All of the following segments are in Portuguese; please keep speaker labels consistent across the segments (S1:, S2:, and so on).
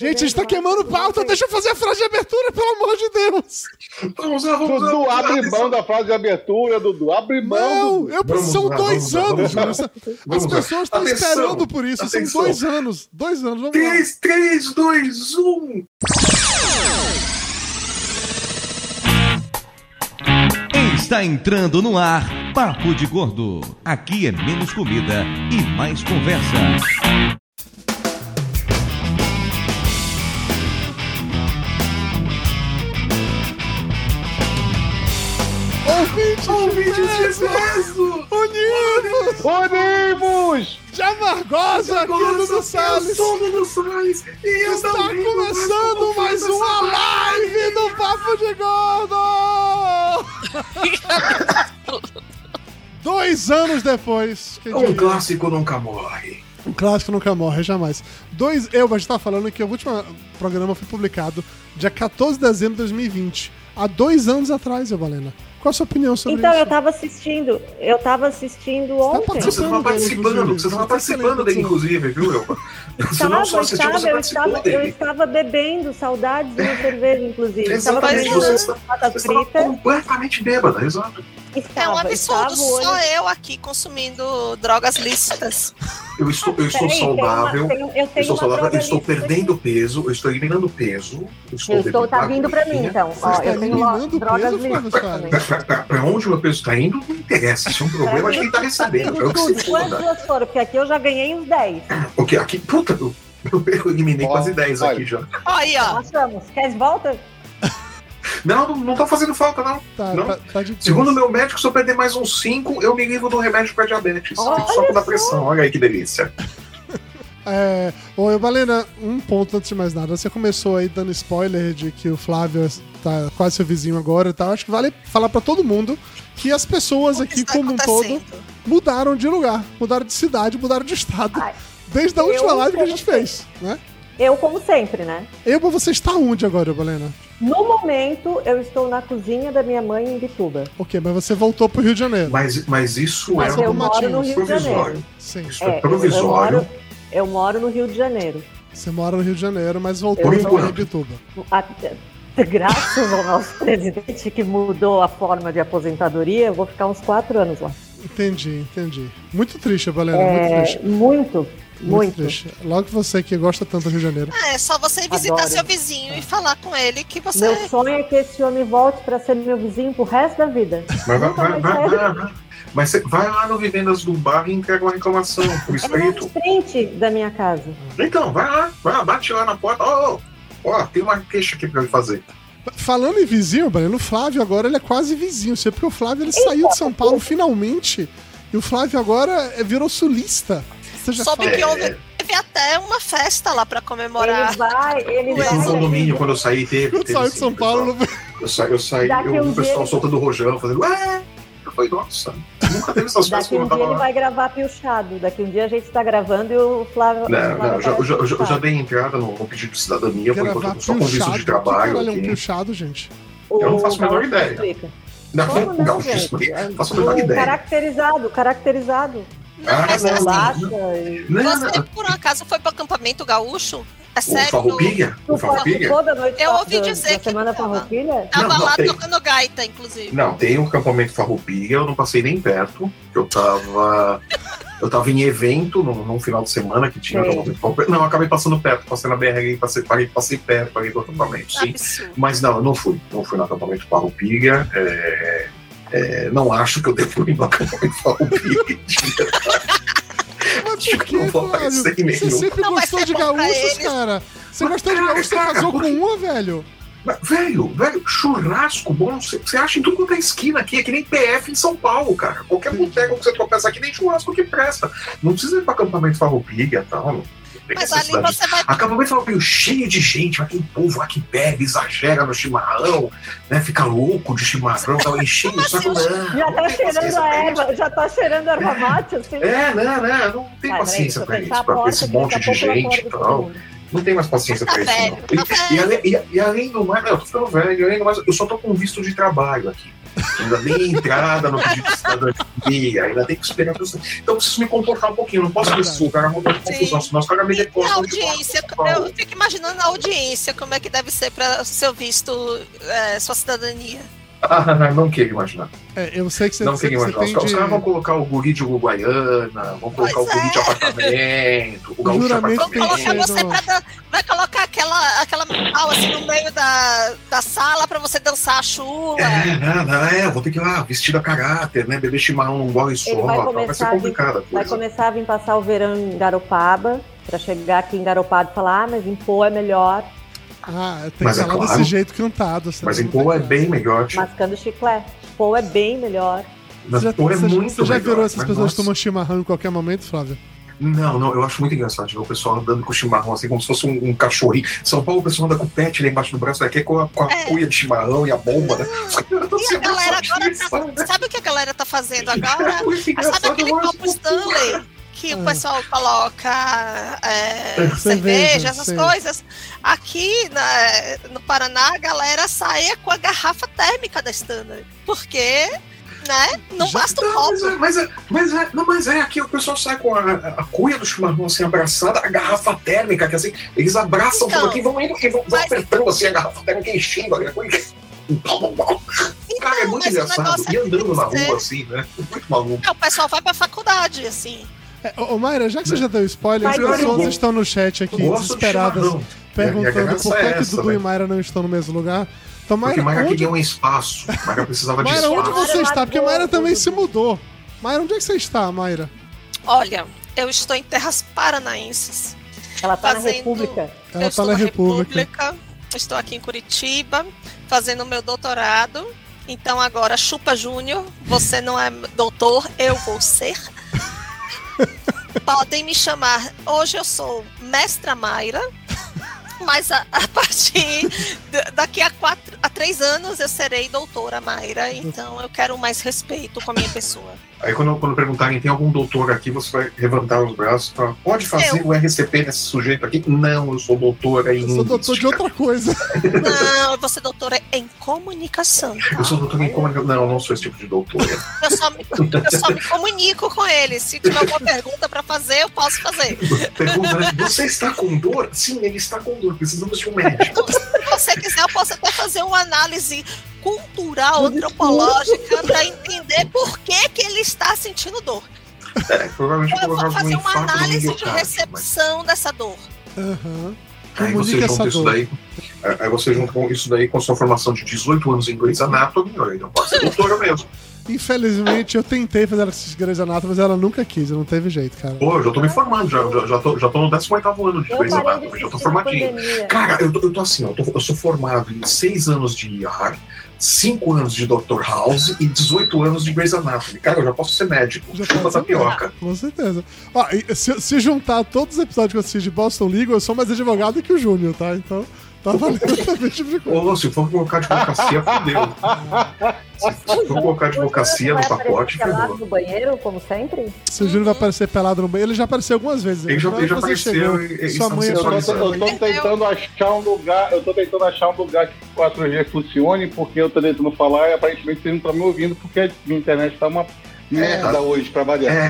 S1: Gente, a gente tá queimando pauta, deixa eu fazer a frase de abertura, pelo amor de Deus.
S2: Vamos lá, vamos lá.
S3: Dudu, abre mão da frase de abertura, Dudu. Abre mão.
S1: Não,
S3: Dudu.
S1: eu
S2: Vamos
S1: são
S2: lá,
S1: dois
S2: vamos lá,
S1: anos,
S2: vamos lá.
S1: Júlio. As
S2: Vamos lá.
S1: pessoas estão
S2: Atenção,
S1: esperando por isso, são
S2: atenção.
S1: dois anos. Dois anos, vamos lá.
S2: 3, 3, 2, 1.
S4: Está entrando no ar Papo de Gordo. Aqui é menos comida e mais conversa.
S1: Ouvintes,
S2: Vídeos de
S1: Ouvintes
S2: peso.
S1: unidos!
S3: Unimos!
S1: Já Margosa, aqui no Dudu
S2: Eu
S1: Salles.
S2: sou o Dudu Salles. E eu
S1: Está
S2: também não faço
S1: começando
S2: como
S1: mais
S2: faz
S1: uma
S2: essa
S1: live do Papo de Gordo! Dois anos depois. quem
S2: Um
S1: diria?
S2: clássico nunca morre.
S1: Um clássico nunca morre, jamais. Dois, eu, a gente tava falando que o último ah, programa foi publicado dia 14 de dezembro de 2020. Há dois anos atrás, eu, Valena. Qual a sua opinião sobre
S5: Então,
S1: isso?
S5: eu tava assistindo. Eu tava assistindo ontem.
S1: participando?
S2: Você tá tava
S1: Sim, inclusive.
S2: participando, você tava
S1: Tá excelente,
S2: participando dele,
S1: sim.
S2: inclusive, viu, Elba? Você não só assistiu,
S5: estava,
S2: você
S5: eu,
S2: participou
S5: estava, eu
S2: dele.
S5: estava bebendo, saudades de uma cerveja, inclusive. Estava
S2: Exatamente,
S5: comendo
S2: você está-
S5: batata
S2: você estava
S5: frita.
S2: completamente bêbada, exato.
S5: Estava,
S6: É um absurdo,
S5: estava o olho-
S6: só eu aqui consumindo drogas lícitas.
S2: Eu estou, eu estou
S5: Peraí, tem uma-
S2: saudável.
S5: tem- eu
S2: Eu
S5: tenho
S2: estou
S5: uma
S2: saudável, eu
S5: droga
S2: estou
S5: lista aqui.
S2: perdendo peso, eu estou eliminando peso. Eu estou,
S5: Eu estou, tá
S2: bebendo
S5: vindo pra mim,
S2: aguinha.
S5: então.
S1: Você
S5: Ó,
S1: está
S5: eu tenho uma Tá
S1: eliminando
S5: drogas
S1: peso,
S5: listas
S1: Flávio
S5: também.
S1: Salles?
S2: Pra- pra- Pra onde o meu peso está indo, não interessa. Isso é um problema de quem tá recebendo. É o que se
S5: Quantas
S2: foda.
S5: duas foram? Porque aqui eu já ganhei uns 10.
S6: Tá.
S2: Porque aqui, puta, eu, eu eliminei
S3: Ó,
S2: quase 10
S3: olha.
S2: aqui já.
S6: Aí, ó.
S5: Achamos. Quer volta?
S2: Não, não, não tá fazendo falta, não.
S1: Tá,
S2: Não.
S1: tá, tá difícil.
S2: Segundo o meu médico, se eu perder mais uns 5, eu me livro do remédio para diabetes.
S5: Olha
S2: Fico só com da
S5: só.
S2: pressão. Olha aí que delícia.
S1: É, ô, eu, Valena, um ponto antes de mais nada. Você começou aí dando spoiler de que o Flávio tá quase seu vizinho agora e tal. Acho que vale falar pra todo mundo que as pessoas
S6: O que
S1: aqui,
S6: está
S1: como um todo,
S6: acontecendo?
S1: mudaram de lugar, mudaram de cidade, mudaram de estado.
S5: Ai,
S1: Desde a
S5: eu
S1: última live que a
S5: sei.
S1: gente fez, né?
S5: Eu, como sempre, né?
S1: Eu, você está onde agora, Valena?
S5: No momento, eu estou na cozinha da minha mãe em Bituba.
S1: Ok, mas você voltou pro Rio de Janeiro.
S2: Mas, mas isso
S5: Mas
S2: é
S5: eu
S2: um
S5: moro no
S1: motivo,
S5: Rio de Janeiro.
S2: provisório.
S1: Sim.
S2: Isso é,
S5: É, eu- eu,
S2: provisório.
S5: moro, eu moro no Rio de Janeiro.
S1: Você mora no Rio de Janeiro, mas voltou
S2: Por
S1: pra
S2: enquanto.
S1: Bituba.
S5: Até- graças ao nosso presidente que mudou a forma de aposentadoria, eu vou ficar uns quatro anos lá.
S1: Entendi, entendi. Muito triste, Valena, muito
S5: É,
S1: triste.
S5: muito, muito.
S1: triste. Logo você que gosta tanto do Rio de Janeiro.
S6: Ah, é só você visitar
S5: Adoro.
S6: seu vizinho e falar com ele que você.
S5: Meu sonho é que esse homem volte para ser meu vizinho pro resto da vida.
S2: Mas vai, vai,
S5: Não,
S2: vai,
S5: mas
S2: vai, vai. Mas você vai lá no Vivendas do Bar e entrega uma reclamação por
S5: É na
S2: escrito.
S5: frente da minha casa.
S2: Então, vai lá, vai lá, bate lá na porta. Ó, ó, ó, tem uma queixa aqui pra eu fazer.
S1: Falando em vizinho, Valena, o Flávio agora ele é quase vizinho. Você porque o Flávio ele saiu de São Paulo finalmente. E o Flávio agora é- virou sulista. Você já
S6: Soube
S1: fala-
S6: que houve. Teve até uma festa lá pra comemorar.
S5: Ele vai, ele
S2: Teve
S5: vai.
S2: um condomínio quando eu saí, teve.
S1: Eu
S2: teve
S1: saio de
S2: sim,
S1: São Paulo.
S2: pessoal. Eu saí, eu saí,
S5: Daqui
S2: eu vi
S5: um
S2: o pessoal
S5: dia-
S2: soltando o rojão, fazendo, ué! Eu falei, nossa, nunca teve essas coisas
S5: Daqui
S2: quando
S5: um
S2: eu
S5: dia
S2: tava
S5: ele
S2: lá.
S5: vai gravar piochado. Daqui um dia a gente tá gravando e o Flávio. o
S2: Não,
S5: Flávio
S2: não, eu já, eu já, eu já- eu já
S5: aparece
S2: dei entrada no no pedido de cidadania, por enquanto eu
S1: Gravar
S2: tô só com visto
S1: pilchado.
S2: de
S1: Que caralho
S2: trabalho.
S1: é um
S2: aqui.
S1: pilchado, gente?
S5: no
S2: eu não faço a menor
S5: Gaúcho
S2: ideia.
S5: Explica.
S2: Não,
S1: né,
S5: Como
S2: não,
S5: não,
S2: não
S5: gente?
S2: faço a menor
S5: O
S2: ideia.
S5: caracterizado, caracterizado.
S6: Não,
S2: Ah,
S6: mas
S2: não,
S6: assim,
S5: Baixa
S2: Ah, Não,
S6: você
S2: não,
S6: por um acaso foi pro acampamento gaúcho? É
S2: o
S6: sério?
S2: Farroupilha? O
S5: Tu
S2: Farroupilha?
S5: participou da noite
S6: Eu
S5: da-
S6: ouvi
S5: da-
S6: dizer
S5: da
S6: que
S5: semana
S6: tava.
S5: farroupilha?
S6: Tava
S2: Não, não,
S6: lá
S2: tem.
S6: tocando gaita, inclusive.
S2: Não, tem um campamento Farroupilha, eu não passei nem perto. Eu tava. Eu tava em evento num, num final de semana que tinha
S5: Sim.
S2: acampamento Farroupilha. Não, eu acabei passando perto, passei na BR, passei, parei, passei perto, parei do acampamento, sim.
S6: Absurdo.
S2: Mas não, eu não fui. Não fui no acampamento Farroupilha. é, é, não acho que eu devo ir no acampamento Farroupilha.
S1: Mas por
S2: Tipo, Não
S1: quê,
S2: vou aparecer em
S1: Flávio? Você
S2: nenhum.
S1: sempre
S6: Não vai
S1: gostou
S6: ser
S1: de
S6: bom pra
S1: gaúchos,
S6: eles.
S1: cara. Você
S2: Mas,
S1: gostou de
S2: cara,
S1: gaúchos, você
S2: cara,
S1: casou
S2: por
S1: com
S2: quê?
S1: uma, velho?
S2: Mas, velho, velho, churrasco bom, você acha em tudo quanto é esquina aqui, é que nem PF em São Paulo, cara. Qualquer boteco que você tropeça aqui, nem churrasco que presta. Não precisa ir pra acampamento Farroupilha e tal. Não tem Ah,
S6: Mas ali
S2: necessidade
S6: você vai.
S2: Acabou de falar meio cheio de gente, aquele povo lá que bebe, exagera no chimarrão, né? Fica louco de chimarrão, tá enchendo o saco. Não,
S5: Já
S2: não
S5: tá
S2: tem
S5: cheirando
S2: paciência
S5: a
S2: pra isso.
S5: erva, já tá cheirando a erva mate, assim.
S2: assim, É, não, não, não tem
S5: Vai, peraí, deixa
S2: paciência
S5: eu
S2: pra
S5: fechar
S2: isso,
S5: a
S2: pra
S5: porta,
S2: esse
S5: Tá, que daqui
S2: monte
S5: a
S2: de
S5: pouco eu
S2: gente e
S5: acordo
S2: tal.
S5: todo mundo.
S2: Não tem mais paciência
S6: Tá
S2: pra isso,
S6: velho,
S2: não. E,
S6: tá
S2: e
S6: velho.
S2: ale- e- e além do mais, eu tô ficando velho, e além do mais, eu só tô com visto de um trabalho aqui. Ainda tem entrada no pedido de cidadania, ainda tem que esperar. a pessoa. Então eu preciso me comportar um pouquinho, não posso
S1: Verdade.
S2: ver o cara montou confusão, senão os caras me
S6: Na
S2: recortam.
S6: audiência, eu fico imaginando a audiência, como é que deve ser para seu visto, é, sua cidadania.
S2: Ah, não quero imaginar.
S1: É, eu sei que você,
S2: não
S1: você,
S2: quero
S1: você
S2: imaginar. Os
S1: tem
S2: ca- os caras vão
S1: de...
S2: colocar o guri de Uruguaiana, vão colocar
S6: Pois
S2: o guri de
S6: é.
S2: apartamento, o gaúcho de
S1: Juramento
S6: Vão
S1: tem que
S6: colocar
S1: ser
S2: apartamento.
S6: você
S1: no-
S6: pra dan- Vai colocar aquela, aquela pau assim no meio da, da sala pra você dançar a chula.
S2: É, né, né, é, vou ter que ir lá, vestido a caráter, né? Beber chimarrão num gole só,
S5: Ele vai
S2: tal, vai
S5: começar
S2: ser
S5: a vir-
S2: complicada a
S5: Vai
S2: coisa.
S5: começar a vir passar o verão em Garopaba, pra chegar aqui em Garopaba e falar, ah, mas em Pô é melhor,
S1: Ah, tem que
S2: Mas é
S1: falar
S2: claro.
S1: desse jeito cantado. você
S2: Mas
S1: não
S2: em
S1: tem
S2: Poa é
S1: graça.
S2: bem melhor, tipo,
S5: mascando chiclete. Pô é bem melhor.
S2: mas
S1: já-
S2: Poa é
S1: já-
S2: muito
S1: você já
S2: melhor,
S1: virou essas
S2: mas
S1: pessoas
S2: nossa.
S1: que tomam chimarrão em qualquer momento, Flávio?
S2: Não, não, eu acho muito engraçado de ver o pessoal andando com chimarrão, assim, como se fosse um, um cachorrinho. São Paulo, o pessoal anda com o pet lá embaixo do braço, daqui com a, com a
S6: É.
S2: cuia de chimarrão e a bomba, né? Os caras tão
S6: E a
S2: sendo
S6: galera agora
S2: satisfação, né?
S6: tá, Sabe o que a galera tá fazendo agora?
S2: É muito engraçado,
S6: Sabe aquele
S2: eu acho
S6: copo Stanley que
S1: Ah.
S6: o pessoal coloca é,
S1: Cerveja,
S6: cerveja,
S1: sim.
S6: essas coisas? Aqui na- no Paraná, a galera saía com a garrafa térmica da Stanley. Porque, né? Não
S1: Já-
S6: basta o
S2: Não, mas
S6: copo.
S2: é, mas é, mas é, não, mas é, aqui o pessoal sai com a, a cuia do chimarrão assim abraçada, a garrafa térmica, que assim, eles abraçam
S6: Então.
S2: tudo aqui, vão indo e vão, vão
S6: Mas-
S2: apertando assim a garrafa térmica enchendo aquela coisa. Cara, é
S6: Então,
S2: muito
S6: mas o
S2: engraçado.
S6: negócio
S2: E
S6: é que
S2: andando
S6: tem
S2: na
S6: que ser-
S2: rua assim, né? Muito maluco.
S6: Não, o pessoal vai pra faculdade, assim.
S1: É, ô, ô, Mayra, já que você já deu spoiler, as
S5: Vai,
S1: pessoas
S2: Rodrigo.
S1: estão no chat aqui
S2: Eu gosto de
S1: desesperadas
S2: chimarrão. Minha- minha
S1: perguntando
S2: graça
S1: por
S2: é
S1: que, que
S2: essa,
S1: Dudu e
S2: velho.
S1: Mayra não estão no mesmo lugar. Então,
S2: Porque
S1: Mayra,
S2: Mayra
S1: onde,
S2: queria um espaço. Mayra precisava de
S1: Mayra, onde
S2: espaço.
S1: você
S5: Mayra
S1: está? Porque Mayra
S5: largou
S1: também
S5: tudo.
S1: se mudou. Mayra, onde é que você está, Mayra?
S6: Olha, eu estou em terras paranaenses.
S5: Ela tá na
S6: Fazendo-
S5: República.
S1: Ela está
S6: eu estou
S1: na
S6: na
S1: República.
S6: República. Estou aqui em Curitiba, fazendo meu doutorado. Então agora, Chupa Júnior, você não é doutor, eu vou ser. Podem me chamar. Hoje eu sou mestra Mayra, mas a, a partir da- daqui a, quatro, a três anos eu serei doutora Mayra. Então eu quero mais respeito com a minha pessoa.
S2: Aí quando, quando perguntarem, tem algum doutor aqui, você vai levantar os braços e falar, pode fazer o RCP nesse sujeito aqui? Não, eu sou doutora em...
S1: Eu sou doutor de outra coisa.
S6: Não, eu vou ser doutora é em comunicação.
S2: Eu sou doutora em comunicação. Não, eu não sou esse tipo de doutora.
S6: Eu só, me, eu só me comunico com ele. Se tiver alguma pergunta pra fazer, eu posso fazer.
S2: Pergunta, né? Você está com dor? Sim, ele está com dor. Precisamos de um médico.
S6: Se você quiser, eu posso até fazer uma análise cultural, antropológica, pra entender por que, que ele está sentindo dor.
S2: É, provavelmente
S6: Ou eu
S2: colocar
S6: vou
S2: algum
S6: fazer uma
S2: infarto no
S6: análise de
S2: miocárdio, mas-
S6: recepção dessa dor.
S1: Aham.
S2: Aí você
S1: Comunica essa
S2: junta isso
S1: dor.
S2: daí. é, Aí você junta com isso daí com sua formação de 18 anos em inglês anatomy, olha, não pode ser doutora mesmo.
S1: Infelizmente, eu tentei fazer ela assistir Grey's Anatomy, mas ela nunca quis, então não teve jeito, cara.
S2: Pô, eu já tô me formando, já, já, já, tô, já tô no 18 ano de
S5: Eu
S2: inglês
S5: parei de
S2: anatomy, já tô
S5: assistir na
S2: formadinho.
S5: pandemia.
S2: Cara, eu tô, eu tô assim, ó, eu, tô- eu sou formado em 6 anos de IR, 5 anos de Dr. House e 18 anos de Grey's Anatomy. Cara, eu já posso ser médico.
S1: Já
S2: Chupa
S1: pode ser um
S2: tapioca.
S1: Com certeza. Ó, e se, se juntar todos os episódios que eu assisti de Boston Legal, eu sou mais advogado que o Júnior, tá? Então, tá valendo também esse tipo de coisa.
S2: Ô, se for colocar advocacia, fudeu. Se for colocar advocacia no
S5: Vai aparecer
S2: pacote,
S5: pelado
S2: fudeu.
S5: no banheiro, como sempre?
S1: Se o Júnior vai aparecer pelado no banho, ele já apareceu algumas vezes.
S2: Ele já,
S1: Na hora
S2: ele já
S1: que você chegou,
S2: apareceu e, e
S1: sua
S2: está
S1: mãe-
S3: Eu tô,
S2: sexualizando.
S3: eu tô tentando achar um lugar, eu tô tentando achar um lugar que 4G funcione, porque eu tô tentando falar e aparentemente vocês não estão me ouvindo, porque a minha internet tá uma merda hoje pra
S2: É,
S3: variar.
S2: é,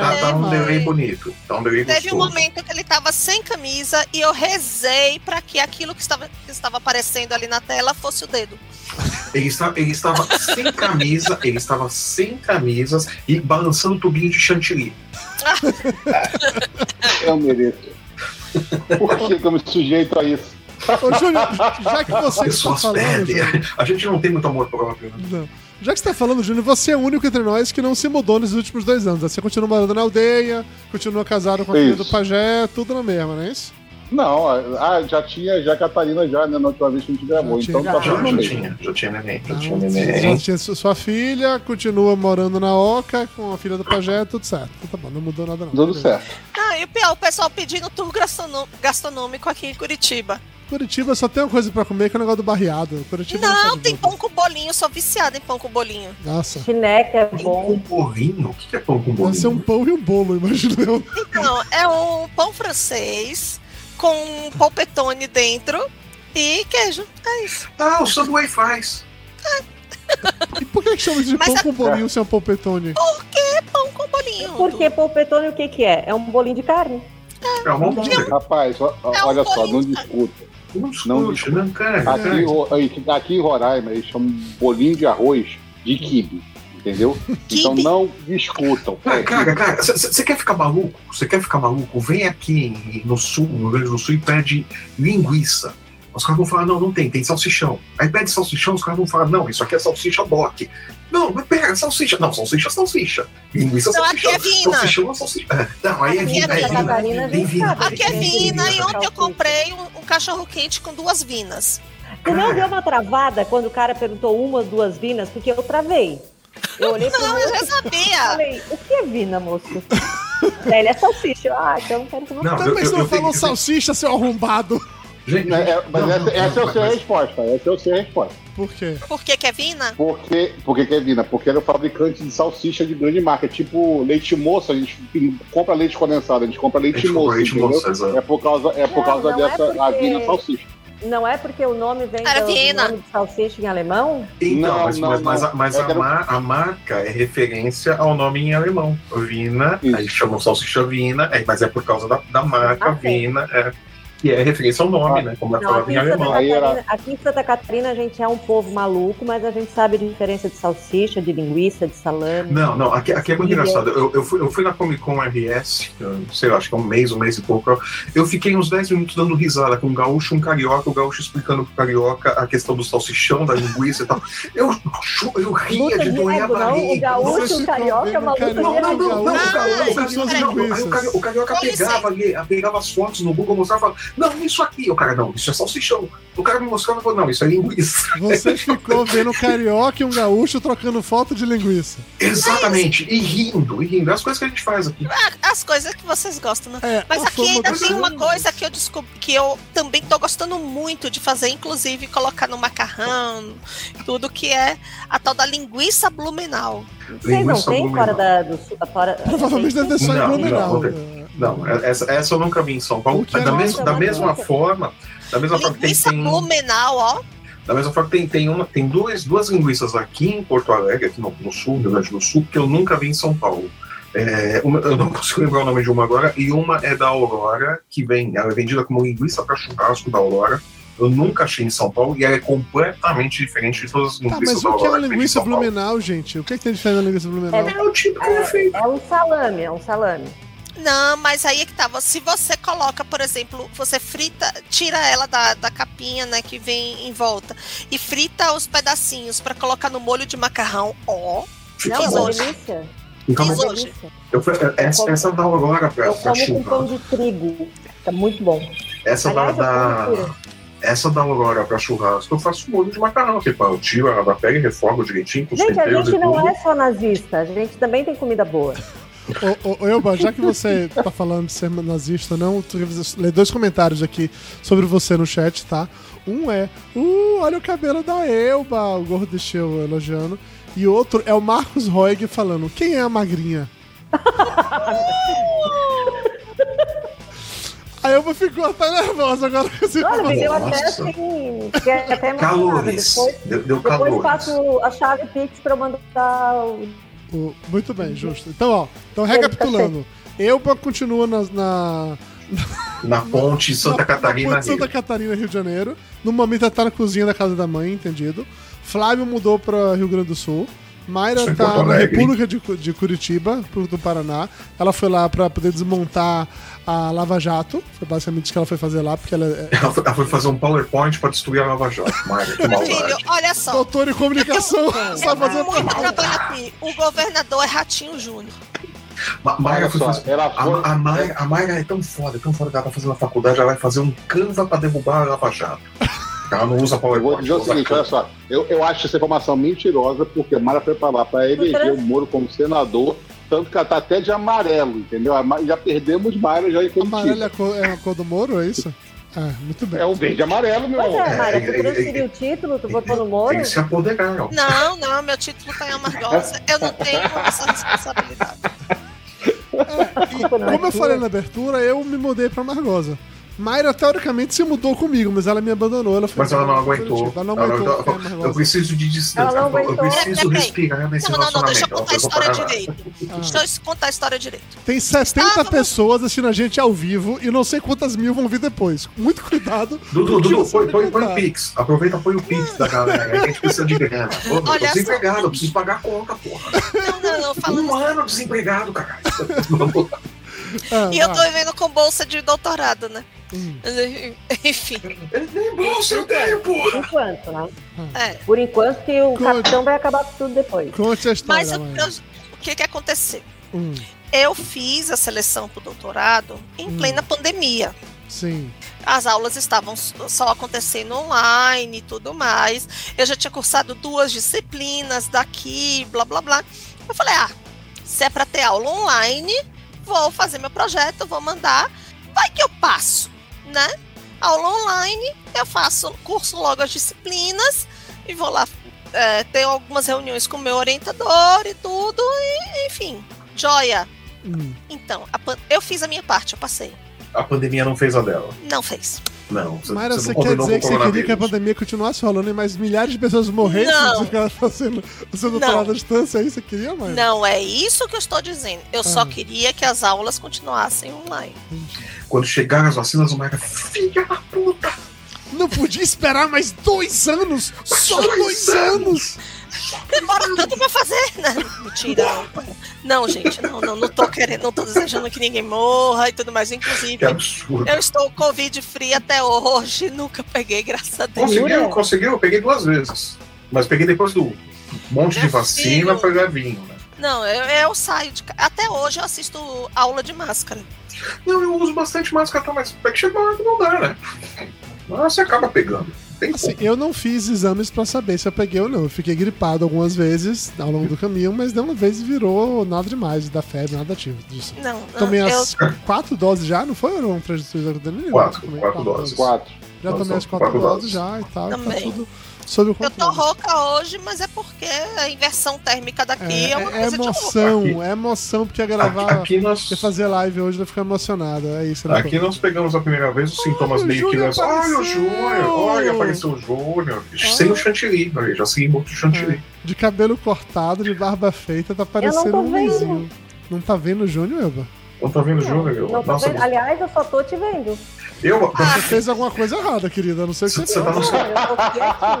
S2: tá,
S1: É,
S2: tá um
S1: mãe.
S2: delay bonito. Tá um delay
S6: Teve um
S2: gostoso.
S6: momento que ele estava sem camisa e eu rezei pra que aquilo que estava, que estava aparecendo ali na tela fosse o dedo.
S2: Ele, está, ele estava sem camisa, ele estava sem camisas e balançando o tubinho de chantilly.
S3: Eu mereço. Por que, que eu me sujeito a isso?
S1: Ô, Júnior, já que você que está
S2: Pessoas
S1: falando.
S2: perdem.
S1: Júnior,
S2: A gente não tem muito amor próprio. né?
S1: não. Já que você tá falando, Júnior, você é o único entre nós que não se mudou nesses últimos dois anos. né? Você continua morando na aldeia, continua casado com a filha
S3: Isso.
S1: do pajé, tudo na mesma, não é isso?
S3: Não, ah, já tinha, já a Catarina já, né, na última vez que a gente gravou,
S1: Já
S3: então
S1: tinha
S3: tá
S2: Já,
S3: tudo no
S2: já
S3: meio.
S2: tinha, já tinha neném, já
S1: Não,
S2: tinha neném.
S1: só Então, tinha su- sua filha, continua morando na Oca com a filha do pajé, tudo certo. Então, tá bom, não mudou nada não.
S3: Tudo certo.
S6: Ah, e o pior, o pessoal pedindo tour gastronô- gastronômico aqui em Curitiba.
S1: Curitiba só tem uma coisa pra comer que é o negócio do barreado. Curitiba é um
S6: Não,
S1: sabe
S6: tem
S1: nada.
S6: pão com bolinho, sou viciada em pão com bolinho.
S1: Nossa.
S5: Chineca é
S2: Pão
S5: bom.
S2: com bolinho? um O que que é pão com
S1: Deve ser
S2: bolinho?
S1: um pão e um bolo, imagino eu.
S6: Então, é um pão francês com um polpetone dentro e queijo. É isso.
S2: Ah, o Subway faz.
S1: E por que que chama de
S6: Mas
S1: pão
S6: a-
S1: com bolinho sem polpetone?
S6: Por que É pão com bolinho?
S5: É Porque polpetone, o que que é? É um bolinho de carne.
S2: É um hambúrguer.
S3: Rapaz, ó, ó,
S6: É um
S3: olha só, não
S6: bolinho.
S3: discuta.
S2: Não discute, né, cara?
S3: Aqui,
S2: É.
S3: ro- aí, tá aqui em Roraima, eles chamam bolinho de arroz de quibe, entendeu? Então
S6: Quibe?
S3: não discutam. É,
S2: Ah, cara, cara, você quer ficar maluco? Você quer ficar maluco? Vem aqui em- no sul, no Rio Grande do Sul, e pede linguiça. Os caras vão falar, não, não tem, tem salsichão. Aí pede salsichão, os caras vão falar, não, isso aqui é salsicha boque. Não, mas pera, salsicha. Não, salsicha, é salsicha. Linguiça, é
S6: Então aqui
S2: salsichão.
S6: é vina.
S2: Salsichão é salsicha. Ah, Não, aí é
S5: Aqui
S6: é
S2: vina, é
S6: Santa
S5: Catarina,
S2: vina.
S5: a
S2: Tem
S5: gente
S2: vina.
S5: sabe
S6: Aqui é
S5: Tem
S6: vina
S5: vina,
S6: e ontem eu
S5: salsicha.
S6: comprei um, um cachorro quente com duas vinas.
S5: Tu
S2: Cara.
S5: não deu uma travada quando o cara perguntou uma, duas vinas? Porque eu travei. Eu olhei pro
S6: Não, eu
S5: moço
S6: já
S5: e
S6: sabia.
S5: falei, o que é vina, moço? Daí Ele é salsicha. Eu, Ah, então quero que você...
S2: Não, eu-
S1: Também
S2: eu-
S1: você
S2: eu
S1: não
S2: tenho-
S1: falou
S2: eu tenho-
S1: salsicha, seu arrombado.
S2: Gente,
S3: É, é, mas
S2: não,
S3: essa,
S2: não,
S3: essa é
S2: não,
S3: a sua
S2: mas-
S3: resposta. Essa é a sua resposta.
S1: Por quê?
S6: Por que que é vina?
S3: Porque, porque que é vina? Porque era o fabricante de salsicha de grande marca. Tipo leite moça, a gente compra leite condensado, a gente compra leite,
S2: Leite
S3: moça.
S2: moça,
S3: entendeu?
S2: moça, exato.
S3: É por causa, é por
S5: Não,
S3: causa
S5: não é
S3: dessa a
S5: porque-
S3: vina salsicha.
S5: Não é porque o nome vem
S6: Era
S5: do, do
S6: vina.
S5: nome de salsicha em alemão?
S2: Então,
S3: Não,
S2: mas,
S3: não,
S2: mas, mas, a-
S3: não. É
S2: mas
S3: Eu
S2: a,
S3: quero-
S2: ma- a marca é referência ao nome em alemão. Vina,
S3: Isso.
S2: aí chamam salsicha Vina, é, mas é por causa da, da marca
S5: Ah, sim.
S2: Vina, é, que é referência ao nome, né? Como é
S5: Não,
S2: falado
S5: aqui
S2: em
S5: em, Santa
S2: alemão.
S3: Aí era-
S5: Catarina, aqui em Santa Catarina a gente é um povo maluco, mas a gente sabe a diferença de salsicha, de linguiça, de salame.
S2: Não, não, aqui, aqui é muito
S5: Sim,
S2: engraçado. Eu, eu fui, eu fui na Comic Con RS, eu sei lá, acho que é um mês, um mês e pouco. eu- Eu fiquei uns 10 minutos dando risada com um gaúcho e um carioca, o gaúcho explicando pro carioca a questão do salsichão, da linguiça e tal. Eu, chu- eu ria
S5: Luta
S2: de
S5: de
S2: doer a
S5: ego, é, não. O
S2: barriga.
S5: gaúcho,
S1: Vocês
S5: o
S1: ficam
S5: carioca,
S1: vendo
S5: uma luta de
S1: carioca.
S2: Não, não, não, não,
S5: ego.
S2: não, o
S1: Ah,
S2: Carioca, o
S1: essas
S2: Carioca-
S1: são as
S2: não,
S1: linguiças.
S2: o Carioca- o Carioca
S6: Com
S2: pegava, ali, pegava as fotos no Google, mostrava e falava, não, isso aqui. O cara, não, isso é salsichão. O cara me mostrava e falou, não, isso é linguiça.
S1: Você ficou vendo um carioca e um gaúcho trocando foto de linguiça.
S2: Exatamente. E rindo, e rindo. É as coisas que a gente faz aqui.
S6: Ah, As coisas que vocês gostam, né?
S1: É,
S6: Mas
S1: a
S6: aqui
S1: fama
S6: ainda
S1: dos
S6: tem uma
S1: gringos.
S6: coisa que eu descobri que eu também tô gostando muito de fazer, inclusive colocar no macarrão, tudo que é a tal da linguiça blumenau.
S5: Vocês não
S2: Linguiça
S5: têm fora
S2: blumenau.
S5: da, do sul? Fora,
S1: Provavelmente deve ter só em
S2: Não, não,
S1: Blumenau.
S2: não tem. Não, é, essa, essa eu nunca vi em São Paulo.
S1: O que
S2: Mas Da,
S1: é
S2: mes
S1: nossa,
S2: da
S5: mas
S2: mesma
S5: nunca.
S2: forma, da mesma forma que tem,
S6: Linguiça
S2: tem
S6: blumenau, ó.
S2: Da mesma forma que tem, tem, uma, tem duas, duas linguiças aqui em Porto Alegre, aqui no, no sul, no Rio Grande do Sul, que eu nunca vi em São Paulo. É, uma- eu não consigo lembrar o nome de uma agora, e uma é da Aurora, que vem, ela é vendida como linguiça para churrasco da Aurora. Eu nunca achei em São Paulo, e ela é completamente diferente de todas as
S1: Tá,
S2: linguiças
S1: mas
S2: da
S1: o que é
S2: Aurora.
S1: uma
S2: que vem de
S1: linguiça
S2: São Paulo.
S1: Blumenau, gente? O que, é que tem de diferente na linguiça Blumenau?
S2: É o tipo que é feito.
S5: É um salame, é um salame.
S6: Não, mas aí é que tava. Se você coloca, por exemplo, você frita, tira ela da, da capinha, né, que vem em volta, e frita os pedacinhos pra colocar no molho de macarrão, ó.
S2: Fica
S5: Não, é
S2: bom.
S5: uma delícia.
S2: Fica
S5: É
S2: bom.
S6: Fiz
S5: uma
S6: hoje.
S5: delícia.
S2: Eu, essa, essa da Aurora pra,
S5: é Eu
S2: pra
S5: como com pão
S2: churrasco.
S5: de trigo. Fica muito bom.
S2: Essa é da.
S5: Aliás, eu
S2: da-
S5: como pura.
S2: Essa da Aurora pra churrasco, eu faço molho de macarrão. Tipo, eu tiro ela da pele, refogo direitinho com os
S5: Gente, a
S2: temperos
S5: gente
S2: e tudo.
S5: não é só nazista, a gente também tem comida boa.
S1: Ô, ô, ô, Elba, já que você tá falando de ser nazista ou não, eu queria fazer- ler dois comentários aqui sobre você no chat, tá? Um é, uh, olha o cabelo da Elba, o gordo deixou elogiando. E outro é o Marcos Roig falando, quem é a magrinha? a Elba ficou até nervosa agora com esse
S5: Olha, me deu até
S2: Nossa.
S5: assim. fiquei Até emocionada.
S2: Calores.
S5: Depois,
S2: Deu, deu
S5: depois
S2: calores.
S5: faço a chave Pix pra eu mandar o
S1: O- Muito bem, justo. Então, ó, então recapitulando. Elba continua na- na,
S2: Na ponte Santa
S1: Na-
S2: Catarina.
S1: na ponte Santa
S2: Rio.
S1: Catarina, Rio de Janeiro. No momento ela tá na cozinha da casa da mãe, entendido. Flávio mudou pra Rio Grande do Sul. Mayra
S2: Isso é
S1: tá
S2: Porto
S1: na
S2: Alegre, hein?
S1: República de, Cu- de Curitiba, pro- do Paraná. Ela foi lá pra poder desmontar a Lava Jato. Foi basicamente isso que ela foi fazer lá, porque ela é
S2: Ela foi, ela foi fazer um PowerPoint pra destruir a Lava Jato. Mara, que
S6: Filho,
S2: maldade.
S6: olha só. é
S1: doutora em comunicação. Só fazer
S6: Muito
S1: pra...
S6: trabalho aqui. O governador é Ratinho Júnior.
S2: Ma- Mara
S3: Olha
S2: foi
S3: só,
S2: fazer.
S3: ela
S2: A,
S3: foi.
S2: a, Mayra, a Mayra é tão foda, é tão foda que ela tá fazendo a faculdade, ela vai fazer um canva pra derrubar a Lava Jato. Ela não usa
S3: Eu vou
S2: PowerPoint.
S3: dizer o
S2: usa
S3: seguinte,
S2: Canva.
S3: olha só, eu, eu acho essa informação mentirosa, porque a Mara foi pra lá pra eleger o Moro como senador, tanto que ela tá até de amarelo, entendeu? A Ma- Já perdemos Mara já em
S1: Amarelo é
S3: Curitiba.
S1: a cor, é a cor do Moro, é isso? Ah, muito bem.
S3: É o verde e amarelo, meu
S5: Pois
S3: amor.
S5: é, Mara, tu
S2: É, é,
S5: transferiu o título, tu botou no Moro.
S2: Eles se apoderaram.
S6: Não, não, meu título tá em Amargosa. Eu não tenho essa responsabilidade.
S1: É, Como eu falei na abertura, eu me mudei pra Margosa. Mayra, teoricamente, se mudou comigo, mas ela me abandonou. Ela foi
S2: Mas ela não aguentou.
S1: Ela não aguentou.
S2: Ela-
S1: ficar mais
S2: eu,
S1: longe.
S2: preciso de distância.
S5: Ela não
S2: Eu
S5: aguentou.
S2: preciso
S6: Peraí.
S2: respirar nesse
S6: Não, não, não, deixa eu
S2: relacionamento.
S6: contar a
S2: eu vou
S6: história
S2: parar.
S6: direito. Deixa eu contar a história direito.
S1: Tem 70
S6: Estávamos-
S1: pessoas assistindo a gente ao vivo e não sei quantas mil vão vir depois. Muito cuidado.
S2: Dudu,
S1: com o que
S2: Dudu,
S1: você
S2: põe,
S1: vai
S2: põe, põe o
S1: contar.
S2: Pix. Aproveita, põe o Pix da galera. A gente precisa de grana. Ô, meu,
S6: Olha
S2: tô
S6: só.
S2: desempregado, eu preciso pagar a conta, porra.
S1: Ah.
S6: Não, não, não,
S2: Um
S6: falando.
S2: ano desempregado, cara. Vamos lá.
S1: Ah,
S6: E eu
S1: vai.
S6: tô vivendo com bolsa de doutorado, né?
S1: Hum.
S6: Enfim,
S2: Nem bolsa eu tenho,
S5: Por
S2: porra.
S5: enquanto, né?
S6: é.
S5: Por enquanto que o
S1: Good.
S5: capitão vai acabar com tudo depois.
S1: Conte a história.
S6: Mas eu-
S1: Mayra.
S6: eu- o que que aconteceu?
S1: Hum,
S6: Eu fiz a seleção pro doutorado em
S1: Hum.
S6: plena pandemia.
S1: sim.
S6: As aulas estavam s- só acontecendo online e tudo mais. Eu já tinha cursado duas disciplinas daqui, blá blá blá. Eu falei: ah, se é para ter aula online, vou fazer meu projeto, vou mandar. Vai que eu passo, né? Aula online, eu faço curso logo as disciplinas e vou lá. É, tenho algumas reuniões com o meu orientador e tudo, e, enfim, joia.
S1: Hum.
S6: Então, a pan- eu fiz a minha parte, eu passei.
S2: A pandemia não fez a dela.
S6: Não fez.
S2: Não. Você,
S1: Mayra, você, quer
S2: não combinou
S1: dizer que
S2: com
S1: você queria que
S2: o
S1: a
S2: coronavírus.
S1: pandemia continuasse rolando e mais milhares de pessoas morressem
S6: Não.
S1: porque ela tá sendo o seu doutorado à distância? É isso que você queria, Mayra?
S6: Não é isso que eu estou dizendo. Eu
S1: Ah.
S6: só queria que as aulas continuassem online.
S2: Quando chegaram as vacinas, o Mayra... é Filha da puta!
S1: Não podia esperar mais dois anos! Só
S2: Dois
S1: dois anos!
S6: Demora tanto pra fazer, né? Mentira. Não, gente, não, não, não tô querendo, não tô desejando que ninguém morra e tudo mais.
S2: Que
S6: Inclusive,
S2: absurdo.
S6: eu estou Covid free até hoje, nunca peguei, graças a Deus.
S2: Conseguiu,
S5: Jura?
S2: conseguiu. Eu peguei duas vezes. Mas peguei depois do monte de
S6: Meu
S2: vacina
S6: filho.
S2: pra levinho, né?
S6: Não, eu, eu saio de ca- Até hoje eu assisto aula de máscara.
S2: Não, eu uso bastante máscara, tá, mas é que chega uma hora que não dá, né? Mas você acaba pegando. Não Tem
S1: Assim,
S2: como.
S1: eu não fiz exames pra saber se eu peguei ou não. Eu fiquei gripado algumas vezes ao longo do caminho, mas nenhuma vez virou nada demais da febre, nada ativo disso.
S6: Não, não,
S1: Tomei
S6: Ah, eu,
S1: as quatro doses já, não foi? Ou não prejuízo da Danilo?
S2: Quatro,
S1: Tomei
S2: quatro doses.
S3: Quatro.
S1: Já tomei as quatro,
S2: Quatro
S1: doses
S2: doses.
S1: já e tal. Tá
S6: Também.
S1: tudo sob o
S6: eu tô
S1: controle.
S6: rouca hoje, mas é porque a inversão térmica daqui é,
S1: é,
S6: uma
S1: é
S6: coisa de rouca.
S1: emoção,
S2: Aqui.
S1: é emoção, porque ia
S2: Aqui,
S1: gravar,
S2: aqui nós,
S1: ia fazer live hoje, eu ia ficar emocionado. É isso, né?
S2: aqui nós pegamos a primeira vez os sintomas
S1: o
S2: meio que
S1: Júnior
S2: nós. Olha o
S1: apareceu!
S2: Júnior, olha, apareceu o Júnior. Sem o chantilly, olha, já segui muito chantilly.
S1: De cabelo cortado, de barba feita, tá parecendo
S5: tô
S1: um
S5: vendo.
S1: luzinho. Não tá vendo o Júnior, Elba?
S2: Não tá vendo o
S5: Não,
S2: Júnior? eu-
S5: não tô
S2: Nossa,
S5: vendo. Aliás, eu só tô te vendo.
S2: eu.
S6: Ah.
S1: Você fez alguma coisa errada, querida. eu Não sei o que
S2: Você
S1: você
S2: tá
S1: fez.
S2: no seu-
S5: Cara, eu tô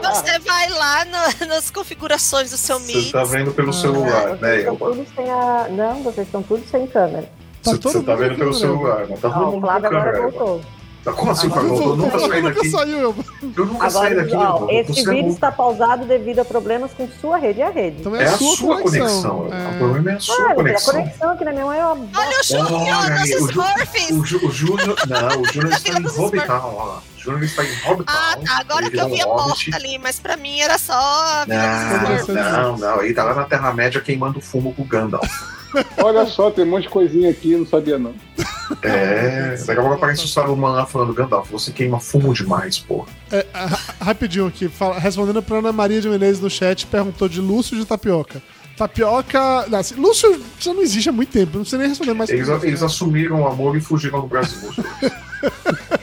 S5: quietinha.
S6: Você vai lá no- nas configurações do seu
S2: Você
S6: Mix.
S2: tá vendo pelo celular, né?
S5: Vocês estão
S2: eu-
S5: todos sem a... Não, vocês estão todos sem câmera.
S1: Tá
S2: Você
S1: todo
S2: você tá
S1: mundo
S2: vendo
S1: aqui,
S2: pelo
S1: né?
S2: celular, não tá
S5: Ah,
S2: todo
S5: o
S2: mundo
S5: Flávio
S2: com
S5: agora
S2: câmera.
S5: voltou.
S2: Tá como assim,
S5: Agora
S2: Flávio? Eu nunca saí
S1: nunca
S2: daqui.
S1: saiu, Elba.
S2: Eu nunca saí
S5: Agora,
S2: daqui.
S5: ó,
S2: eu tô
S5: esse
S2: sendo-
S5: vídeo está pausado devido a problemas com sua rede e a rede.
S1: Então
S2: É a sua conexão. O
S1: É.
S2: problema é a sua
S5: Claro, a
S2: conexão.
S5: conexão aqui na minha mãe é uma bosta.
S6: Olha o Júnior,
S2: Olha aí,
S6: nossos
S2: o Ju-
S6: Smurfs!
S2: O, Ju- o Júnior. Não, o Júnior está em
S6: Nossa,
S2: Hobbital, olha lá. O Júnior está em Hobbital.
S6: Ah, tá, agora
S2: ele
S6: que eu
S2: virou
S6: vi a
S2: um hobbit.
S6: porta ali, mas pra mim era só a Vila dos
S1: Smurfs.
S2: Não,
S6: Smurfs.
S2: não, não. Ele tá lá na Terra-média queimando fumo com o Gandalf.
S3: Olha só, tem um monte de coisinha aqui, não sabia não.
S2: É, daqui a pouco aparece o Saruman lá falando: Gandalf, você queima fumo demais, pô.
S1: É, a- a- rapidinho aqui, fala- respondendo pra Ana Maria de Menezes no chat, perguntou de Lúcio de Tapioca. Tapioca. Não, assim, Lúcio já não existe há muito tempo, não precisa nem responder mais.
S2: Eles,
S1: perguntas,
S2: eles
S1: né?
S2: assumiram o amor e fugiram do Brasil.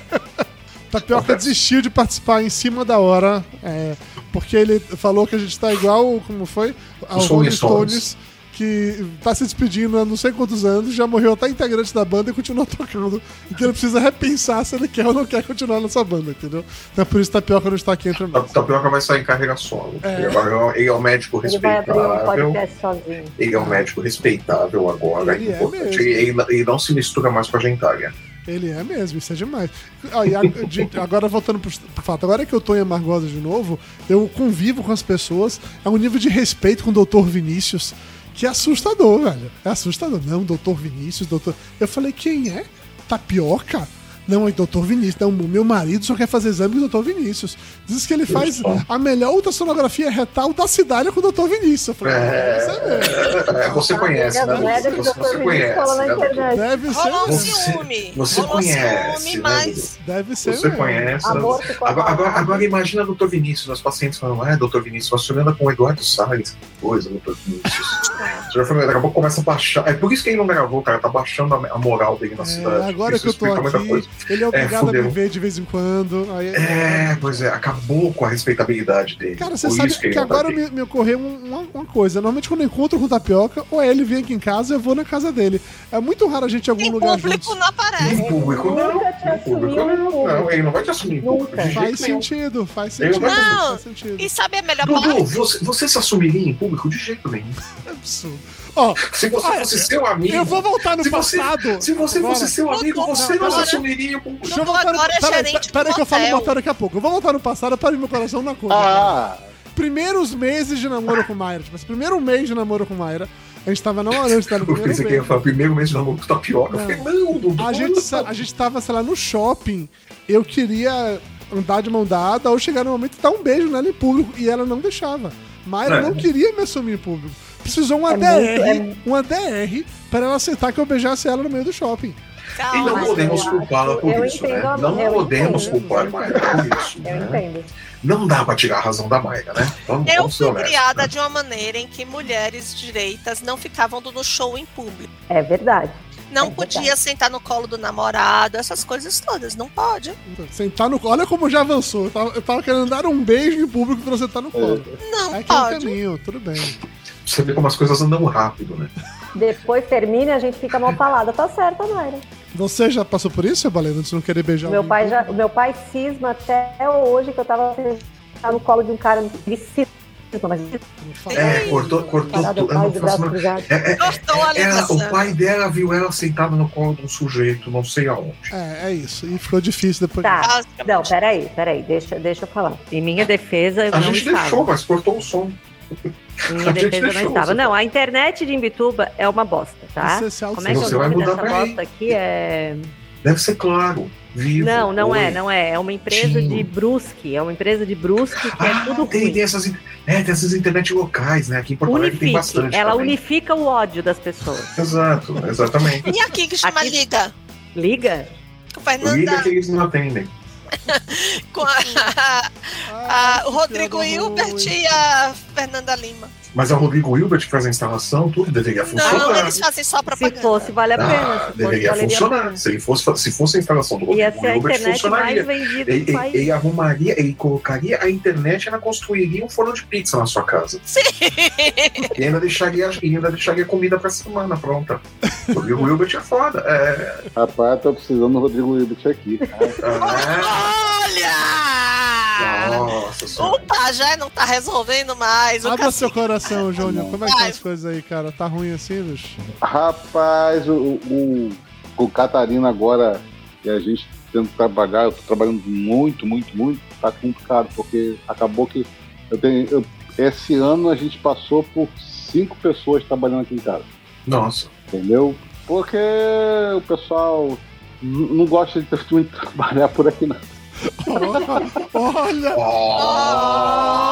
S1: Tapioca desistiu de participar em cima da hora, é, porque ele falou que a gente tá igual, como foi? Ao
S2: Os
S1: Rolling
S2: Rolling
S1: Stones, que tá se despedindo há não sei quantos anos, já morreu até integrante da banda e continua tocando. Então ele precisa repensar se ele quer ou não quer continuar nessa banda, entendeu? Então é por isso que Tapioca não está aqui entre
S2: A
S1: nós.
S2: Tapioca vai sair em carreira solo. Ele, agora- ele é um médico
S5: Ele vai abrir um
S2: respeitável.
S5: podcast sozinho.
S2: Ele é um médico respeitável agora.
S1: Ele é
S2: importante.
S1: mesmo.
S2: Ele, ele não se mistura mais com a gentalha.
S1: Ele é mesmo, isso é demais. Ah, e a- de- agora, voltando pro, pro fato, agora que eu tô em Amargosa de novo, eu convivo com as pessoas, é um nível de respeito com o Dr. Vinícius que é assustador, velho. É assustador. Não, Dr. Vinícius, doutor. Eu falei, quem é? Tapioca? Não, é Dr. Vinícius. Não, meu marido só quer fazer exame com o Dr. Vinícius. Diz que ele faz
S2: só.
S1: a melhor ultrassonografia retal da cidade com o Dr. Vinícius. Eu falei,
S2: É.
S1: deve ser mesmo.
S2: É, você conhece, né?
S5: As moedas que o
S2: Você,
S5: doutor
S2: você
S5: Vinícius
S2: conhece,
S5: falou na
S2: né? Dudu?
S5: internet.
S1: Deve ser
S6: Rolou um
S1: mesmo.
S2: Você-
S6: ciúme.
S2: você
S6: rolou um
S2: conhece,
S6: ciúme,
S2: né,
S6: mas.
S1: Deve ser
S2: Você
S1: é mesmo.
S2: conhece. né?
S5: Aborto com a
S2: Agora, agora,
S5: barra.
S2: agora imagina o doutor Vinícius, os pacientes falando, ah, doutor Vinícius, você anda com o Eduardo Salles. Que Coisa, doutor Vinícius. Você já falou, daqui a pouco começa a baixar. É por isso que ele não gravou, cara, tá baixando a a moral dele na
S1: É,
S2: cidade.
S1: agora
S2: Isso
S1: que eu tô
S2: explica muita
S1: aqui,
S2: coisa.
S1: Ele é obrigado a
S2: fudeu.
S1: viver de vez em quando. Aí,
S2: É, pois é, acabou com a respeitabilidade dele.
S1: Cara, você
S2: Por
S1: sabe
S2: isso
S1: que,
S2: ele não tá
S1: agora
S2: aqui.
S1: me, me ocorreu um- uma, uma coisa. Normalmente quando eu encontro com tapioca, ou é ele vem aqui em casa, eu vou na casa dele. É muito raro a gente ir em algum
S6: Em
S1: lugar
S6: público né?
S1: juntos.
S6: não aparece.
S2: Em público, não.
S5: Nunca te
S2: Em público,
S5: assumiu em
S2: não. Não,
S5: público.
S2: ele não vai te assumir em público.
S5: Nunca.
S2: De jeito
S1: Faz
S2: nenhum.
S1: sentido, faz
S2: Eu
S1: sentido.
S2: não-
S1: Faz sentido.
S6: E sabe a melhor
S2: Dudu,
S6: parte?
S2: você, você se assumiria em público? De jeito nenhum.
S1: É absurdo. Ó,
S2: Se você
S1: Olha,
S2: fosse seu amigo.
S1: eu vou voltar no
S2: se você-
S1: passado.
S2: Se você
S1: Bora.
S2: fosse seu amigo,
S6: Dudu,
S2: você não se
S6: agora-
S2: assumiria em público.
S1: Deixa eu voltar no...
S6: agora é
S1: Peraí,
S6: gerente
S1: peraí
S6: do
S1: que eu falo
S6: hotel.
S1: motel daqui a pouco. Eu vou voltar no passado, para meu coração na
S5: é.
S1: coisa.
S3: Ah,
S1: primeiros meses de namoro com Mayra. Tipo, esse primeiro mês de namoro com Mayra, a gente tava namorando, a gente tava no
S2: Eu
S1: primeiro
S2: pensei que ia
S1: mês.
S2: falar primeiro mês de namoro com tapioca. Eu falei, não, tá- Dudu.
S1: A gente, sa- a gente tava, sei lá, no shopping. Eu queria andar de mão dada ou chegar no momento e dar um beijo nela em público. E ela não deixava. Mayra
S2: É.
S1: não queria me assumir em público. Precisou um uma
S5: É
S1: DR,
S5: muito-
S1: uma DR, pra ela aceitar que eu beijasse ela no meio do shopping.
S2: E não
S5: mas
S6: Calma.
S2: podemos
S1: é
S5: eu
S2: culpá-la
S5: acho-
S2: por
S5: eu
S2: isso,
S5: entendo
S2: né?
S5: a-
S2: Não
S5: eu
S2: podemos
S5: entendo,
S2: culpar
S5: eu
S2: Mayra por isso,
S5: Eu
S2: né?
S5: entendo.
S2: Não dá pra tirar a razão da Mayra, né? Vamos,
S6: Eu
S2: vamos ser
S6: fui
S2: honestos.
S6: criada de uma maneira em que mulheres direitas não ficavam dando show em público.
S5: É verdade.
S6: Não
S5: É
S6: podia
S5: verdade.
S6: sentar no colo do namorado, essas coisas todas. Não pode.
S1: Sentar no colo. Olha como já avançou. Eu tava, eu tava querendo dar um beijo em público pra sentar no colo.
S6: Não
S1: É que é um
S6: pode.
S1: caminho, tudo bem.
S2: Você vê como as coisas andam rápido, né?
S5: Depois termina e a gente fica mal falada. Tá certo, Mayra.
S1: Você já passou por isso, Balena, de não querer beijar
S5: Meu
S1: alguém?
S5: pai, já, meu pai cisma até hoje que eu tava sentada no colo de um cara. Ele cisma, mas ele
S2: É, cortou, cortou
S5: parado
S2: tudo. Eu
S5: pai
S2: não
S5: de
S2: faço
S5: braço
S2: mais-
S5: cruzado.
S2: É, é,
S6: Cortou a
S2: ela- o
S6: ligação.
S2: pai dela viu ela sentada no colo de um sujeito, não sei aonde.
S1: É, é isso. E ficou difícil depois.
S5: Tá.
S2: É.
S6: Basicamente.
S5: Não, peraí, peraí, deixa, deixa eu falar. Em minha defesa, eu
S2: A
S5: não
S2: gente
S5: estava.
S2: deixou, mas cortou o som.
S5: Em minha
S2: a gente
S5: defesa, eu não
S2: deixou,
S5: estava.
S2: você tá-
S5: Não, a internet de Imbituba é uma bosta, tá?
S1: Você se auto-
S5: Como é que
S2: Você
S5: eu
S2: vai
S5: nome
S2: mudar
S5: dessa
S2: pra aí.
S5: bosta aqui é...
S2: Deve ser claro. Vivo,
S5: Não, não
S2: oi.
S5: é, não é. É uma empresa
S2: Tio.
S5: de Brusque. É uma empresa de Brusque que é
S2: Ah,
S5: tudo
S2: tem, tem
S5: ruim.
S2: essas, in- é, tem essas internet locais, né? Aqui em Porto Alegre tem
S5: Unifique.
S2: bastante.
S5: Ela
S2: também.
S5: unifica o ódio das pessoas.
S2: Exato, exatamente.
S6: E aqui que chama
S5: Aqui-
S6: liga?
S5: Liga?
S6: Com o
S2: Liga
S6: Fernanda,
S2: que eles não atendem.
S6: com a-
S1: Ah,
S6: a- o Rodrigo
S1: piada
S6: Hilbert
S1: ruim.
S6: e a Fernanda Lima.
S2: Mas é o Rodrigo Hilbert que faz a instalação, tudo deveria
S6: Não,
S5: é
S2: funcionar.
S6: eles fazem só
S5: Se
S6: propaganda.
S5: fosse, vale a pena.
S2: Ah,
S5: se fosse,
S2: deveria
S5: valeria a
S2: funcionar.
S5: pena.
S2: Se, ele fosse, se fosse a instalação do
S5: Ia
S2: Rodrigo
S5: ser é a
S2: Hilbert,
S5: internet mais
S2: funcionaria.
S5: vendida
S2: Ele,
S5: do
S2: ele-
S5: país.
S2: ele arrumaria, ele colocaria a internet, ela construiria um forno de pizza na sua casa. Sim. E ainda deixaria, e ainda deixaria comida pra semana pronta. O Rodrigo Hilbert é foda. É,
S3: rapaz, tô precisando do Rodrigo Hilbert aqui. cara.
S2: é.
S6: Olha!
S2: Nossa senhora.
S6: O Pajé não tá resolvendo mais. O
S1: Abra
S6: Cassio
S1: seu coração, Júnior. Como é que tá
S6: Vai.
S1: as coisas aí, cara? Tá ruim assim, bicho?
S3: Rapaz, o, o, o Catarina agora, que a gente tendo que trabalhar, eu tô trabalhando muito, muito, muito, tá complicado, porque acabou que eu tenho. eu- esse ano a gente passou por cinco pessoas trabalhando aqui em casa.
S2: Nossa.
S3: entendeu? Porque o pessoal n- não gosta de muito trabalhar por aqui, não.
S1: Olha!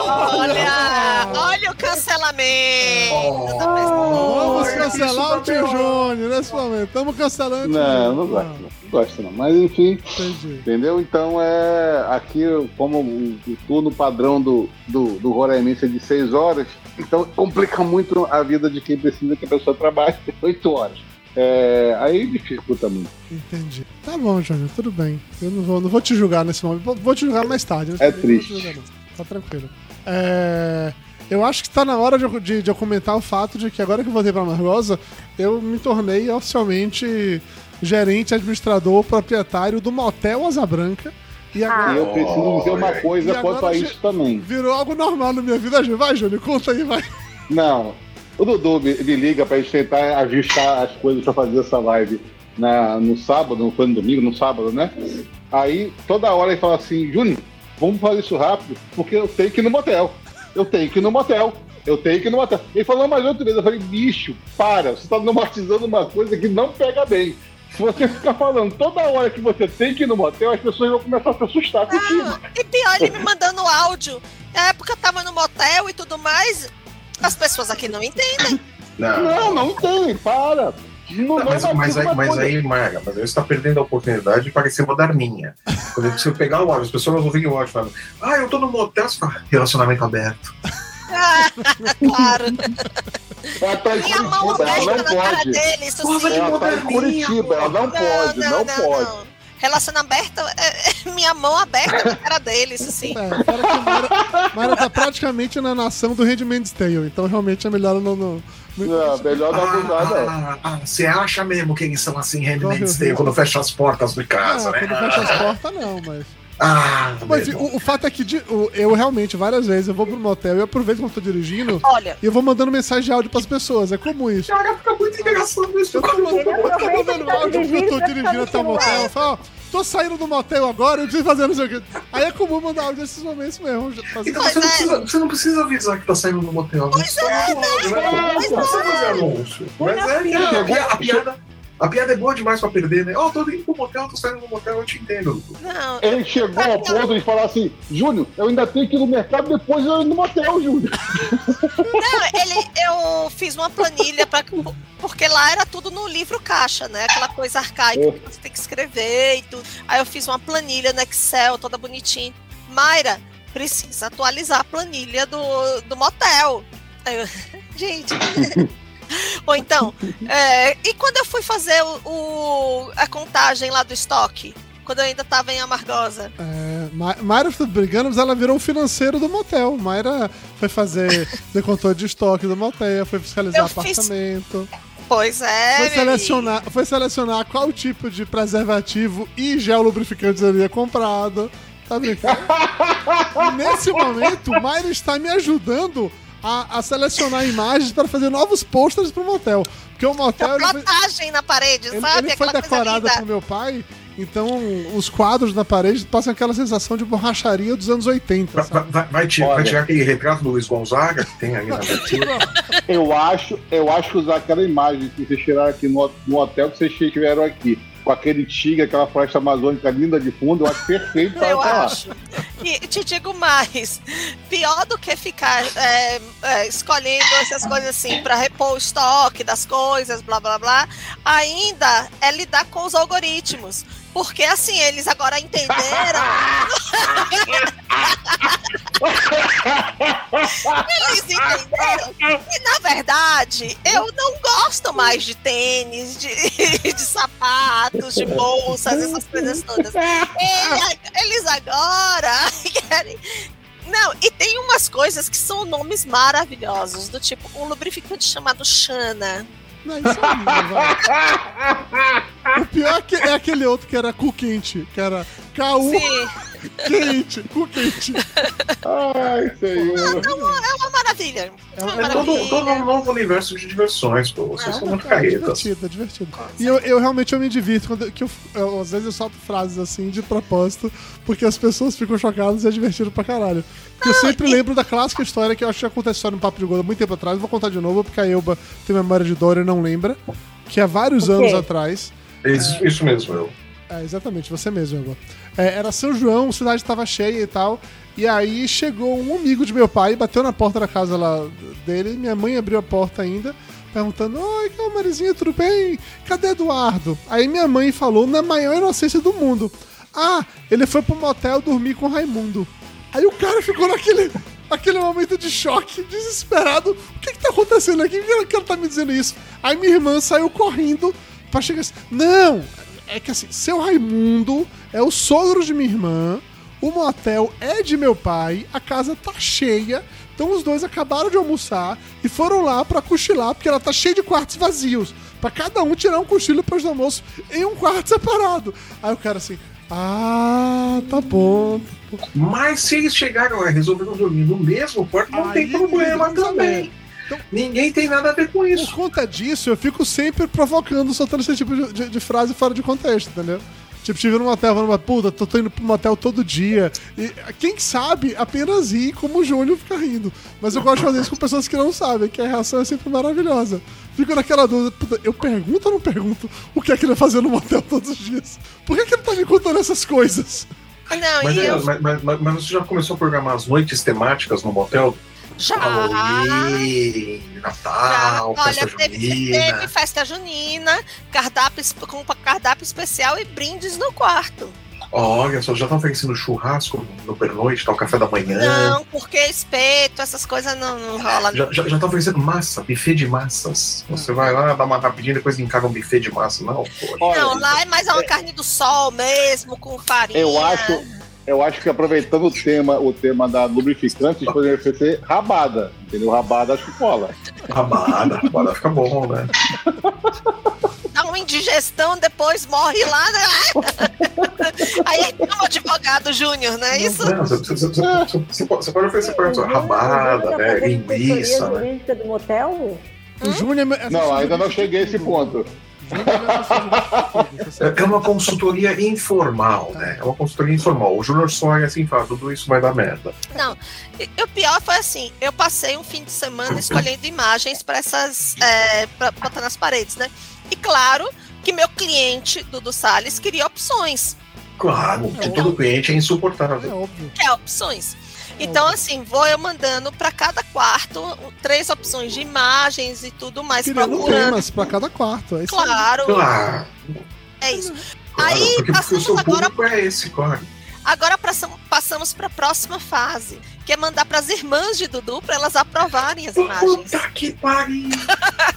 S6: Olha! Olha o cancelamento! da
S1: Vamos
S2: Olha,
S1: cancelar
S2: isso
S1: o tio
S2: também, ó.
S1: Júnior nesse momento. Estamos cancelando o tio
S3: tá
S1: Júnior.
S3: Não, não gosta, não, não gosta, não. Mas enfim,
S1: Ah, Entendi.
S3: entendeu? Então é aqui, como o, o turno padrão do, do, do Roraimense é de seis horas, então complica muito a vida de quem precisa que a pessoa trabalhe oito horas. É, aí dificulta muito.
S1: Entendi. Tá bom, Júnior, tudo bem. Eu não vou, não vou te julgar nesse momento. Vou- Vou te julgar mais tarde. nesse
S3: É
S1: momento eu não vou te
S3: triste.
S1: julgar, não. Tá tranquilo. É, Eu acho que tá na hora de, eu- de, de eu comentar o fato de que agora que eu voltei pra Margosa, eu me tornei oficialmente gerente, administrador, proprietário do Motel Asa Branca. E agora
S3: E eu preciso dizer uma coisa
S1: E
S3: quanto a
S1: agora,
S3: isso também.
S1: virou algo normal na minha vida. Ju. Vai, Júnior, conta aí, vai.
S3: Não. O Dudu me, me liga pra gente tentar ajustar as coisas pra fazer essa live na, no sábado, foi no domingo, no sábado, né? Aí toda hora ele fala assim, Júnior, vamos fazer isso rápido, porque eu tenho que ir no motel. Eu tenho que ir no motel. Eu tenho que ir no motel. Ele falou mais outra vez, eu falei, bicho, para, você tá normatizando uma coisa que não pega bem. Se você ficar falando toda hora que você tem que ir no motel, as pessoas vão começar a se assustar contigo.
S6: Ah, e pior, ele me mandando áudio. Na época eu tava no motel e tudo mais. As pessoas aqui não entendem.
S3: Não, não tem, para. Não,
S2: Não, Ah. mas, mas,
S3: normatiza
S2: aí,
S3: uma
S2: mas
S3: coisa.
S2: aí, Marga, mas aí você está perdendo a oportunidade de parecer uma darminha. Quando você pegar o ódio, as pessoas ouvirem o ódio falando, ah, eu tô no motel, você fala, relacionamento aberto.
S6: Ah, claro.
S3: Ela tá em
S6: E a mão
S3: Curitiba, ela
S6: aberta
S3: não
S6: na cara
S3: pode. É
S6: dele. Isso
S2: Porra,
S6: sim.
S2: de
S3: Ela tá em
S2: moderninha,
S3: Curitiba, ela não pode, não pode.
S6: relação aberta, é, é minha mão aberta na cara deles, assim.
S1: É, fora que Mara, Mara tá praticamente na nação do Handmaid's Tale, então realmente é melhor não. não,
S3: Não, É, melhor não abusar, não.
S2: Ah, ah, ah, você acha mesmo que eles são assim, Handmaid's
S1: Não,
S2: Tale,
S1: eu-
S2: quando fecha as portas de
S1: Ah,
S2: casa,
S1: quando
S3: é.
S2: né?
S1: fecha as portas, não, mas.
S2: Ah,
S1: Mas
S2: meu
S1: o, o fato é que de- o- eu realmente, várias vezes, eu vou pro motel, eu aproveito quando tô dirigindo
S6: Olha,
S1: e eu vou mandando mensagem de áudio pras pessoas. É comum isso.
S2: Cara, fica muito engraçado isso.
S1: Eu tô mandando,
S5: Eu
S1: eu tô
S5: aproveito
S1: mandando
S5: que tá
S1: áudio porque eu tô
S5: dirigindo,
S1: dirigindo
S5: tá
S1: até o
S5: no
S1: motel.
S5: celular.
S1: Eu falo, ó, tô saindo do motel agora, eu preciso fazer não sei o quê. Aí é comum mandar áudio nesses momentos mesmo. já tá faz-
S2: Então você não,
S6: Pois é.
S2: precisa, você não precisa avisar que tá saindo do motel. tá
S6: Pois é, assim, né?
S2: Não precisa fazer anúncio. Mas é, que a, pi- a piada. A piada é boa demais pra perder, né? Ó, tô indo pro motel, tô saindo do motel, eu te entendo.
S6: não,
S3: Ele chegou ao ponto de falar assim: Júnior, eu ainda tenho que ir no mercado depois eu ir no motel, Júnior.
S6: Não, ele, eu fiz uma planilha para porque lá era tudo no livro caixa, né? Aquela coisa arcaica que você tem que escrever e tudo. Aí eu fiz uma planilha no Excel, toda bonitinha. Mayra, precisa atualizar a planilha do, do motel. Aí eu, gente. Ou então, é, e quando eu fui fazer o, o- a contagem lá do estoque? Quando eu ainda tava em Amargosa.
S1: É, Ma- Mayra foi brigando, mas ela virou o financeiro do motel. Mayra foi fazer fazer controle de estoque do motel, foi fiscalizar
S6: Eu fiz-
S1: apartamento,
S6: Pois é.
S1: foi,
S6: meu amigo.
S1: selecionar, foi selecionar qual tipo de preservativo e gel lubrificante eu havia comprado. Tá brincando? Nesse momento, Mayra está me ajudando a, a selecionar imagens para fazer novos posters pro motel. Porque o motel. ele foi-
S6: Plotagem na parede,
S1: ele,
S6: sabe?
S1: ele foi
S6: Aquela coisa
S1: decorado
S6: linda.
S1: pro meu pai, então os quadros na parede passam aquela sensação de borracharia dos anos 80,
S2: Vai,
S1: sabe?
S2: vai, vai tirar,
S3: Olha.
S2: vai tirar aquele retrato do Luiz Gonzaga que tem aí na abertura.
S3: Eu acho, eu acho que usar aquela imagem que vocês tiraram aqui no, no hotel que vocês tiveram aqui, com aquele tigre, aquela floresta amazônica linda de fundo, eu acho perfeito pra
S6: Eu
S3: pra lá.
S6: acho. E te digo mais, pior do que ficar é, é, escolhendo essas coisas assim para repor o estoque das coisas, blá blá blá, ainda é lidar com os algoritmos. Porque assim, eles agora entenderam. eles entenderam que, na verdade, eu não gosto mais de tênis, de, de sapatos, de bolsas, essas coisas todas. Ele- eles agora querem. Não, e tem umas coisas que são nomes maravilhosos, do tipo um lubrificante chamado Xana.
S1: Não, isso é lindo, vai. O pior é, que- é aquele outro que era cu quente, que era KU
S6: Sim,
S1: quente, cu quente.
S3: Ai, senhor.
S6: é uma maravilha. É uma
S2: É todo, todo
S6: maravilha. Ah,
S2: um novo universo de diversões, pô. Vocês são muito
S1: É
S2: carretas.
S1: divertido, é divertido. E eu, eu realmente eu me divirto quando eu- que eu, eu- às vezes eu solto frases assim de propósito, porque as pessoas ficam chocadas e é divertido pra caralho. Porque eu sempre lembro da clássica história que eu acho que aconteceu no Papo de Gordo há muito tempo atrás, vou contar de novo, porque a Elba tem memória de Dora e não lembra, que há vários
S5: O quê?
S1: anos atrás.
S2: Isso, isso mesmo, eu.
S1: É, exatamente, você mesmo, Elba. É, era São João, a cidade estava cheia e tal. E aí chegou um amigo de meu pai, bateu na porta da casa lá dele, minha mãe abriu a porta ainda, perguntando: Oi, Marizinha, tudo bem? Cadê Eduardo? Aí minha mãe falou na maior inocência do mundo: Ah, ele foi pro motel dormir com Raimundo. Aí o cara ficou naquele aquele momento de choque, desesperado. O que que tá acontecendo aqui? Por que o cara tá me dizendo isso? Aí minha irmã saiu correndo pra chegar assim. Não! É que assim, seu Raimundo é o sogro de minha irmã, o motel é de meu pai, a casa tá cheia, então os dois acabaram de almoçar e foram lá pra cochilar, porque ela tá cheia de quartos vazios. Pra cada um tirar um cochilo depois do almoço em um quarto separado. Aí o cara assim, ah, tá bom,
S2: Mas se eles chegaram a resolver dormir no mesmo quarto, não
S1: Aí
S2: tem problema
S1: eles vão
S2: também.
S6: Então,
S2: Ninguém tem nada a ver com
S1: Por
S2: isso.
S1: conta disso, eu fico sempre provocando, soltando esse tipo de, de- de frase fora de contexto, entendeu? Tipo, estive num motel, falando, puta, tô, tô indo pro motel todo dia. E quem sabe apenas rir, como o Júnior fica rindo. Mas eu gosto de fazer isso com pessoas que não sabem, que a reação é sempre maravilhosa. Fico naquela dúvida, puta, eu pergunto ou não pergunto o que é que ele vai fazer no motel todos os dias? Por que, que ele tá me contando essas coisas?
S6: Não,
S2: Mas, é
S6: e eu
S2: mas- mas- mas- mas você já começou a programar as noites temáticas no motel?
S6: já.
S2: Halloween,
S6: já-
S2: Natal,
S6: Ah. Olha,
S2: festa
S6: teve,
S2: junina.
S6: teve festa junina, cardápio, es- com cardápio especial e brindes no quarto.
S2: Olha só, já estão oferecendo churrasco no pernoite, tá o café da manhã.
S6: Não, porque espeto, essas coisas não, não rola.
S2: Já, já, já tá oferecendo massa, buffet de massas. Você vai lá, dá uma rapidinha, depois encara um buffet de massa. Não, pô.
S3: Olha,
S6: Não, lá é mais uma carne do sol mesmo, com farinha.
S3: eu acho, eu acho que aproveitando o tema, o tema da lubrificante, poderia ser rabada, entendeu? Rabada acho que cola.
S2: Rabada, rabada fica bom, né?
S6: Dá uma indigestão, depois morre lá. né? Aí é um advogado júnior, não é isso?
S2: Não, você, você- você- você- você pode, você pode oferecer pra pessoa rabada, né? Linguiça, né?
S5: jurídica do motel?
S1: O Júnior é- é
S3: Não,
S1: assessor
S3: ainda
S1: de
S3: não cheguei a esse
S1: tudo.
S3: ponto.
S1: O Júnior é assessor de tudo, você sabe.
S2: É uma consultoria informal, né? É uma consultoria informal. O Júnior sonha assim, e fala, tudo isso vai dar merda.
S6: E- E o pior foi assim, eu passei um fim de semana escolhendo imagens para essas. É, pra botar nas paredes, né? E claro que meu cliente, Dudu Salles, queria opções.
S2: Claro, que todo cliente é
S1: É
S2: insuportável.
S1: óbvio.
S6: Quer opções. Então, assim, vou eu mandando para cada quarto um, três opções de imagens e tudo mais,
S1: Criando
S6: procurando.
S1: temas pra cada quarto. É isso aí.
S6: Claro,
S2: Claro,
S6: é isso.
S2: claro.
S6: Aí,
S2: porque, porque o seu
S6: passamos agora
S2: público é esse, claro.
S6: Agora passam- passamos para a próxima fase, que é mandar para as irmãs de Dudu para elas aprovarem as imagens.
S2: Puta que pariu!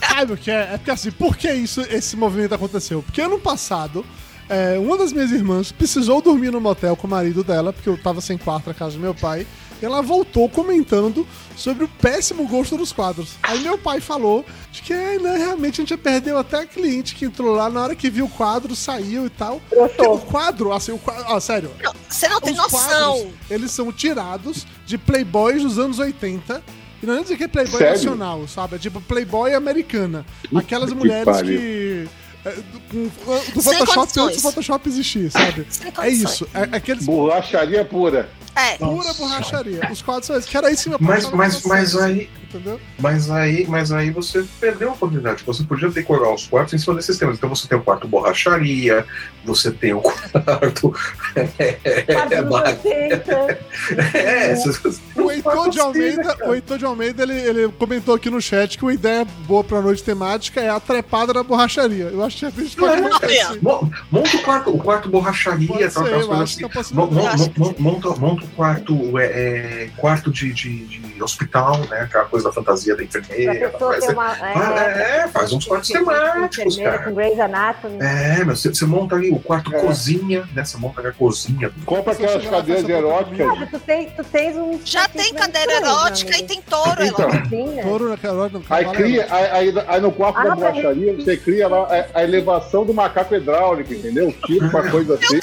S1: Sabe o que é? É porque assim, por que isso, esse movimento aconteceu? Porque ano passado, é, uma das minhas irmãs precisou dormir no motel com o marido dela, porque eu tava sem quarto na casa do meu pai, e ela voltou comentando sobre o péssimo gosto dos quadros. Aí meu pai falou de que, é, né, realmente a gente já perdeu até cliente que entrou lá, na hora que viu o quadro, saiu e tal. Porque o
S5: Broxou.
S1: quadro, assim, o quadro, ó, sério,
S6: Não, Você não tem
S1: os
S6: noção.
S1: quadros, eles são tirados de playboys dos anos 80. E não é nem dizer que é playboy
S3: Sério?
S1: nacional, sabe? É tipo playboy americana.
S3: Puta
S1: Aquelas
S3: que
S1: mulheres
S3: pariu.
S1: que... é, do, com- do
S6: Sem
S1: Photoshop
S6: condições.
S1: antes do Photoshop existir, sabe?
S6: Sem
S1: É
S6: condições.
S1: isso. É, aqueles...
S3: Borracharia pura.
S6: É.
S1: Pura borracharia. Os quadros são esses. Que era isso que meu pai
S2: Mas,
S1: falava
S2: mas,
S1: pra
S2: mas
S1: vocês,
S2: aí,
S1: Entendeu?
S2: mas aí, mas aí você perdeu a oportunidade. Você podia decorar os quartos em cima desses temas. Então você tem o quarto borracharia, você tem o quarto. É,
S5: Quase nos
S2: mas-
S5: 80.
S2: É,
S6: Uhum.
S2: essas coisas.
S1: O Heitor
S2: assim, né,
S1: de Almeida, o Heitor de Almeida ele, ele comentou aqui no chat que uma ideia boa pra noite temática é a trepada na borracharia. Eu achei que a gente pode
S2: Não,
S1: montar
S6: é.
S1: assim.
S2: Mo- Monta o quarto, o quarto borracharia,
S1: Pode
S2: tal,
S1: ser,
S2: aquelas
S1: eu
S2: coisas
S1: acho
S2: assim.
S1: que é uma
S2: Mo- mo-
S1: possibilidade.
S6: acho que
S2: mo- Monta, monta o quarto, é, é, quarto de, de- de hospital, né? Aquela coisa da fantasia da
S5: Pra
S2: enfermeira.
S5: pessoa
S2: faz-
S5: ter uma.
S2: Ah, é, faz uns quartos temáticos,
S5: enfermeira
S2: cara.
S5: Com Grey's Anatomy.
S2: É, meu, você, você monta ali o quarto
S3: É.
S2: cozinha, né? Você monta ali a cozinha.
S3: Compra aquelas cadeiras eróticas.
S2: É.
S5: Cara, tu, tem, tu tens um.
S6: Já tem cadeira erótica e tem touro
S3: Então.
S6: erótico.
S5: Sim, né?
S1: Touro na carota, não
S3: Aí,
S1: cavalo é
S3: cria, aí, aí- aí no quarto
S5: Ah,
S3: da
S5: mas
S3: borracharia, você cria lá a, a elevação do macaco hidráulico, entendeu? Tira uma coisa assim.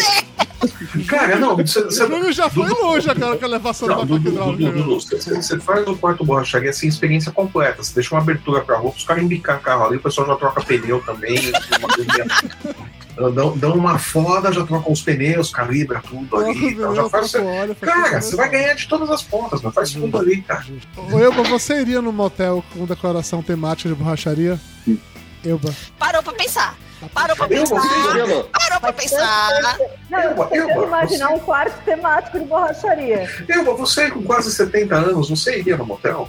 S2: Cara, não, você,
S1: O
S2: você,
S1: Júnior já foi longe agora com a né? elevação do
S2: não, Dudu,
S1: macaco
S2: Dudu, Dudu,
S1: hidráulico.
S2: você, você faz o quarto borracharia sem experiência completa. Você deixa uma abertura pra roupa, os caras embicar carro ali, o pessoal já troca pneu também. né? uma coisinha. dão, dão uma foda, já trocam os pneus, calibra tudo
S1: Troca o
S2: ali. e tal, já
S1: pneu,
S2: faz,
S1: troca o óleo, faz
S2: cara,
S1: tudo
S2: você vai ganhar de todas as pontas, meu, faz tudo ali, cara.
S1: Ô, Elba, você iria num motel com decoração temática de borracharia? Elba.
S6: Parou para pensar. Parou para
S2: Eu
S6: pensar.
S2: gostei.
S3: Entendeu?
S6: Parou para pensar.
S5: Não,
S2: Eu-
S5: eu tô tentando
S2: eu-
S5: imaginar um quarto temático de borracharia.
S2: Eu, você com quase 70 anos, você iria no motel?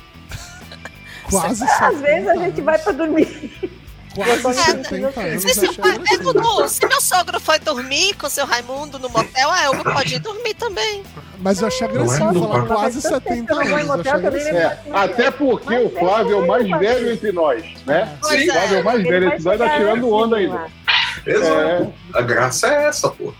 S1: Quase
S5: Às vezes a gente vai pra dormir.
S1: Quase
S5: É,
S1: 70 anos.
S6: Se, seu
S1: achei
S6: pai- é,
S1: agressivo.
S6: Dudu, se meu sogro foi dormir com seu Raimundo no motel, a Elba pode ir dormir também.
S1: Mas eu achei agressivo
S2: Não é,
S1: falar
S2: não.
S1: quase
S5: Mas tanto
S1: 70
S5: tempo que eu não vou em
S1: anos. eu achei
S5: motel né? que eu nem
S1: agressivo.
S3: É, até porque o Flávio é o mais velho entre nós, né?
S6: Pois
S3: O Flávio é o mais
S5: Ele
S3: velho
S5: vai tipo,
S3: entre nós, tá
S5: chegar
S3: tirando
S5: assim, antes
S3: onda
S5: de
S3: ainda.
S2: Então,
S5: lá.
S3: É.
S2: A graça é essa, pô.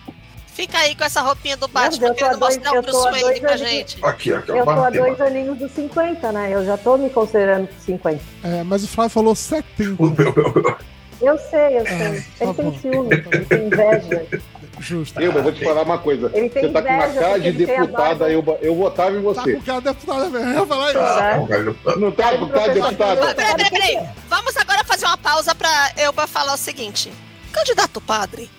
S6: Fica aí com essa roupinha do
S5: Meu
S6: Batman
S5: Deus, eu
S6: querendo
S5: tô a dois-
S6: mostrar
S5: eu
S6: o
S5: tô
S6: Bruce
S5: a
S6: Wayne
S5: dois
S6: pra
S5: anos de-
S6: gente.
S2: Aqui, aqui, ó. Ah,
S5: Eu tô há dois
S2: matemática.
S5: aninhos dos 50, né? Eu já tô me considerando dos 50.
S1: É, mas o Flávio falou 70.
S2: O meu- meu- meu-
S5: Eu sei, eu
S1: Ah,
S2: É,
S5: sei.
S1: tá
S5: Ele
S1: bom.
S5: tem ciúme, ele tem inveja.
S1: Justo.
S3: Euba, eu vou te falar uma coisa.
S5: Ele tem
S3: Você tá com uma
S5: inveja,
S3: cara de
S5: porque ele tem a
S3: deputada,
S5: barba.
S3: Euba. Eu votava em
S1: Tá
S3: você.
S1: com cara deputada mesmo. Eu ia falar isso.
S2: Ah, não, velho.
S3: Não tá, não tá
S6: Ah,
S3: deputada?
S6: Peraí, peraí, peraí. Vamos agora fazer uma pausa pra eu pra falar o seguinte. Candidato padre,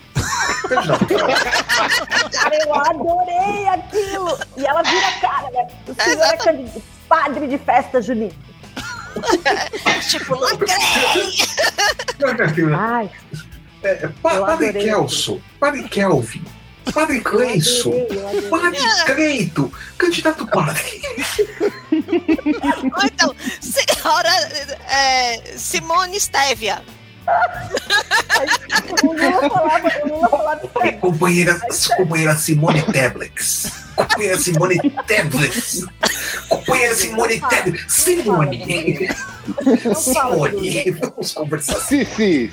S5: Cara, eu adorei aquilo! E ela vira a cara, né? O senhor é
S6: Exato.
S5: candid- padre de festa junina.
S6: tipo, lacrei!
S2: Não, não, não, não.
S5: Ai,
S2: É, é, pa-
S5: Eu
S2: Padre
S5: adorei.
S2: Kelso, Padre Kelvin, Padre Cleison,
S5: eu adorei.
S2: Padre Creito, candidato padre.
S6: Ou então, senhora é, Simone Stevia,
S5: O Lula falava, o Lula falava isso aí.
S2: Companheira, companheira Simone Teblex. Companheira Simone Teblex. Companheira Simone Teblex. Simone.
S5: Não fala de Lulinha.
S2: Simone. Vamos conversar.
S3: Sissi,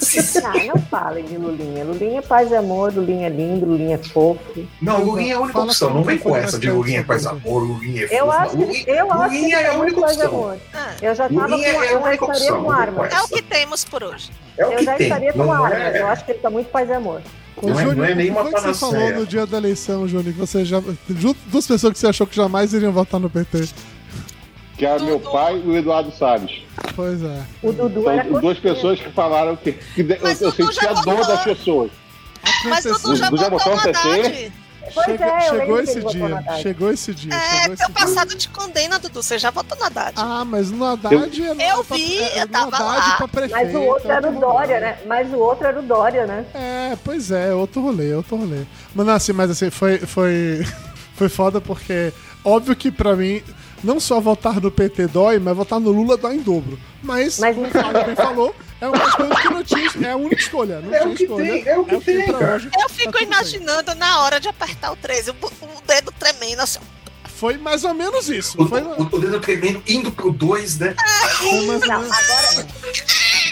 S3: Sissi.
S5: Ah, não falem de Lulinha. Lulinha é paz e amor, Lulinha é lindo, Lulinha é fofo.
S2: Não, Lulinha é a única
S1: Fala
S2: opção.
S1: com-
S2: Não vem com
S1: fala
S2: essa de
S1: bastante,
S2: Lulinha faz
S1: Lulinha.
S2: amor, Lulinha é
S5: Eu
S2: fofa.
S5: acho que, eu
S2: Lulinha,
S5: acho que
S2: Lulinha é a
S5: tem muito
S2: única
S5: paz e
S2: opção.
S5: amor. Eu já tava
S2: Lulinha é
S5: com,
S2: a
S5: eu já
S2: única
S5: estaria
S2: opção,
S5: com arma.
S2: rapaz.
S6: É o que temos por hoje.
S2: É o
S5: Eu
S2: que
S5: já
S2: tem.
S5: estaria
S2: Não
S5: com arma, mas eu
S2: é...
S5: acho que ele tá muito paz e amor.
S1: Ô,
S2: Não é-
S1: Júnior,
S2: não é nenhuma
S1: o que foi que você
S2: panaceia.
S1: falou no dia da eleição, Júnior? Que você já. ju- Duas pessoas que você achou que jamais iriam votar no PT.
S3: Que era meu pai e o Eduardo Salles.
S1: Pois é.
S5: O Dudu era
S3: São Então, duas
S5: coxinha.
S3: pessoas que falaram que, que de- eu,
S6: Mas
S3: eu
S6: Dudu
S3: senti
S6: já
S3: a dor
S6: votou.
S3: das pessoas.
S6: Mas
S1: Aconteceu.
S6: Dudu já
S3: Dudu já
S6: botou o
S3: botou um
S6: Haddad.
S5: Pois
S1: Chega-
S5: é, eu
S1: chegou
S5: lembro que
S1: esse
S5: ele votou no
S1: dia.
S5: Haddad.
S1: Chegou esse dia. chegou
S6: É,
S1: esse
S6: teu
S1: dia.
S6: passado te condena, Dudu. Você já votou no Haddad.
S1: Ah, mas no Haddad eu, era
S6: Eu
S1: pra-
S6: vi,
S1: era
S6: eu
S1: no
S6: tava
S1: Haddad
S6: lá.
S1: pra prefeito,
S5: Mas o outro era o
S1: outro
S5: Dória,
S1: rolê.
S5: né? Mas o outro era o Dória, né?
S1: É, pois é, outro rolê, outro rolê. Mas não, assim, mas assim, foi, foi, foi foda porque, óbvio que pra mim, não só votar no PT dói, mas votar no Lula dói em dobro. Mas,
S5: Mas-
S1: como o Fábio bem falou, é uma escolha que não tinha, é a única escolha. Não
S2: É o
S1: tinha
S2: que
S1: escolha,
S2: tem, é o que tem,
S1: pra
S2: cara.
S1: hoje,
S6: Eu
S1: tá
S6: fico
S1: tudo
S6: imaginando na hora de apertar o 13, o, o dedo tremendo assim.
S1: bem. Foi mais ou menos isso.
S2: O,
S1: Foi,
S2: o, o dedo tremendo indo pro 2, né?
S1: foi mais ou
S5: Não,
S1: menos-
S5: agora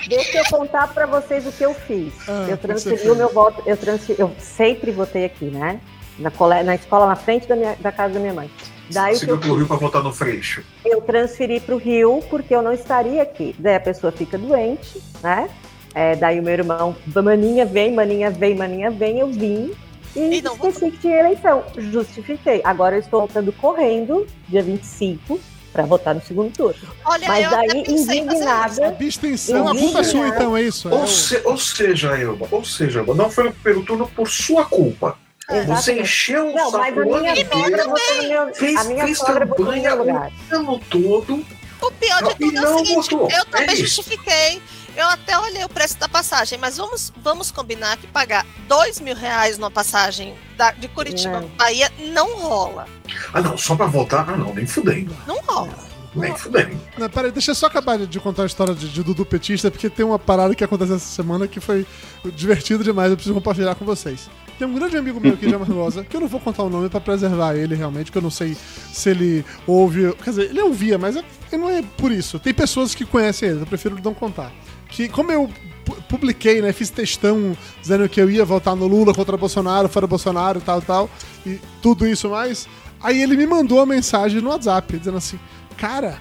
S5: deixa eu contar pra vocês o que eu fiz.
S1: Ah, você
S5: eu transferi
S1: fez.
S5: o meu voto, eu transferi, eu sempre votei aqui, né? Na, cole, na escola, na frente da, minha, da casa da minha mãe. Daí o que
S2: Seguiu
S5: eu,
S2: pro Rio pra votar no Freixo.
S5: eu transferi pro Rio porque eu não estaria aqui. Daí a pessoa fica doente, né? É, daí o meu irmão, maninha vem, maninha vem, maninha vem, eu vim. E,
S6: E não
S5: esqueci que tinha eleição. Justifiquei. Agora eu estou voltando correndo, dia 25, pra votar no segundo turno.
S6: Olha,
S5: Mas
S6: eu
S5: daí,
S6: até pensei em fazer isso.
S5: indignada,
S1: Abstenção, a culpa é
S5: Indignado.
S1: sua então, é isso? É
S2: Ou,
S1: o-
S2: se- ou seja, Elba, ou seja, Elba, não foi no primeiro turno por sua culpa. Você
S5: É, Exatamente.
S2: encheu o
S5: Não,
S2: saco
S5: mas a
S2: o ano
S5: minha sogra
S2: inteiro,
S5: botou no meu.
S2: fez,
S5: a minha
S2: fez
S5: sogra botou no
S2: campanha
S5: meu
S2: o
S5: lugar.
S2: ano todo.
S6: O pior de
S2: Não, e
S6: tudo é
S2: não
S6: o seguinte,
S2: votou.
S6: eu também
S2: É isso.
S6: justifiquei. Eu até olhei o preço da passagem, mas vamos, vamos combinar que pagar dois mil reais numa passagem da- de Curitiba
S5: Não.
S6: para Bahia não rola.
S2: Ah, não, só pra votar? Ah, não, nem fudendo.
S6: Não rola.
S2: Nem fudendo.
S1: Não, peraí, deixa eu só acabar de contar a história de, de Dudu Petista, porque tem uma parada que aconteceu essa semana que foi divertido demais, eu preciso compartilhar com vocês. Tem um grande amigo meu aqui de Amargosa, que eu não vou contar o nome pra preservar ele realmente, que eu não sei se ele ouve. Quer dizer, ele ouvia, mas é- não é por isso. Tem pessoas que conhecem ele, eu prefiro não contar. Que como eu pu- publiquei, né, fiz textão dizendo que eu ia votar no Lula contra Bolsonaro, fora Bolsonaro e tal, tal, e tudo isso mais. Aí ele me mandou uma mensagem no WhatsApp dizendo assim: Cara,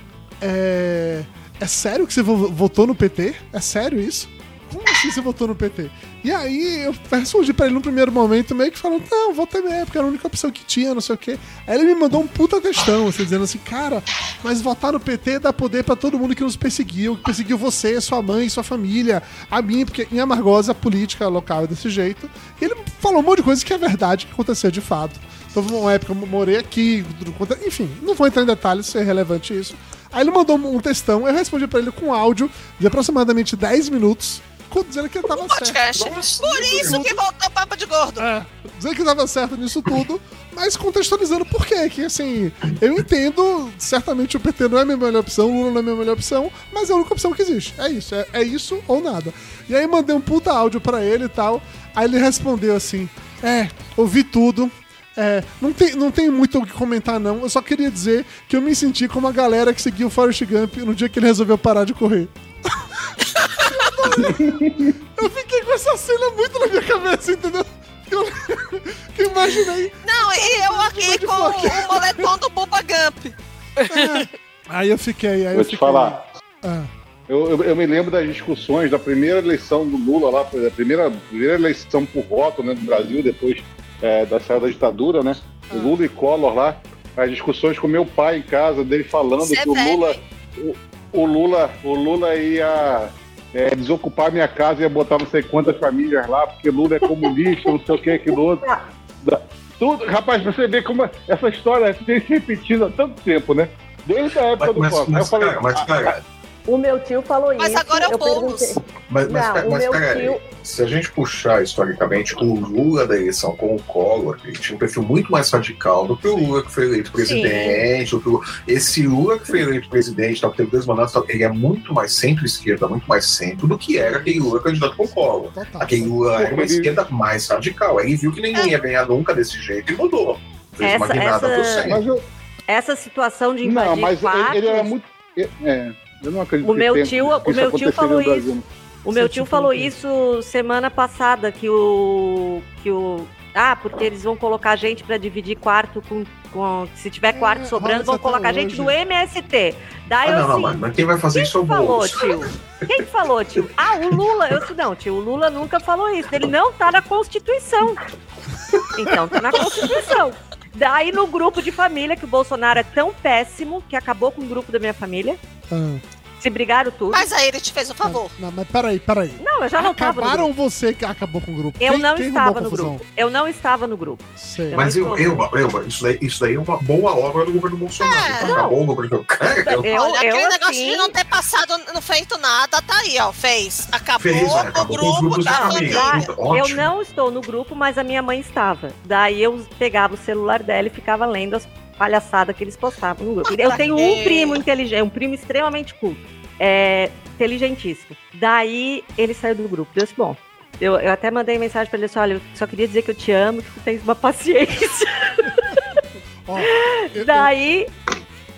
S1: é... é sério que você vo- votou no PT? É sério isso? Como assim você votou no PT? E aí eu respondi pra ele no primeiro momento, meio que falando, não, votei mesmo, porque era a única opção que tinha, não sei o quê. Aí ele me mandou um puta questão, assim, dizendo assim, cara, mas votar no PT dá poder pra todo mundo que nos perseguiu, que perseguiu você, sua mãe, sua família, a mim, porque em Amargosa a política local é desse jeito. E ele falou um monte de coisa que é verdade, que aconteceu de fato. Então, uma época eu morei aqui, tudo quanto é- enfim, não vou entrar em detalhes se é relevante isso. Aí ele mandou um textão, eu respondi pra ele com áudio de aproximadamente 10 minutos, com- dizendo que ele tava certo.
S6: Podcast. Por isso que voltou papo de gordo.
S1: É, dizer que tava certo nisso tudo, mas contextualizando por quê, que assim, eu entendo, certamente o PT não é a minha melhor opção, o Lula não é a minha melhor opção, mas é a única opção que existe. É isso, é, é isso ou nada. E aí mandei um puta áudio pra ele e tal, aí ele respondeu assim, é, ouvi tudo, é, não tem, não tem muito o que comentar não, eu só queria dizer que eu me senti como a galera que seguiu o Forrest Gump no dia que ele resolveu parar de correr. Eu fiquei com essa cena muito na minha cabeça, entendeu? Que eu, que eu imaginei.
S6: Não, e eu
S1: Mas
S6: aqui
S1: de
S6: com
S1: por quê?
S6: o moletom do Bubba Gump.
S1: Aí eu fiquei, aí eu
S3: Vou te
S1: fiquei.
S3: falar.
S1: Ah,
S3: Eu, eu- eu me lembro das discussões da primeira eleição do Lula lá, da primeira, primeira eleição por voto né, do Brasil, depois é, da saída da ditadura, né? O
S6: Ah.
S3: Lula e Collor lá, as discussões com meu pai em casa, dele falando
S6: Você é
S3: que o
S6: velho,
S3: Lula,
S6: hein?
S3: o, o Lula, o Lula ia é, desocupar minha casa e ia botar não sei quantas famílias lá, porque Lula é comunista, não sei o que, aquilo outro. Da- Tudo, rapaz, pra você vê como essa história tem se repetido há tanto tempo, né? Desde a época
S2: Mas,
S3: do
S2: mas,
S3: Collor. Aí eu
S2: mas,
S3: falei,
S2: cara, mas,
S3: ah,
S2: cara,
S5: O meu tio falou
S6: Mas
S5: isso.
S6: agora é o
S5: eu
S6: Boulos.
S5: perguntei-
S2: Mas, mas,
S5: Não,
S2: pe-
S5: o
S2: mas
S5: meu
S2: peraí,
S5: tio.
S2: se a gente puxar historicamente o Lula da eleição com o Collor, ele tinha um perfil muito mais radical do que o Lula que foi eleito presidente. do que o- Esse Lula que foi eleito presidente, tal, que teve dois mandatos, tal, ele é muito mais centro-esquerda, muito mais centro do que era aquele Lula candidato com o Collor.
S1: Total.
S2: Aquele Lula era
S3: Porque
S2: uma
S3: ele-
S2: esquerda mais radical. Ele viu que ninguém ia ganhar nunca desse jeito e mudou. Fez uma
S5: Essa-
S2: guinada
S5: essa-
S2: pro centro.
S3: "Ah, Mas eu,
S5: Essa situação de invadir
S3: não, mas ele, ele era
S5: quartos-
S3: muito. É, eu não acredito
S5: O meu
S3: que tenha-
S5: tio-
S3: que
S5: o meu tio
S3: aconteceria
S5: falou
S3: no
S5: isso.
S3: Brasil.
S5: O meu
S1: Sente
S5: tio
S1: o
S5: falou
S1: poder.
S5: isso semana passada, que o. que o. Ah, porque eles vão colocar gente pra dividir quarto com. com- se tiver
S2: Hum.
S5: quarto
S1: É, rola
S5: sobrando,
S1: isso
S5: vão
S1: até
S5: colocar
S1: hoje.
S5: gente do MST. Daí
S2: Ah,
S5: eu
S2: não, não,
S5: assim,
S2: mas, mas quem vai fazer
S5: quem
S2: isso é o
S5: que falou,
S2: Boulos.
S5: tio? Quem que falou, tio? Ah, o Lula. Eu disse, não, tio, o Lula nunca falou isso. Ele não tá na Constituição. Então, tá na Constituição. Daí no grupo de família, que o Bolsonaro é tão péssimo, que acabou com o grupo da minha família.
S1: Ah,
S5: Se brigaram tudo.
S6: Mas aí ele te fez um favor.
S1: não, mas peraí, peraí.
S5: Não, eu já não tava no grupo.
S1: Acabaram você que acabou com o grupo.
S5: Eu
S1: Quem-
S5: não
S1: quem
S5: estava
S1: arrumou
S5: no
S1: confusão?
S5: grupo. Eu não estava no grupo.
S1: Sei.
S5: Eu-
S2: Mas eu, eu, eu, isso, daí, isso daí é uma boa obra do governo Bolsonaro.
S5: Ah,
S6: É.
S2: Tá bom, governo. Cara, eu-
S5: Eu,
S6: Olha, aquele
S5: eu
S6: negócio de
S5: assim,
S6: não tá ter passado, não feito nada, tá aí, ó. Fez. Acabou
S2: Fez, olha,
S6: com o
S2: acabou com os
S6: grupo
S2: grupos de
S6: da
S2: família.
S6: família.
S2: Puta,
S5: eu
S2: Ótimo.
S5: não estou no grupo, mas a minha mãe estava. Daí eu pegava o celular dela e ficava lendo as palhaçadas que eles postavam no grupo. Eu tenho um
S6: Ok.
S5: primo inteligente, um primo extremamente culto. É, inteligentíssimo. Daí ele saiu do grupo. Deus bom. Eu, eu até mandei mensagem pra ele assim: olha, eu só queria dizer que eu te amo, que tu tens uma paciência.
S1: Ó, eu-
S5: Daí.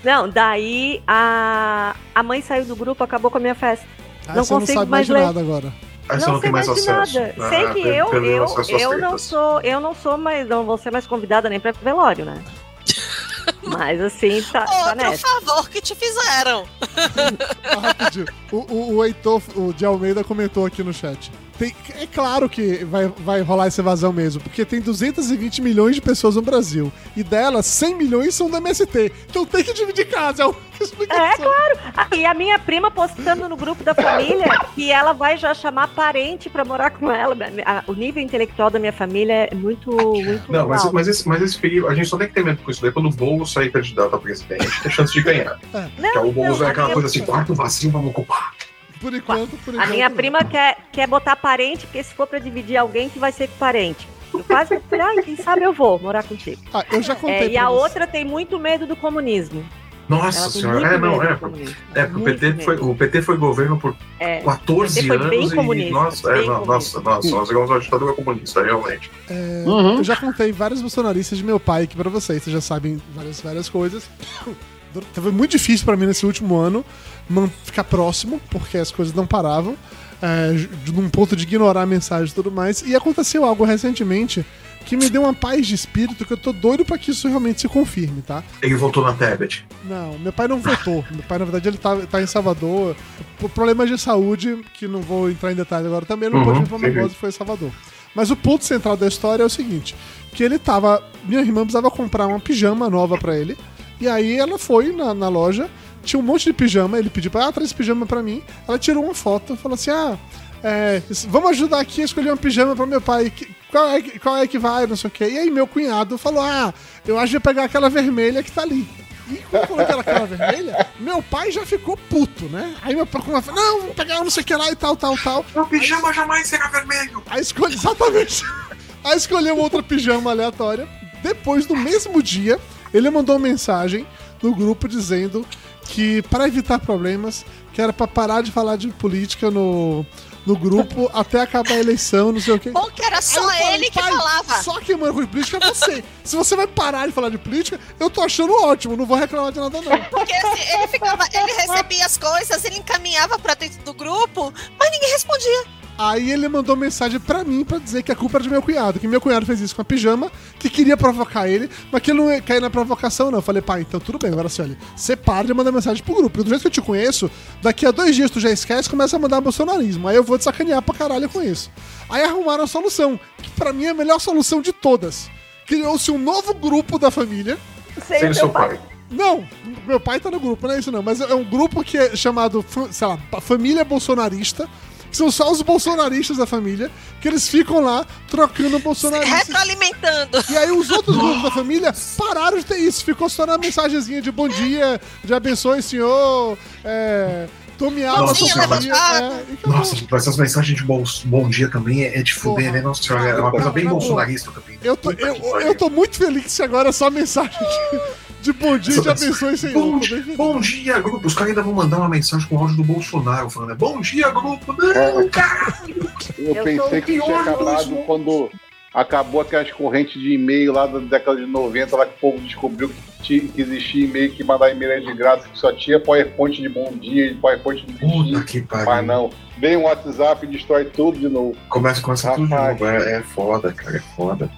S5: Não, daí a, a mãe saiu do grupo, acabou com a minha festa.
S1: Ah,
S5: não
S1: você não
S5: consigo
S1: sabe mais
S5: mais
S1: de
S5: ler.
S1: nada agora.
S2: Aí você não tem mais
S5: de
S2: acesso.
S5: nada.
S2: Ah,
S5: sei que
S2: per-
S5: eu,
S2: perdeu
S5: eu,
S2: acesso às
S5: eu não
S2: tretas.
S5: sou, eu não sou mais, não vou ser mais convidada nem pra velório, né? Mas assim, tá, tá
S6: Outro
S5: nessa.
S6: favor que te fizeram.
S1: Ah, rapidinho. O, o, o Heitor o de Almeida comentou aqui no chat. Tem- é claro que vai, vai rolar essa evasão mesmo, porque tem 220 milhões de pessoas no Brasil. E delas, 100 milhões são da MST. Então tem que dividir casa. É uma explicação.
S5: É, claro. Ah, e a minha prima postando no grupo da família que ela vai já chamar parente pra morar com ela. A- O nível intelectual da minha família é muito, muito
S2: Não, mas,
S5: alto.
S2: mas, esse, mas esse perigo, a gente só tem que ter medo com isso daí. Quando o Boulos sair candidato a presidente, tem chance de ganhar.
S5: Ah. Não,
S2: que é o Boulos
S5: não,
S2: é aquela
S5: a
S2: coisa
S5: minha-
S2: assim: quarto vazio, vamos ocupar.
S1: Por enquanto, por
S5: A
S1: enquanto.
S5: minha
S1: não.
S5: prima quer, quer botar parente, porque se for pra dividir alguém que vai ser com parente. Eu quase falei, ai, quem sabe eu vou morar contigo.
S1: Ah, eu já
S5: É,
S1: contei.
S5: e a
S1: pra você.
S5: outra tem muito medo do comunismo.
S2: Nossa
S5: Ela tem
S2: senhora,
S5: muito
S2: é, não,
S5: medo
S2: é.
S5: do comunismo.
S2: É, porque o
S5: Muito
S2: PT, foi,
S5: medo.
S2: o PT foi governo por
S5: É.
S2: 14
S5: O PT foi bem
S2: anos e.
S5: comunista,
S2: Nossa, é,
S5: bem
S2: não, nossa, nossa, nós tivemos uma ditadura comunista, realmente.
S1: É,
S3: Uhum.
S1: Eu já contei vários bolsonaristas de meu pai aqui pra vocês, vocês já sabem várias, várias coisas. Foi muito difícil pra mim nesse último ano man- ficar próximo, porque as coisas não paravam, é, ju- num ponto de ignorar a mensagem e tudo mais. E aconteceu algo recentemente que me deu uma paz de espírito que eu tô doido pra que isso realmente se confirme, tá?
S2: Ele voltou na Tebet.
S1: Não, meu pai não votou. Meu pai, na verdade, ele tá, tá em Salvador. Por problemas de saúde, que não vou entrar em detalhe agora também, ele não
S2: Uhum,
S1: pôde ir pra
S2: entendi.
S1: Manaus e foi em Salvador. Mas o ponto central da história é o seguinte: que ele tava. Minha irmã precisava comprar uma pijama nova pra ele. E aí ela foi na, na loja, tinha um monte de pijama, ele pediu pra ela, ah, traz esse pijama pra mim. Ela tirou uma foto, falou assim: ah, é, vamos ajudar aqui a escolher um pijama pra meu pai. que- qual, é, que- qual é que vai? Não sei o quê. E aí meu cunhado falou: ah, eu acho que vou pegar aquela vermelha que tá ali. E quando falou que era aquela vermelha, meu pai já ficou puto, né? Aí meu pai falou: não, vou pegar não sei o que lá e tal, tal, tal.
S2: Meu pijama jamais será vermelho.
S1: Aí escolhe, exatamente. Aí escolheu outra pijama aleatória. Depois, no mesmo dia, ele mandou uma mensagem no grupo dizendo que, para evitar problemas, que era pra parar de falar de política no, no grupo até acabar a eleição, não sei o quê.
S6: Bom que
S1: Aí
S6: era
S1: eu
S6: só
S1: falei,
S6: é ele que
S1: "Pai,
S6: falava.
S1: Só quem manda com política é você. Se você vai parar de falar de política, eu tô achando ótimo, não vou reclamar de nada, não.
S6: Porque assim, ele ficava, ele recebia as coisas, ele encaminhava pra dentro do grupo, mas ninguém respondia.
S1: Aí ele mandou mensagem pra mim pra dizer que a culpa era de meu cunhado, que meu cunhado fez isso com a pijama, que queria provocar ele, mas que ele não ia cair na provocação, não. Eu falei, pai, então tudo bem, agora assim, olha, você para de mandar mensagem pro grupo. porque Do jeito que eu te conheço, daqui a dois dias tu já esquece e começa a mandar bolsonarismo. Aí eu vou te sacanear pra caralho com isso. Aí arrumaram a solução, que pra mim é a melhor solução de todas. Criou-se um novo grupo da família,
S5: Sei
S2: Sem
S5: o
S2: seu
S5: teu pai.
S2: pai.
S1: não, meu pai tá no grupo, não é isso não. Mas é um grupo que é chamado, fa- sei lá, pa- Família Bolsonarista. Que são só os bolsonaristas da família, que eles ficam lá trocando bolsonaristas.
S6: Retroalimentando.
S1: E aí os outros grupos da família pararam de ter isso. Ficou só na mensagenzinha de bom dia, de abençoe senhor, é, Tome água,
S2: Mãozinha
S1: Sofia.
S6: levantada.
S1: É, e acabou.
S2: Nossa, tipo, essas mensagens de bom, bom dia também é, é de fuder,
S1: Porra.
S2: né? Nossa senhora, é uma
S1: Não,
S2: coisa bem
S1: não, não.
S2: bolsonarista também. né?
S1: Eu tô,
S2: Puta
S1: eu,
S2: que pariu.
S1: eu tô muito feliz que agora é só mensagem de, de bom dia, já pensou isso aí.
S2: Bom, dia- bom dia, grupo. Os caras ainda vão mandar uma mensagem com o áudio do Bolsonaro falando: Bom dia, grupo.
S1: É,
S2: Não, cara.
S3: Eu,
S5: Eu sou
S3: pensei
S5: o
S3: que isso tinha
S2: pior dos
S3: acabado
S2: mundos.
S3: quando acabou aquelas correntes de e-mail lá da década de 90, lá que o povo descobriu que, ti- que existia e-mail que mandar e-mail era de graça, que só tinha PowerPoint de bom dia e PowerPoint de bom
S2: Puta
S3: dia.
S2: que
S3: Mas
S2: pariu.
S3: não, vem o WhatsApp e destrói tudo de novo.
S2: Começa com essa tudo de
S3: Rapaz.
S2: novo. É, é foda, cara. É foda.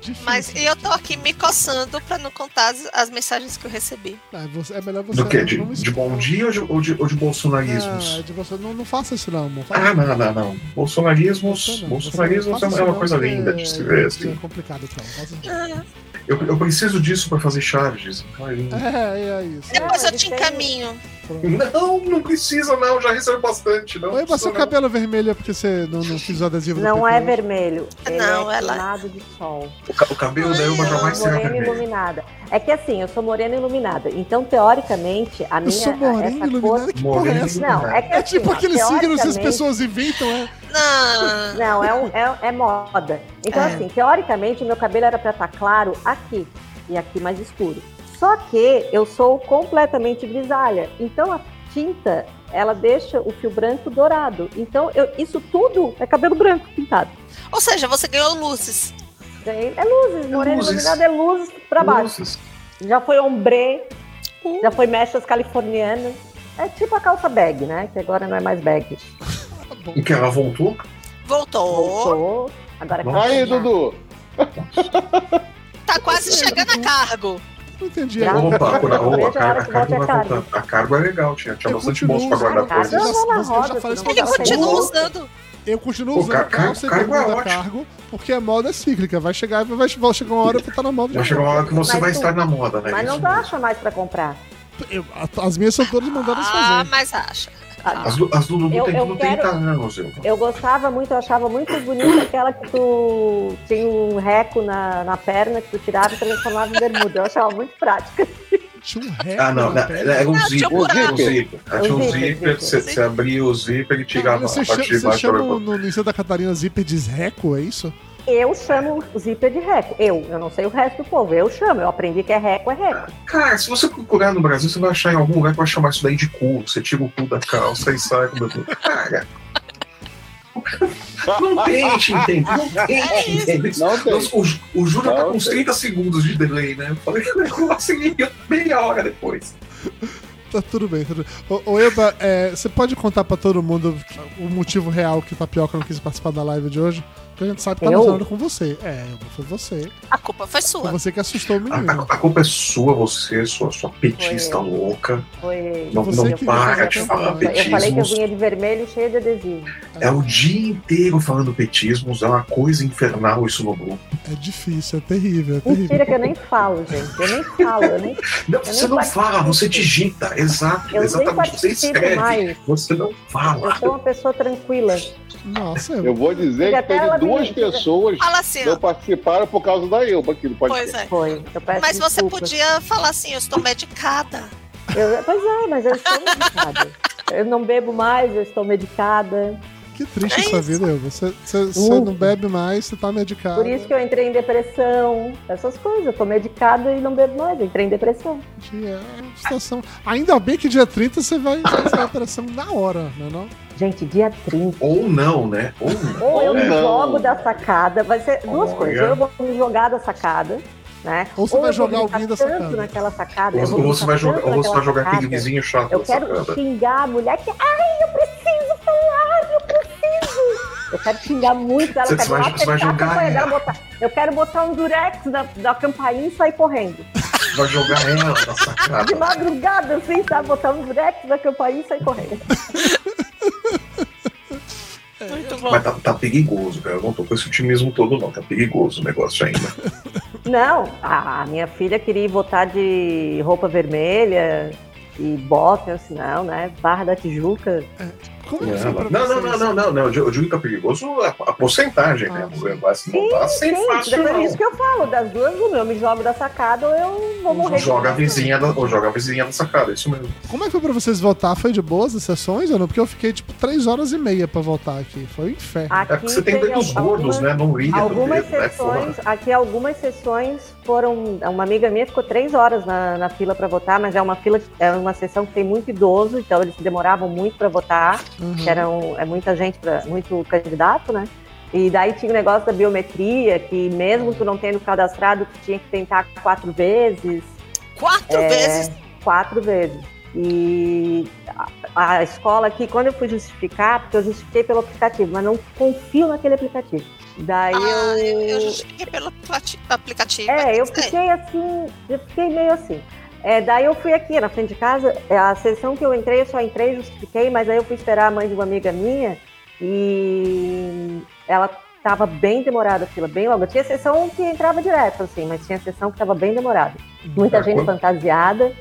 S1: Difícil.
S6: Mas e eu tô aqui me coçando pra não contar as, as mensagens que eu recebi.
S1: Ah, você- é melhor você.
S2: Do quê? De,
S1: não me-
S2: de bom dia ou de, ou de, ou de bolsonarismos?
S1: Ah, de você- não, não faça isso, não, amor. Fala-
S2: Ah, não, não, não. Bolsonarismos,
S1: Você não,
S2: bolsonarismos
S1: você não
S2: é uma,
S1: faça
S2: é uma
S1: isso,
S2: coisa
S1: não,
S2: linda
S1: porque
S2: de se ver,
S1: É
S2: assim.
S1: complicado, então. Faz isso.
S6: Ah,
S2: Eu, eu preciso disso pra fazer chaves, então é lindo.
S1: É, é isso.
S6: Depois
S5: Ah,
S6: eu te
S5: ele tem-
S6: encaminho.
S2: Não, não precisa, não. Já recebeu bastante, não.
S1: Oi, mas
S2: precisa,
S1: seu cabelo é vermelho é porque você não, não quis o adesivo do
S5: Não
S1: PT, né?
S5: é vermelho. Ele
S6: Não,
S5: é
S6: ela-
S5: queimado de sol.
S2: não. O, ca- o cabelo da Elba
S6: Ai,
S2: jamais será
S5: morena
S2: vermelho.
S5: iluminada. É que assim, eu sou morena iluminada. Então, teoricamente, a
S1: Eu
S5: minha.
S1: sou moreno
S5: essa
S1: iluminado,
S5: cor...
S1: que porra é
S2: Moreno
S1: essa?
S5: Não, é que.
S1: É tipo
S5: assim, ó,
S1: aquele signo que as
S5: teoricamente-
S1: pessoas inventam, é.
S6: Não.
S5: Não, é, um- é- é moda. Então,
S6: É.
S5: assim, teoricamente, meu cabelo era pra estar claro aqui e aqui mais escuro. Só que eu sou completamente grisalha. Então, a tinta, ela deixa o fio branco dourado. Então, eu- isso tudo é cabelo branco pintado.
S6: Ou seja, você ganhou luzes.
S5: Ganhei- É luzes, moreno
S2: Luzes.
S5: iluminado é luzes pra baixo.
S2: Luzes.
S5: Já foi ombre,
S6: Uh.
S5: já foi mechas californianas. É tipo a calça bag, né? Que agora não é mais bag.
S1: Tá bom.
S2: O que ela voltou?
S6: Voltou.
S5: Voltou. Agora é calça
S3: Aí,
S5: bag.
S3: Dudu,
S6: Tá quase chegando a cargo.
S1: Não entendi.
S5: Gra-
S2: Opa, a, cor- oh, a,
S5: Veja a
S2: car-
S5: hora
S2: a
S5: que
S2: carga
S5: volte a
S2: vai
S5: carga.
S2: voltar. A carga é legal, tinha, tinha
S1: Eu
S2: bastante
S1: continuo
S2: bolso pra
S1: usando
S2: guardar
S5: a carga.
S2: coisas.
S5: Eu vou na
S1: Eu já
S5: roda,
S1: falei isso
S5: senão
S1: pra
S6: Ele
S5: Nossa,
S6: continua
S5: voltou.
S6: usando.
S1: Eu continuo
S2: Pô,
S1: usando
S2: car-
S1: calça e
S2: car- cargo é
S1: bermuda
S2: ótimo.
S1: cargo, porque a moda é cíclica. Vai chegar, vai, vai chegar uma hora pra estar na moda. de
S2: Vai chegar uma hora que você
S5: Mas
S2: vai
S5: tu-
S2: estar na moda, né?
S5: Mas não
S2: Isso mesmo.
S5: acha mais pra comprar.
S1: novo. Eu- a- As minhas são todas mandadas
S6: Ah,
S1: fazer.
S6: mas acha.
S2: As do, as do Dudu
S5: Eu-
S2: tem
S5: eu
S2: tudo
S5: quero-
S2: 30 anos, eu.
S5: Eu gostava muito, eu achava muito bonita aquela que tu tinha um reco na, na perna que tu tirava e transformava em bermuda. Eu achava muito prática.
S1: Tinha um ré.
S2: Ah, não,
S1: na
S2: né,
S1: perna.
S2: ela era um
S6: Não, tinha
S2: zíper.
S6: um
S2: Tinha um
S6: buraco.
S2: zíper. Ela Tinha
S5: É
S2: um
S5: um zíper,
S2: zíper, você
S5: zíper.
S2: você abria o zíper e tirava
S1: Caralho,
S2: a
S1: Você
S2: parte de
S1: chama, você
S2: baixo.
S1: chama
S2: da
S1: no,
S2: roupa.
S1: no, em Santa Catarina zíper de reco, é isso?
S5: Eu chamo o zíper de reco. Eu, eu não sei o resto do povo, eu chamo. Eu aprendi que é reco, é reco.
S2: Cara, se você procurar no Brasil, você vai achar em algum lugar que vai chamar isso daí de cu. Você tira o cu da calça e sai com o meu cu. Cara. Não tente entender, não tente entender.
S3: não tem.
S2: Nossa, o, o Júlio tá
S3: Não
S2: com uns
S3: tem.
S2: 30 segundos de delay, né? Eu falei que o negócio ia meia hora depois.
S1: Tá tudo bem, tudo bem. Ô, ô Eva, é, você pode contar pra todo mundo o motivo real que o Tapioca não quis participar da live de hoje? Porque a gente sabe que tá
S5: Eu?
S1: lutando com você. É, Elba, foi você.
S6: A culpa foi
S1: Foi
S6: sua.
S1: você que assustou o
S2: A, a-
S1: menino.
S2: a culpa é sua, você, sua, sua petista
S5: Foi eu.
S2: louca.
S5: Foi.
S2: Não,
S1: Você
S2: não
S1: que-
S2: para de
S1: você
S2: falar
S1: que-
S5: Eu falei que eu
S2: petismos.
S5: vinha de vermelho cheio de adesivo.
S2: É o dia inteiro falando petismos, é uma coisa infernal isso no grupo.
S1: É difícil, é terrível, é terrível.
S5: Mentira que eu nem falo, gente. Eu nem falo, eu nem,
S2: Não,
S5: nem
S2: você não
S5: participo.
S2: fala, você digita, exato,
S5: eu nem
S2: exatamente, você
S5: participo
S2: escreve,
S5: mais.
S2: você não
S5: Eu
S2: fala.
S5: sou uma pessoa tranquila.
S1: Nossa, eu...
S3: eu vou dizer
S5: Fica
S3: que teve
S5: aquela
S3: duas
S5: menina.
S3: pessoas que
S6: Fala assim,
S3: não
S6: ó.
S3: participaram por causa da Elba aqui do
S6: Pois
S3: podcast.
S6: é.
S5: Foi. Eu peço
S6: Mas você
S5: desculpas.
S6: podia falar assim, eu estou medicada.
S5: Eu- pois é, mas eu estou medicada. Eu não bebo mais, eu estou medicada.
S1: que triste
S6: É
S1: essa
S6: isso.
S1: vida, Elba. Você, você, você
S5: Muito.
S1: não bebe mais, você tá medicado.
S5: Uh. Por isso que eu entrei em depressão. Essas coisas. Eu tô medicada e não bebo mais. Eu entrei em depressão.
S1: que é uma situação. Ainda bem que dia 30 você vai fazer a operação na hora, não é não?
S5: Gente, dia 30.
S2: Ou não, né? Ou não.
S5: Ou eu me
S3: Olha.
S5: jogo da sacada. Vai ser duas
S2: Olha.
S5: coisas. Ou eu vou me jogar da sacada. Né?
S1: Ou você vai
S5: eu vou
S1: jogar
S5: gritar
S1: alguém da
S5: tanto
S1: sacada.
S5: Naquela sacada.
S2: Ou,
S5: eu vou
S2: ou você
S5: gritar
S2: vai jogar,
S5: tanto
S2: ou você vai
S5: naquela
S2: jogar aquele
S5: sacada.
S2: vizinho chato
S5: Eu
S2: da
S5: quero
S2: sacada.
S5: xingar a mulher que. Ai, eu preciso falar, eu preciso. Eu quero xingar muito ela,
S2: Você um
S5: eu quero
S2: vai-
S5: lá
S2: você vai
S5: apertar a
S2: jogar
S5: campanha
S2: ela.
S5: dela, botar. Eu quero botar um durex da, da campainha e sair correndo.
S2: Vai jogar ela da
S5: De
S2: sacada.
S5: madrugada, assim, sabe? Botar um durex da campainha e sair correndo.
S6: Muito bom.
S2: Mas tá, tá perigoso, cara. Eu não tô com esse otimismo todo, não. Tá perigoso o negócio ainda.
S5: Não, a minha filha queria ir votar de roupa vermelha e bota, eu disse, não, né? Barra da Tijuca.
S1: Como é que foi pra
S2: Não, não,
S1: vocês?
S2: não, não, não, não. Eu digo que é perigoso a, a porcentagem, né? Vai se montar sem
S5: Gente,
S2: fácil,
S5: é isso
S2: não.
S5: que eu falo. Das duas, uma, eu me jogo da sacada ou eu vou morrer. de
S2: Joga a
S5: fome.
S2: vizinha, da, ou joga a vizinha da sacada, é isso mesmo.
S1: Como é que foi pra vocês votar? Foi de boas as sessões ou não? Porque eu fiquei, tipo, três horas e meia pra votar aqui. Foi um inferno.
S5: Aqui
S2: É porque você tem dedos
S5: algumas-
S2: gordos, né? Não ria do
S5: Algumas
S2: dedo, né?
S5: sessões,
S2: Porra.
S5: aqui algumas sessões foram. Uma amiga minha ficou três horas na, na fila para votar, mas é uma fila, é uma sessão que tem muito idoso, então eles demoravam muito para votar,
S1: Uhum.
S5: que eram é muita gente para muito candidato, né? E daí tinha o negócio da biometria, que mesmo tu não tendo cadastrado, tu tinha que tentar quatro vezes.
S6: Quatro
S5: É,
S6: vezes.
S5: Quatro vezes. E a, a escola aqui, quando eu fui justificar, porque eu justifiquei pelo aplicativo, mas não confio naquele aplicativo. Daí
S6: Ah,
S5: eu.
S6: eu, eu justifiquei pelo plati- aplicativo.
S5: É, eu
S6: sei.
S5: fiquei assim, eu fiquei meio assim. É, daí eu fui aqui na frente de casa, é, a sessão que eu entrei, eu só entrei, justifiquei, mas aí eu fui esperar a mãe de uma amiga minha e ela tava bem demorada a fila, bem longa. Tinha sessão que entrava direto, assim, mas tinha sessão que tava bem demorada. Muita
S2: Cara,
S5: gente
S2: quando-
S5: fantasiada.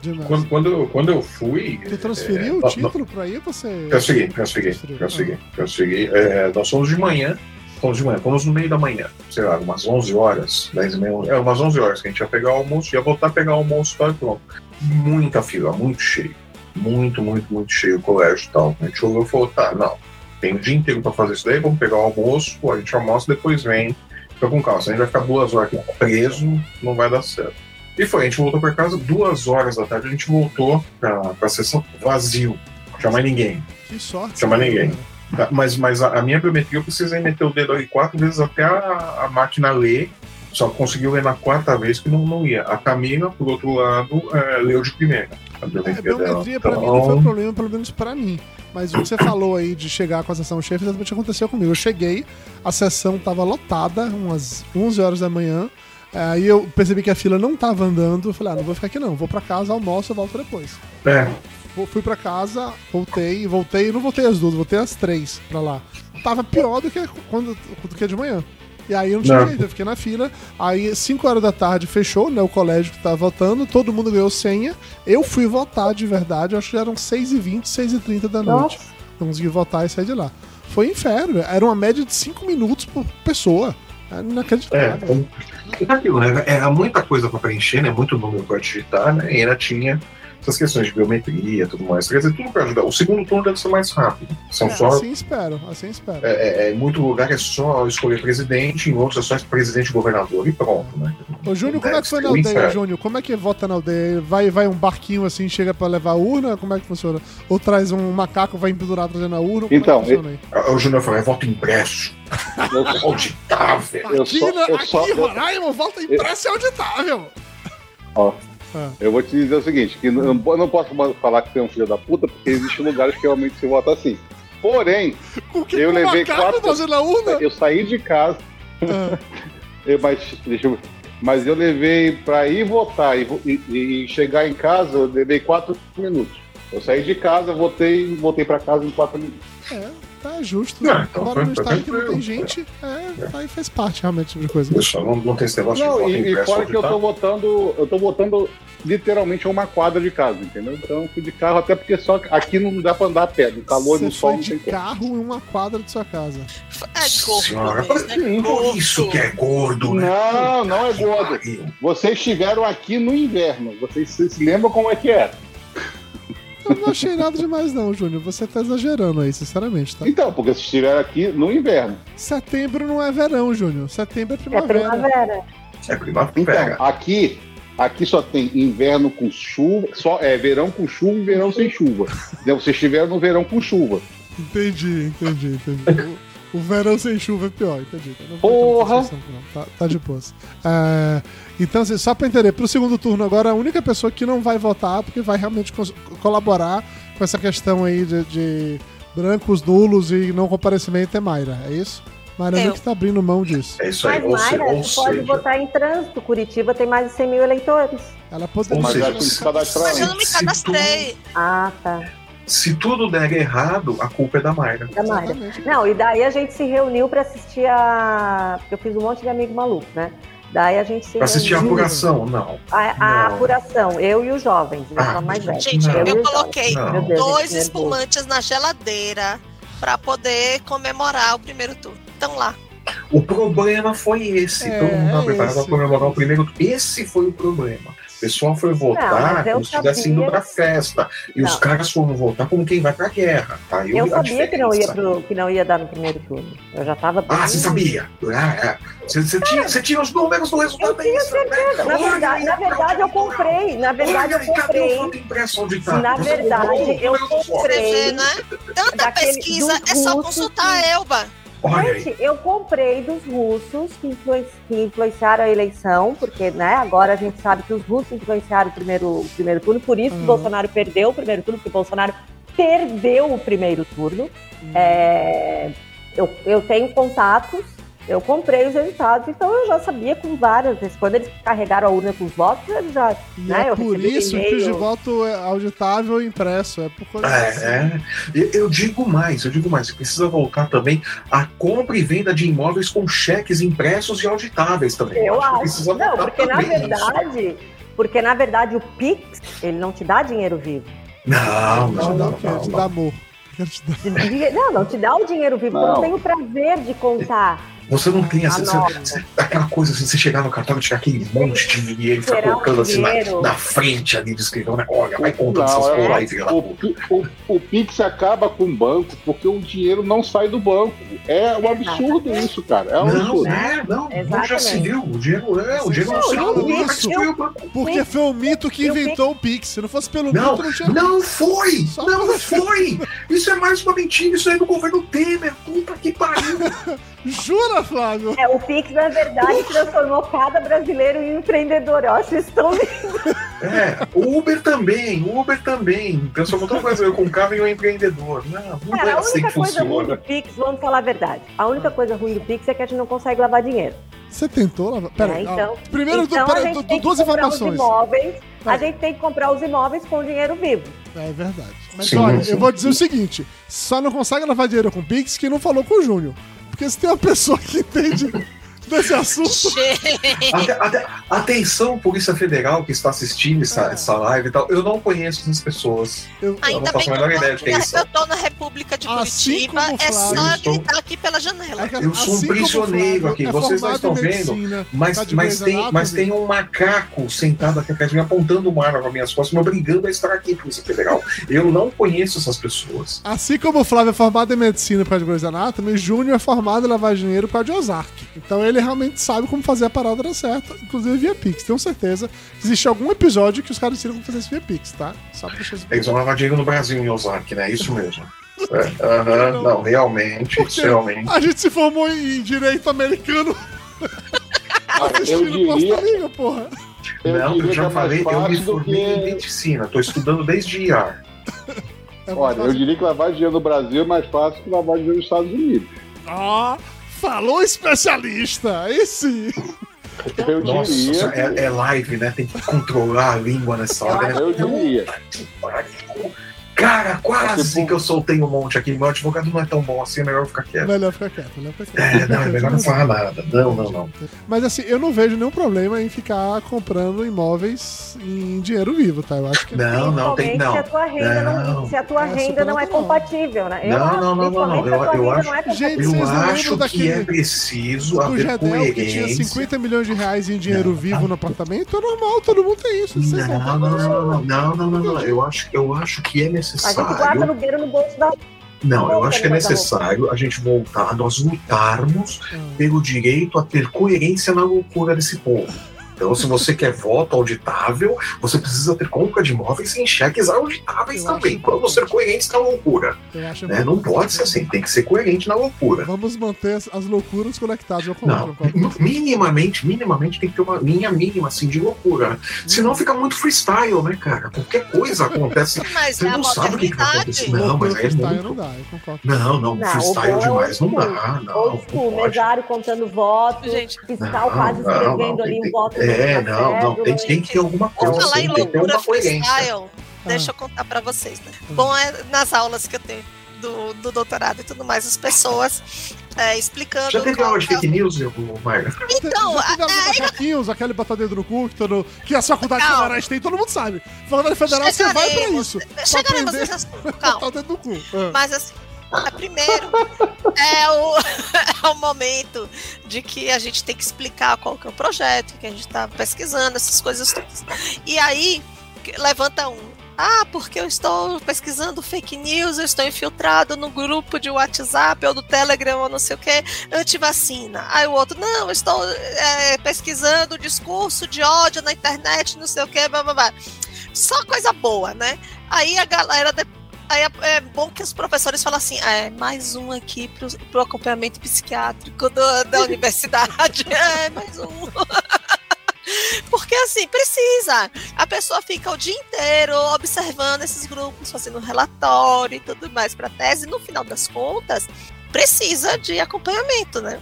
S1: Demais.
S2: Quando, quando, eu, quando eu fui.
S1: Tu
S2: é,
S1: transferiu o
S2: nós-
S1: título pra aí? Você...
S2: Consegui, consegui, consegui, consegui. É, nós fomos de manhã, fomos de manhã, fomos no meio da manhã, sei lá, umas 11 horas, 10 e meia, onze- é, umas 11 horas que a gente ia pegar o almoço, ia voltar a pegar o almoço, tá pronto. Muita fila, muito cheio, muito, muito, muito cheio o colégio e tal. A gente olhou e falou, tá, não, tem o dia inteiro pra fazer isso daí, vamos pegar o almoço, a gente almoça, depois vem, fica com calma, senão a gente vai ficar duas horas aqui preso, não vai dar certo. E foi, a gente voltou pra casa, duas horas da tarde, a gente voltou pra, pra sessão vazio, não tinha mais ninguém.
S1: Que sorte.
S2: Chama
S1: né,
S2: ninguém.
S1: cara?
S2: Tá, Mas, mas a, a minha biometria eu precisei meter o dedo aí quatro vezes até a, a máquina ler. Só conseguiu ler na quarta vez que não, não ia. A Camila, por outro lado, é, leu de primeira. A
S1: É,
S2: biometria dela.
S1: biometria pra mim
S2: então-
S1: não foi um problema, pelo menos pra mim. Mas o que você falou aí de chegar com a sessão cheia, exatamente aconteceu comigo. Eu cheguei, a sessão tava lotada, umas 11 horas da manhã. É, Aí eu percebi que a fila não tava andando. Eu falei, ah, não vou ficar aqui não, vou pra casa, almoço, eu volto depois.
S2: É,
S1: Vou- Fui pra casa, voltei, voltei, não voltei às duas, voltei às três pra lá. Tava pior do que quando do que de manhã. E aí eu não tinha
S2: Não.
S1: jeito, eu fiquei na fila. Aí, 5 horas da tarde, fechou, né? O colégio que tava votando, todo mundo ganhou senha. Eu fui votar de verdade, eu acho que eram 6h20, 6h30 da noite.
S5: Nossa.
S1: Não consegui votar e sair de lá. Foi um inferno, era uma média de 5 minutos por pessoa. Era
S2: é.
S1: inacreditável.
S2: Então, é aquilo, né? Era muita coisa pra preencher, né? Muito número pra digitar, né? E ainda tinha essas questões de biometria e tudo mais. Quer dizer, tudo pra ajudar. O segundo turno deve ser mais rápido. São É, só
S1: Assim espero, assim espero.
S2: é, é, em muito lugar é só escolher presidente, em outros é só presidente e governador e pronto, né?
S1: Ô, Júnior, como é que foi na
S2: O
S1: aldeia,
S2: inferno.
S1: Júnior? Como é que vota na aldeia? Vai, vai um barquinho assim, chega pra levar a urna? Como é que funciona? Ou traz um macaco, vai empendurar trazendo a urna? Como
S3: Então,
S1: é que funciona aí?
S2: Ah, O Júnior falou, é voto impresso,
S3: Eu,
S2: auditável.
S3: eu
S1: aqui,
S3: só-
S1: na-
S3: eu
S1: aqui
S3: só-
S1: em Roraima, volta impressa é auditável.
S3: Ó.
S1: Ah.
S3: Eu vou te dizer o seguinte, que não, eu não posso mais falar que você é um filho da puta, porque existem lugares que realmente se vota assim. Porém,
S1: O que
S3: Eu
S1: o
S3: levei
S1: macaco
S3: quatro- É.
S1: trazendo a urna?
S3: eu saí de casa,
S1: Ah,
S3: eu- mas, deixa eu- mas eu levei pra ir votar e, vo- e- e chegar em casa, eu levei quatro minutos. Eu saí de casa, votei, voltei pra casa em quatro minutos.
S1: é, tá justo.
S2: Não, então
S1: Agora no
S2: foi- foi
S1: estado que não tem
S2: tranquilo.
S1: gente, é, tá aí faz parte realmente desse tipo de coisa.
S2: Pessoal, não, não tem esse negócio de
S3: Não,
S2: voto
S3: e, e
S2: impresso.
S3: fora que eu tô
S2: auditável.
S3: votando, eu tô votando literalmente a uma quadra de casa, entendeu? Então eu fui de carro, até porque só aqui não dá pra andar a pé, no calor e
S1: Você
S3: no sol
S1: foi
S3: não
S1: de
S3: tem como.
S1: carro em uma quadra de sua casa.
S6: É
S2: Senhora,
S6: gordo mesmo, né?
S2: Por isso que é gordo, né?
S3: Não, não é gordo.
S2: Pariu.
S3: Vocês estiveram aqui no inverno. Vocês se se lembram como é que é?
S1: Eu não achei nada demais não, Júnior. Você tá exagerando aí, sinceramente, tá?
S3: Então, porque vocês estiveram aqui no inverno.
S1: Setembro não é verão, Júnior. Setembro é
S5: É
S1: primavera.
S5: primavera.
S2: É
S3: Então,
S2: primavera.
S3: aqui, aqui só tem inverno com chuva, só é verão com chuva e verão sem chuva. Então, vocês estiveram no verão com chuva.
S1: Entendi, entendi, entendi. O, o verão sem chuva é pior, entendi. Eu não vou
S3: Porra!
S1: entrar nessa discussão, não. Tá, tá de boas. É, então, assim, só pra entender, pro segundo turno agora, a única pessoa que não vai votar, porque vai realmente cons- colaborar com essa questão aí de, de brancos, nulos e não comparecimento é Mayra, é isso? Mayra
S6: Eu.
S1: não que tá abrindo mão disso.
S2: É isso aí.
S5: Mas,
S2: Ou, se-
S5: Mayra,
S2: ou
S5: tu pode
S2: seja,
S5: votar em trânsito. Curitiba tem mais de 100 mil eleitores.
S1: Ela poderia.
S3: Mas
S2: seja,
S3: já tem que se cadastrar
S6: Mas
S3: antes.
S6: eu não me
S2: Se tu-
S6: cadastrei.
S5: Ah, tá.
S2: se tudo der errado, a culpa é da Mayra.
S5: Da Mayra.
S1: Exatamente.
S5: Não, e daí a gente se reuniu pra assistir a. Eu fiz um monte de amigo maluco, né? Daí a gente se
S2: Pra assistir a
S5: reuniu.
S2: apuração, não.
S5: A, a
S2: Não.
S5: apuração, eu e os jovens, eu
S2: Ah,
S5: sou mais velha.
S6: Gente,
S2: Não.
S5: e
S6: eu
S5: os
S6: coloquei
S5: jovens.
S2: Não.
S5: Meu Deus,
S6: dois
S5: gente, nervoso.
S6: espumantes na geladeira pra poder comemorar o primeiro turno. Então lá.
S2: O problema foi esse.
S1: É,
S2: Todo mundo estava
S1: é
S2: preparado para
S1: esse.
S2: comemorar o primeiro. Esse foi o problema. O pessoal foi votar
S5: mas eu
S2: como se estivesse
S5: sabia-
S2: indo para festa. E os
S5: Não.
S2: caras foram votar como quem vai para guerra. Tá?
S5: Eu
S2: a
S5: sabia que não, ia
S2: diferença.
S5: pro, que não ia dar no primeiro turno. Eu já tava bem.
S2: Ah, você sabia? Ah, é. Você, você tinha, você tinha os números do resultado é né?
S5: Eu tinha
S2: da certeza.
S5: Na verdade, na verdade, eu comprei. Na verdade, eu
S2: Cadê o
S5: comprei.
S2: voto impresso auditável?
S5: Na
S2: Você
S5: verdade,
S2: comprou
S5: eu
S2: o número do voto.
S6: Você vê,
S5: comprei.
S6: né? Tanta
S5: Daquele-
S6: pesquisa,
S5: do
S6: é só
S5: curso
S6: consultar
S5: que-
S6: a Elba.
S2: Olha aí.
S5: Gente, eu comprei dos russos que, influen- que influenciaram a eleição, porque né, agora a gente sabe que os russos influenciaram o primeiro, o primeiro turno, por isso que
S1: Uhum.
S5: o Bolsonaro perdeu o primeiro turno, porque o Bolsonaro perdeu o primeiro turno.
S2: Uhum.
S5: É, eu, eu tenho contatos, eu comprei os resultados, então eu já sabia com várias vezes. Quando eles carregaram a urna com os votos, eles já.
S1: E
S5: né,
S1: é
S5: eu
S1: por
S5: recebi
S1: isso que o
S5: e-mail.
S1: de voto é auditável e impresso. É por
S2: É,
S1: conta disso.
S2: é. Eu, eu digo mais, eu digo mais. Você precisa voltar também à compra e venda de imóveis com cheques impressos e auditáveis também.
S5: Eu
S2: que
S5: acho.
S2: precisa
S5: Não,
S2: voltar
S5: porque na
S2: também isso.
S5: verdade. Porque na verdade o Pix, ele não te dá dinheiro vivo.
S2: Não,
S1: Não,
S2: não,
S1: não,
S2: não.
S1: quero
S2: não,
S1: te
S2: não.
S1: dar amor. Quero te dar-
S5: Te- Não, não te dá o dinheiro vivo.
S3: Não.
S5: Eu não tenho o prazer de contar.
S2: Você não tem essa,
S5: Ah,
S2: você-
S5: não.
S2: você- aquela coisa assim, você chegar no cartório, tirar aquele monte de dinheiro e ficar
S5: Tirar o
S2: colocando assim na,
S5: um dinheiro.
S2: na frente ali do escrivão, né? Olha, vai contando
S3: Não,
S2: essas
S3: é-
S2: coisas aí, filha da
S3: O,
S2: puta.
S3: Pi- o, o Pix acaba com o banco porque o dinheiro não sai do banco. É um absurdo isso, cara. É um
S2: Ah, tá. Não,
S3: absurdo.
S2: é, não, não já
S5: Exatamente.
S2: se viu. O dinheiro, é, o dinheiro não
S1: Não,
S2: sai
S1: eu
S2: do
S1: vi,
S2: banco, mas
S1: eu-
S2: foi o banco.
S1: Porque foi o mito que
S5: Eu vi-
S1: inventou o Pix. Se não fosse pelo
S2: Não,
S1: mito, não tinha.
S2: Não foi!
S1: Só
S2: Não foi! Isso é mais uma mentira, isso é do governo Temer, puta que pariu!
S1: Jura, Flávio?
S5: É, o Pix, na verdade, transformou cada brasileiro em um empreendedor. Eu acho isso tão lindo.
S2: É, o Uber também, o Uber também. Transformou todo brasileiro com carro em um empreendedor. Não, não é
S5: Cara, a
S2: assim
S5: única
S2: que
S5: coisa ruim do
S2: funciona.
S5: Pix, vamos falar a verdade. A única coisa ruim do Pix é que a gente não consegue lavar dinheiro.
S1: Você tentou lavar? Pera
S5: né?
S1: aí.
S5: Então,
S1: ó. Primeiro,
S5: então
S1: pera-
S5: a gente
S1: du-
S5: tem que
S1: duas
S5: comprar um
S1: informações.
S5: Os imóveis, a
S1: Vai.
S5: gente tem que comprar os imóveis com dinheiro vivo.
S1: É verdade. Mas
S2: Sim,
S1: olha,
S2: sim.
S1: eu vou dizer o seguinte: só não consegue lavar dinheiro com Pix que não falou com o Júnior. Porque se tem uma pessoa que entende desse assunto.
S5: é
S2: Até- até- atenção, Polícia Federal que está assistindo essa,
S5: Ah.
S1: É.
S2: essa live e tal. Eu não conheço essas pessoas.
S1: Eu,
S6: Ainda
S2: faço
S6: bem que eu
S2: a menor ideia de
S6: tô,
S2: quem
S6: na-
S2: são.
S6: eu tô na República de
S1: Assim
S6: Curitiba,
S1: como o
S6: é
S1: Flávio,
S6: só
S2: eu estou-
S6: gritar aqui pela janela.
S1: é que
S2: Eu sou um
S1: assim como o
S2: prisioneiro
S1: Flávio
S2: aqui,
S1: é
S2: vocês não
S1: formado
S2: estão
S1: em
S2: vendo?
S1: medicina, tá
S2: Mas,
S1: de Grey's
S2: mas, tem, mas
S1: Anatomy.
S2: tem um macaco sentado aqui atrás de mim, apontando uma arma para minhas costas, me obrigando a estar aqui, Polícia Federal. é Eu não conheço essas pessoas.
S1: Assim como o Flávio é formado em medicina por causa de Grey's Anatomy, o Júnior é formado em lavar dinheiro por causa de Ozark. Então ele realmente sabe como fazer a parada dar certo, inclusive via Pix. Tenho certeza que existe algum episódio que os caras ensinam como fazer isso via Pix, tá? Só pra vocês
S2: Eles vão lavar dinheiro no Brasil, em Ozark, né? Isso mesmo. É, aham,
S1: Não.
S2: não, realmente, isso realmente.
S1: A gente se formou em direito americano
S2: é.
S3: Cara, eu
S1: assistindo
S3: diria,
S1: Costa Liga, porra.
S3: eu
S2: Não,
S3: diria
S2: eu
S3: que é
S2: já falei,
S3: mais
S2: eu me
S3: fácil do
S2: formei em
S3: que.
S2: medicina, estou estudando desde IAR.
S1: É muito
S3: Olha, eu
S1: fácil.
S3: diria que lavar dinheiro no Brasil é mais fácil que lavar dinheiro nos Estados Unidos.
S1: Ó, falou especialista! Aí sim!
S3: Eu
S2: Então, Nossa,
S3: diria.
S2: é, é live, né? Tem que controlar a língua nessa hora, né?
S3: Ah, Eu diria.
S2: Cara, quase
S3: Tipo-
S2: que eu soltei um monte aqui. Meu advogado não é tão bom assim, é melhor eu ficar quieto.
S1: Melhor ficar quieto, melhor ficar quieto.
S2: É, não, é melhor não falar nada. Não, não, não.
S1: Mas assim, eu não vejo nenhum problema em ficar comprando imóveis em dinheiro vivo, tá? Eu acho que
S2: Não, não, tem.
S5: Principalmente se a
S2: Não.
S5: tua renda não,
S2: Não. tá
S5: se a tua
S1: É
S5: renda não é
S1: supernatural.
S5: compatível, né? Eu
S2: Não,
S5: acho,
S2: não, não, não,
S5: principalmente
S2: não.
S5: se a tua
S2: Eu- eu
S5: renda
S2: acho-
S5: não é compatível.
S1: Gente,
S2: Eu
S1: vocês não
S2: acho
S1: lembram
S2: que é
S1: daquele
S2: preciso
S1: do
S2: haver
S1: Jadel que tinha
S2: coerência.
S1: 50 milhões de reais em dinheiro vivo no apartamento? É normal, todo mundo tem isso. Vocês não,
S2: Não, não, não, não, não, não, não, não. Eu acho, eu acho que é
S5: A gente guarda
S2: necessário.
S5: no beiro no bolso da
S2: Não, eu acho que é
S5: Volta,
S2: necessário a gente voltar, nós lutarmos
S1: Ah,
S2: pelo direito a ter coerência na loucura desse povo. Então, se você quer voto auditável, você precisa ter compra de imóveis em cheques auditáveis
S1: Eu acho
S2: também. Vamos ser coerentes na loucura.
S1: eu acho
S2: né? Não pode ser assim, tem que ser coerente na loucura.
S1: Vamos manter as, as loucuras conectadas. Eu
S2: Não,
S1: concordo, eu concordo.
S2: minimamente, minimamente tem que ter uma linha mínima assim de loucura. né?
S5: Uhum.
S2: Senão fica muito freestyle, né, cara? Qualquer coisa acontece.
S6: Mas
S2: Você
S6: é a
S2: não sabe o que, tá que vai acontecer.
S6: modernidade.
S2: Não, mas aí é
S1: freestyle não
S2: muito.
S1: dá, eu concordo.
S2: Não, não,
S5: Não, o
S2: freestyle
S5: bom é
S2: demais não
S5: old school.
S2: dá. Não,
S7: tipo,
S5: old
S2: não
S5: school,
S2: pode.
S5: mesário contando votos,
S6: Gente,
S5: fiscal
S2: Não,
S5: tá quase
S2: não,
S5: escrevendo
S2: não,
S5: ali
S2: tem-
S5: um voto.
S2: É,
S5: na
S2: não, não, tem,
S5: cédula.
S7: né?
S2: tem que ter alguma
S5: Por
S2: coisa.
S6: falar
S2: Assim,
S6: em
S2: tem que ter
S6: loucura
S1: Ah,
S2: uma coerência.
S6: freestyle, deixa eu contar pra vocês, né? Bom é nas aulas que eu tenho. do, do doutorado e tudo mais, as pessoas é, explicando.
S2: Já teve
S6: qual
S2: aula de
S6: que é o-
S2: fake news, eu, Mayra?
S6: Então,
S1: Já teve
S6: é,
S1: a do macaquinhos, aquele botar dedo no cu que, todo, que é as faculdades
S6: Não.
S1: federais têm, todo mundo sabe. Faculdade federal, você vai pra
S6: Chegaremos.
S1: isso. Pra
S6: chegaremos
S1: aprender
S6: nesse assunto,
S1: a
S6: calma.
S1: botar o dedo no cu. Ah.
S6: Mas assim, a primeiro é o, é o momento de que a gente tem que explicar qual que é o projeto, que a gente está pesquisando, essas coisas todas. E aí que- levanta um. Ah, porque eu estou pesquisando fake news, eu estou infiltrado no grupo de WhatsApp ou do Telegram ou não sei o que, antivacina. Aí o outro, não, eu estou é, pesquisando discurso de ódio na internet, não sei o que, blá blá blá. Só coisa boa, né? Aí a galera de- Aí é- é bom que os professores falam assim: "Ah, é, mais um aqui pro, pro acompanhamento psiquiátrico do- da universidade. É, mais um. Porque assim, precisa. A pessoa fica o dia inteiro observando esses grupos, fazendo relatório e tudo mais pra tese, e no final das contas, precisa de acompanhamento, né?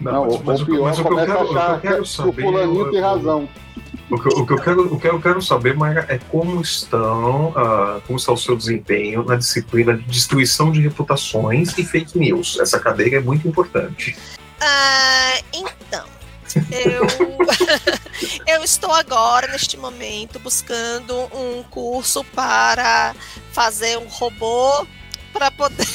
S3: Não, o, o pior
S2: mas o que eu
S3: começa
S2: quero-
S3: a
S2: o é que eu
S3: achar
S2: quero
S3: que o
S2: saber-
S3: fulaninho tem razão.
S2: O que, o que eu quero, o que eu quero saber, Mayra, é como estão, ah, como está o seu desempenho na disciplina de destruição de reputações e fake news. Essa cadeira é muito importante.
S6: Ah, então, eu, eu estou agora, neste momento, buscando um curso para fazer um robô para poder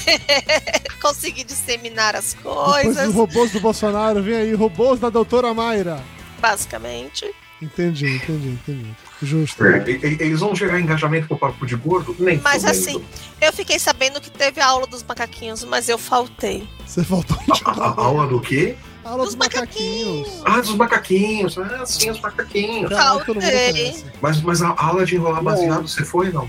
S6: conseguir disseminar as
S1: Depois dos
S6: coisas,
S1: robôs do Bolsonaro, vem aí, robôs da doutora Mayra.
S6: basicamente.
S1: Entendi, entendi, entendi. Justo.
S2: E- e- Eles vão gerar engajamento com o papo de gordo? Nem
S6: Mas
S2: fudendo.
S6: assim, eu fiquei sabendo que teve a aula dos macaquinhos, mas eu faltei.
S1: Você faltou
S2: A, a- a aula do quê?
S1: aula dos
S6: Dos macaquinhos.
S1: macaquinhos.
S2: Ah, dos macaquinhos. Ah, sim, os macaquinhos.
S1: Caralho, todo mundo
S6: Faltei.
S1: conhece.
S2: Mas, mas a aula de enrolar
S3: Não.
S2: baseado, você foi, não?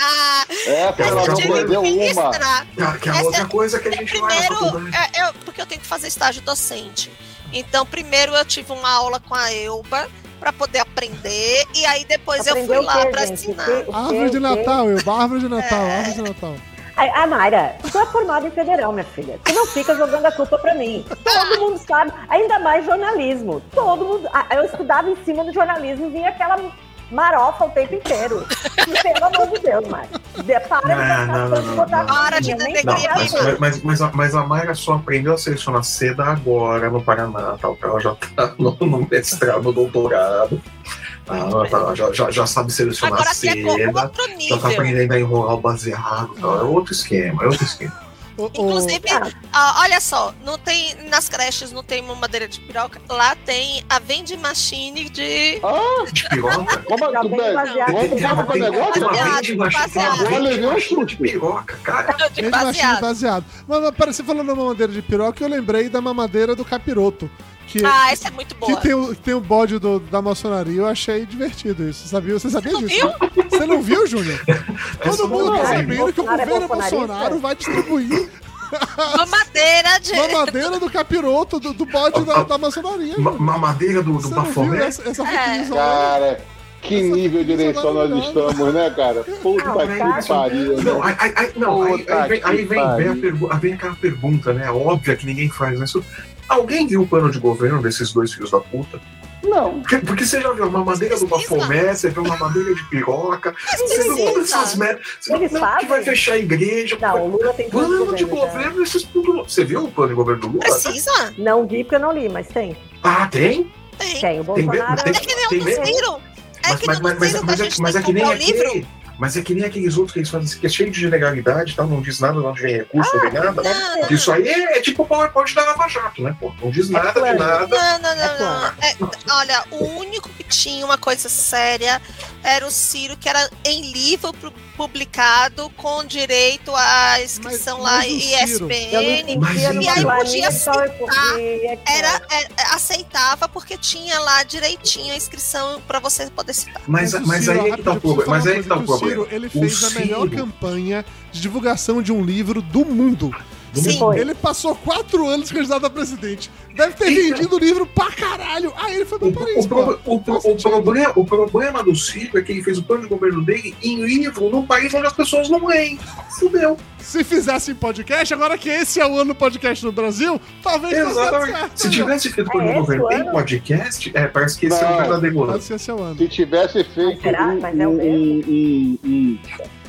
S6: Ah,
S3: Essa
S2: Mas
S3: É, ela
S2: eu
S3: não
S2: tive que
S3: perdeu uma.
S6: registrar.
S2: Ah, Que é
S6: Essa-
S2: outra coisa que a gente vai na
S6: primeiro,
S2: faculdade.
S6: é, eu- porque eu tenho que fazer estágio docente. Então, primeiro eu tive uma aula com a Elba para poder aprender e aí depois eu
S7: Aprendeu
S6: fui lá
S7: o quê,
S6: para
S7: gente? O quê?
S6: ensinar.
S7: O quê?
S1: Árvore de
S7: O quê?
S1: Natal, eu. Árvore
S6: É.
S1: de Natal, árvore de Natal.
S7: Ai, A Mayra, tu é formada em federal, minha filha. Tu não fica jogando a culpa pra mim.
S6: Ah!
S7: Todo mundo sabe, ainda mais jornalismo. Todo mundo. ah, Eu estudava em cima do jornalismo e vinha aquela marofa o tempo inteiro. Pelo amor de Deus, Mayra. De- Para
S2: Não, não,
S7: de botar-
S2: não,
S7: de botar
S2: não, não.
S6: Para de
S7: nem
S2: Não,
S6: denegrir
S7: criança.
S2: mas, mas, mas, a, mas a Mayra só aprendeu a selecionar seda agora no Paraná, tal, que ela já tá no, no mestrado, no doutorado. Ah, ela tá- já, já, já sabe selecionar
S6: é. Agora aqui é com
S2: seda,
S6: outro
S2: já tá
S6: nível.
S2: aprendendo a enrolar o baseado, tal. é outro esquema, é outro esquema.
S1: Ô, ô,
S6: Inclusive, ah, olha só, não tem nas creches não tem uma madeira de piroca, lá tem a vending machine de
S3: Ah,
S2: De piroca?
S3: vamos,
S7: Já
S3: tu
S7: tem
S3: bebe-
S7: baseado.
S3: vamos
S2: Ela
S3: vamos pro
S2: tem
S3: negócio?
S2: uma
S6: Baseado,
S2: vende machine, tem uma
S6: baseado.
S2: vende
S3: Olha, viu?
S1: um
S2: machine de piroca, cara.
S6: de
S1: Meio de baixinho
S6: baseado.
S1: baseado. Mas, mas pera, você falou da mamadeira de piroca, eu lembrei da mamadeira do capiroto. Que,
S6: Ah, essa é muito boa.
S1: que tem, o, tem o bode do, da maçonaria, eu achei divertido isso. Você sabia, você sabia
S6: Não
S1: disso?
S6: viu?
S1: né? Você não viu, Júnior?
S2: Essa
S1: Todo mundo tá
S2: não é.
S1: sabendo que o
S7: Bolsonaro é
S1: governo
S7: bolsonarista?
S1: Bolsonaro vai distribuir
S6: Uma madeira de
S1: mamadeira do capiroto, do, do bode da, da maçonaria.
S2: Ma- Mamadeira do, do
S1: Você não viu
S2: Bafomé?
S1: essa, essa
S6: É.
S1: fake news?
S3: Cara, que nível de eleição nós estamos, né, cara? Puta
S2: cara.
S3: que pariu. né?
S2: Não, aí, aí- aí- não, aí-
S3: Puta
S2: aí vem,
S3: que
S2: aí vem- vem a
S3: pariu.
S2: pergu- aí vem aquela pergunta, né? Óbvia que ninguém faz, mas isso- alguém viu o plano de governo desses dois filhos da puta?
S3: Não.
S2: Porque, porque você já viu uma madeira do
S6: Precisa.
S2: Bafomé, você viu uma madeira de piroca, você viu
S6: precisa.
S2: todas essas merdas. Você
S7: Eles
S2: não, que vai
S7: fazem?
S2: fechar a igreja.
S7: Não, o Lula tem todos os
S2: Plano de
S7: governos, né?
S2: governo é desses putos. Você viu o plano de governo do Lula?
S6: precisa.
S7: Não vi porque eu não li, mas tem.
S2: Ah, tem?
S6: Tem.
S7: Tem. O Bolsonaro.
S2: tem-
S6: É que nem
S2: tem
S6: o
S2: mesmo?
S6: Ciro. É
S2: Mas,
S6: que
S2: mas,
S6: nem
S2: mas,
S6: o
S2: mas,
S6: Ciro que a
S2: mas é-
S6: gente
S2: mas é
S6: tem
S2: que
S6: que
S2: nem
S6: comprar o livro.
S2: aquele. Mas é que nem aqueles outros que eles fazem assim, que é cheio de generalidade, e tal, não diz nada, não vem recurso, não vem nada.
S6: Não, não,
S2: Isso aí é, é tipo o PowerPoint da Lava Jato, né, pô? Não diz nada de
S7: plano.
S2: nada.
S6: Não, não,
S7: É
S6: não, não. É, olha, o único que tinha uma coisa séria era o Ciro, que era em livro pu- publicado com direito à inscrição
S1: Mas-
S6: lá
S1: mas o
S6: em
S1: Ciro?
S7: Eu não
S6: ESPN.
S2: Mas
S7: entendia
S2: e
S7: numa
S2: aí podia
S7: planilha só eu
S6: citar,
S7: podia-
S6: Era, é, aceitava porque tinha lá direitinho a inscrição para você poder citar.
S2: Mas,
S1: o
S2: mas
S1: Ciro,
S2: aí é que
S1: rápido,
S2: tá o
S1: deixa eu
S2: problema.
S1: falar
S2: Mas
S1: uma
S2: aí é que tá o
S1: coisa, que
S2: problema.
S1: Ciro, ele
S2: O
S1: fez a melhor
S2: Ciro-
S1: campanha de divulgação de um livro do mundo.
S6: Sim.
S7: Foi.
S1: Ele passou quatro anos candidato a presidente. Deve ter
S2: Então-
S1: vendido o livro pra caralho. Aí ele foi
S2: O,
S1: pra
S2: o,
S1: Paris, pô.
S2: pro- o, pro- o problema, o problema do Ciro é que ele fez o plano de governo dele em livro num país onde as pessoas não leem. Fudeu.
S1: Se fizesse em podcast, agora que esse é o ano do podcast no Brasil, talvez dê
S2: Exatamente. Se
S1: certo. né?
S2: tivesse feito o plano
S7: É
S2: de
S7: esse
S2: governo
S7: o
S2: em
S7: ano?
S2: podcast, é, parece que esse é o
S3: Não.
S2: verdadeiro ano.
S1: Pode ser seu ano.
S3: Se tivesse feito
S7: será?
S3: um,
S7: Mas é o
S3: um- um- um-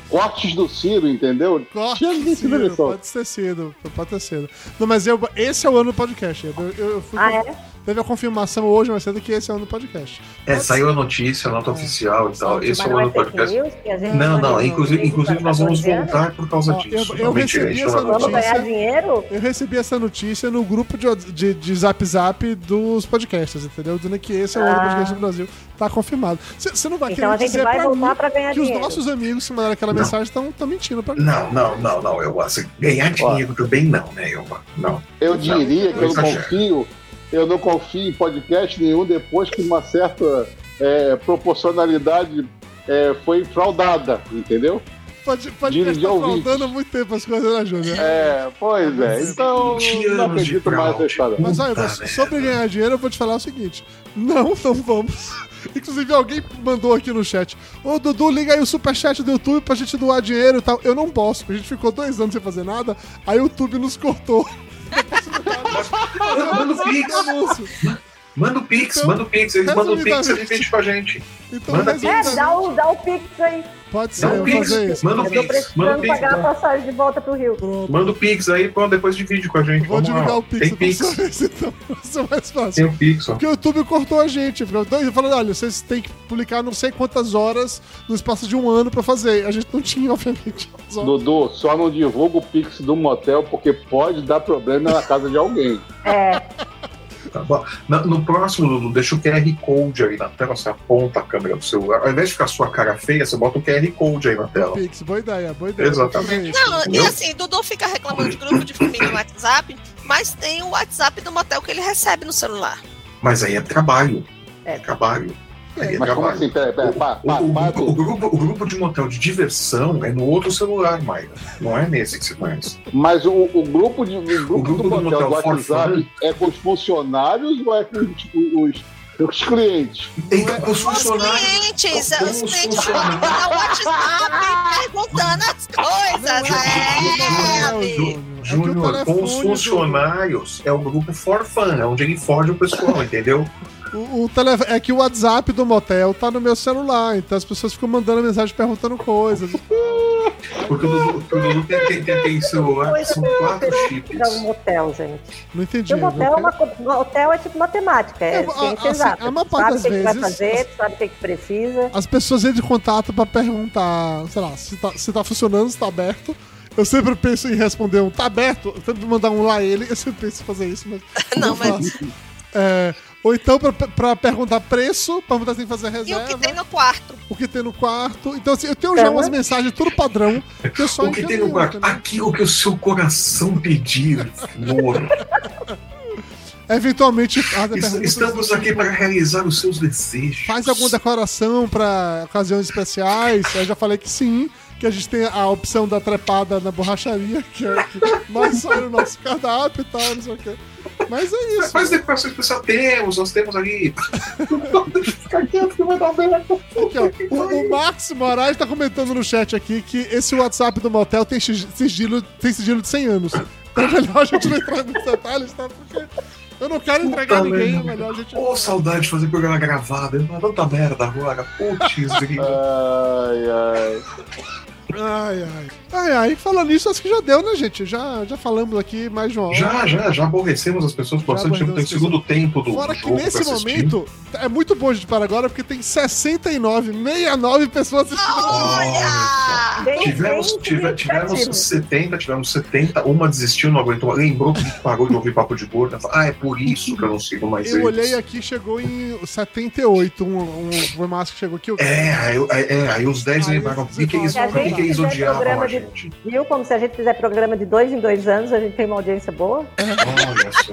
S3: cortes do Ciro, entendeu?
S1: Corte,
S3: Tinha visto
S1: Ciro,
S3: na eleição.
S1: pode ter sido, pode ter sido. Não, mas eu, esse é o ano do podcast. Eu, eu- eu fui,
S7: Ah, é?
S1: Teve a confirmação hoje mais cedo que esse é o ano do podcast.
S2: É, saiu a notícia, a nota oficial e tal. Esse é
S7: Mas
S2: o
S7: não
S2: ano
S7: é
S2: do
S7: fake
S2: podcast.
S7: news que a gente tá
S2: Não, não,
S7: organizou
S2: inclusive,
S7: desde
S2: inclusive nós vamos
S7: 14 anos?
S2: voltar por causa
S1: Ó,
S2: disso.
S1: eu- eu
S2: Não, mentira,
S1: recebi
S2: isso
S1: essa
S2: não é
S7: Vamos
S1: notícia.
S7: ganhar dinheiro?
S1: Eu recebi essa notícia no grupo de, de, de Zap Zap dos podcasts, entendeu? Dizendo que esse é o ano do
S7: Ah.
S1: podcast do Brasil. Tá confirmado. Você não vai
S7: Então
S1: querer
S7: a gente
S1: dizer
S7: vai
S1: pra
S7: voltar
S1: mim
S7: pra ganhar
S1: que os
S7: dinheiro.
S1: nossos amigos que mandaram aquela
S2: Não.
S1: mensagem estão mentindo pra mim.
S2: Não, não, não, não, eu assim, ganhar dinheiro também não, né, eu não.
S3: Eu
S2: Não,
S3: diria que eu não
S2: exagero.
S3: confio, eu não confio em podcast nenhum depois que uma certa é, proporcionalidade é, foi fraudada, entendeu?
S1: Pode, podcast
S3: de
S1: tá
S3: ouvinte.
S1: faltando há muito tempo as coisas, né, Júlia?
S3: É, pois é. Então,
S2: Vinte
S3: não
S2: anos de
S3: acredito mais
S2: fraude.
S3: nessa história.
S1: Mas olha,
S2: Puta
S1: mas
S2: merda.
S1: sobre ganhar dinheiro, eu vou te falar o seguinte: não, não vamos. Inclusive, alguém mandou aqui no chat: Ô Dudu, liga aí o superchat do YouTube pra gente doar dinheiro e tal. Eu não posso, porque a gente ficou dois anos sem fazer nada, aí o YouTube nos cortou. Ah,
S2: Manda o Pix,
S1: Anúncio.
S2: manda o Pix,
S1: Então,
S2: manda o Pix, eles mandam o Pix, eles
S1: resumidamente.
S2: vendem pra gente.
S1: Então,
S2: Manda
S1: mas
S7: É, dá o, dá o pix aí.
S1: pode ser, eu
S2: Dá o
S1: vou
S2: Pix,
S1: fazer isso.
S2: manda o
S7: Eu tô
S2: Pix, manda
S7: precisando
S2: o Pix.
S7: pagar a passagem de volta pro Rio.
S1: Pronto.
S2: Manda o Pix aí, pronto, depois de vídeo com a gente.
S1: Vou
S2: vamos lá.
S1: divulgar o Pix
S2: Tem
S1: da próxima
S2: Pix,
S1: vez, então. Vai ser mais fácil.
S2: tem o Pix, ó.
S1: Porque o YouTube cortou a gente. Ficou dois- Falando, olha, vocês têm que publicar não sei quantas horas no espaço de um ano pra fazer. A gente não tinha, obviamente. as horas.
S3: Dudu, só não divulga o Pix do motel porque pode dar problema na casa de alguém.
S7: É,
S2: Tá bom. Na- No, próximo, Dudu, deixa o QR Code aí na tela, você aponta a câmera do celular. Ao invés de ficar sua cara feia, você bota o QR Code aí na tela.
S1: Pix, boa ideia, boa ideia. Fazer
S2: Exatamente.
S1: isso.
S6: Não, e
S2: Eu?
S6: assim, Dudu fica reclamando de grupo de família no WhatsApp, mas tem o WhatsApp do motel que ele recebe no celular.
S2: Mas aí é trabalho.
S7: É.
S2: É trabalho. Aí é
S3: Mas como
S2: trabalho.
S3: assim? Pera, pera, pá,
S2: O,
S3: pá,
S2: o-
S3: pá,
S2: o- o grupo, o grupo de motel de diversão é no outro celular, Maia. Não é nesse que você conhece.
S3: Mas o, o grupo, de, o grupo
S2: O grupo
S3: do
S2: do
S3: motel
S2: motel
S3: do WhatsApp
S2: Forfã?
S3: é com os funcionários ou é com os, os- os clientes?
S1: é
S2: Então, os
S6: Os
S2: funcionários.
S6: clientes,
S2: Como
S6: os clientes vão
S2: funciona?
S6: mandar o WhatsApp perguntando as coisas.
S1: Não, Júnior, é
S6: é,
S1: que o
S2: Júnior, com os
S1: telefone do-
S2: funcionários é o grupo forfã, é onde ele foge o pessoal, entendeu?
S1: O, o tele- É que o WhatsApp do motel tá no meu celular, então as pessoas ficam mandando mensagem perguntando coisas.
S2: Porque o Dudu, porque o Dudu tem, tem, tem, tem celular que são quatro
S1: né?
S7: é um
S2: chips.
S7: motel, gente.
S1: Não entendi.
S7: E o motel é,
S1: eu
S7: uma, co- motel é tipo matemática, é
S1: Eu- a-
S7: ciência
S1: assim,
S7: exata.
S1: a maior
S7: Tu sabe
S1: parte das
S7: o que, que vai
S1: vezes-
S7: fazer, tu sabe o que, que precisa.
S1: As pessoas entram em contato pra perguntar, sei lá, se tá, se tá funcionando, se tá aberto. Eu sempre penso em responder um tá aberto, eu sempre mandar um lá ele, eu sempre penso em fazer isso, mas.
S6: Não, mas-
S1: faço. É, ou então pra, pra perguntar preço, pra perguntar se tem que fazer
S6: E o que
S1: reserva,
S6: tem no quarto?
S1: no quarto. Então, assim, eu tenho já
S7: Então,
S1: umas
S7: né?
S1: mensagens tudo padrão que eu só né?
S2: O que tem no
S1: encaminho,
S2: quarto?
S1: entendeu?
S2: Aquilo que o seu coração pedir, amor.
S1: Eventualmente, faz a
S2: Es-
S1: pergunta.
S2: Estamos aqui para realizar os seus desejos.
S1: Faz alguma decoração pra ocasiões especiais? Eu já falei que sim, que a gente tem a opção da trepada na borracharia, que é o que mais sai no nosso cardápio e tal, não sei o quê. Mas é isso.
S2: Faz decorações que só temos, nós temos ali. Deixa eu ficar quieto que vai dar merda.
S1: Aqui, ó, o, o Max Moraes tá comentando no chat aqui que esse WhatsApp do motel tem sig- sigilo, tem sigilo de 100 anos. Então é melhor a gente não entrar nos detalhes, tá? Porque eu não quero entregar
S2: Puta
S1: ninguém, é
S2: merda.
S1: melhor a gente.
S2: Ô, saudade de fazer programa gravado. hein? Tanta merda agora. Putz, grilo.
S3: Ai, ai.
S1: Ai, ai. Ai, ai. Falando nisso, acho que já deu, né, gente? Já, já falamos aqui mais de uma hora.
S2: Já, já, já aborrecemos as pessoas bastante.
S1: aborrecemos
S2: Tipo, tem
S1: as
S2: segundo tempo do
S1: Fora que
S2: jogo
S1: nesse
S2: pra assistir.
S1: momento, é muito bom a gente parar agora, porque tem 69, 69 pessoas assistindo.
S6: Olha!
S7: Tem-
S2: Tivemos,
S7: tem
S2: tive-
S7: significativo.
S2: tivemos 70, tivemos 70, uma desistiu, não aguentou, lembrou que parou de ouvir papo de gordo. ela falou, Ah, é por isso que eu não sigo mais
S1: Eu
S2: eles."
S1: olhei aqui, chegou em 78, um, um formato que chegou aqui.
S2: É, aí, aí- é, aí os 10
S1: Aí "Ah,
S2: lembraram
S1: os
S2: por que, que eles,
S1: Se a
S2: por que,
S1: gente
S2: que eles
S7: fizer
S2: odiavam
S7: programa
S2: a
S7: de-
S2: gente.
S7: Viu como se a gente fizer programa de dois em dois anos, a gente tem uma audiência boa?
S2: Olha só.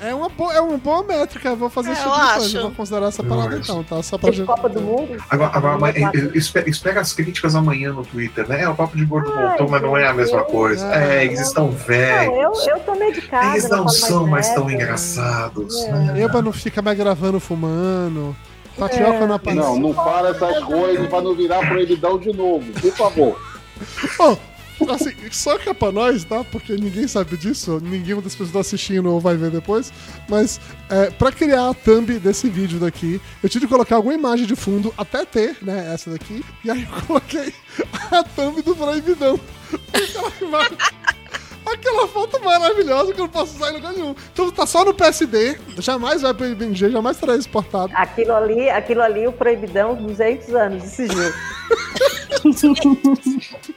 S1: É uma, boa, é uma boa métrica, eu vou fazer
S6: É,
S1: esse
S6: eu
S1: tipo de coisa.
S6: acho.
S1: eu Vou considerar essa
S2: Eu
S1: parada
S2: acho.
S1: então, tá? Só pra
S7: Tipo
S1: gente.
S7: Copa do Mundo.
S2: Agora, agora mas,
S7: Copa do
S2: eh,
S7: Mundo.
S2: eh, espera, espera as críticas amanhã no Twitter, né? É, O papo de gordo
S7: Ai,
S2: voltou, mas não é a mesma
S7: gente.
S2: coisa.
S1: Ah,
S2: É, eles estão
S7: Não, eu,
S2: velhos.
S7: eu tô medicada.
S2: Eles não
S7: falo
S2: são mais tão
S7: nada.
S2: engraçados.
S7: É.
S2: né?
S1: Eba não fica mais gravando, fumando. Tapioca
S7: É.
S1: não aparece.
S3: Não, não fala essas coisas pra não virar proibidão de novo, por favor.
S1: Ô, Assim, só que é pra nós, tá? Porque ninguém sabe disso, ninguém das pessoas que tá assistindo ou vai ver depois. Mas é, pra criar a thumb desse vídeo daqui, eu tive que colocar alguma imagem de fundo, até ter, né? Essa daqui. E aí eu coloquei a thumb do Proibidão. Aquela imagem. Aquela foto maravilhosa que eu não posso usar em lugar nenhum. Então tá só no PSD, jamais vai pro IBNG, jamais será exportado.
S7: Aquilo ali, aquilo ali, o proibidão, 200 anos de sigilo.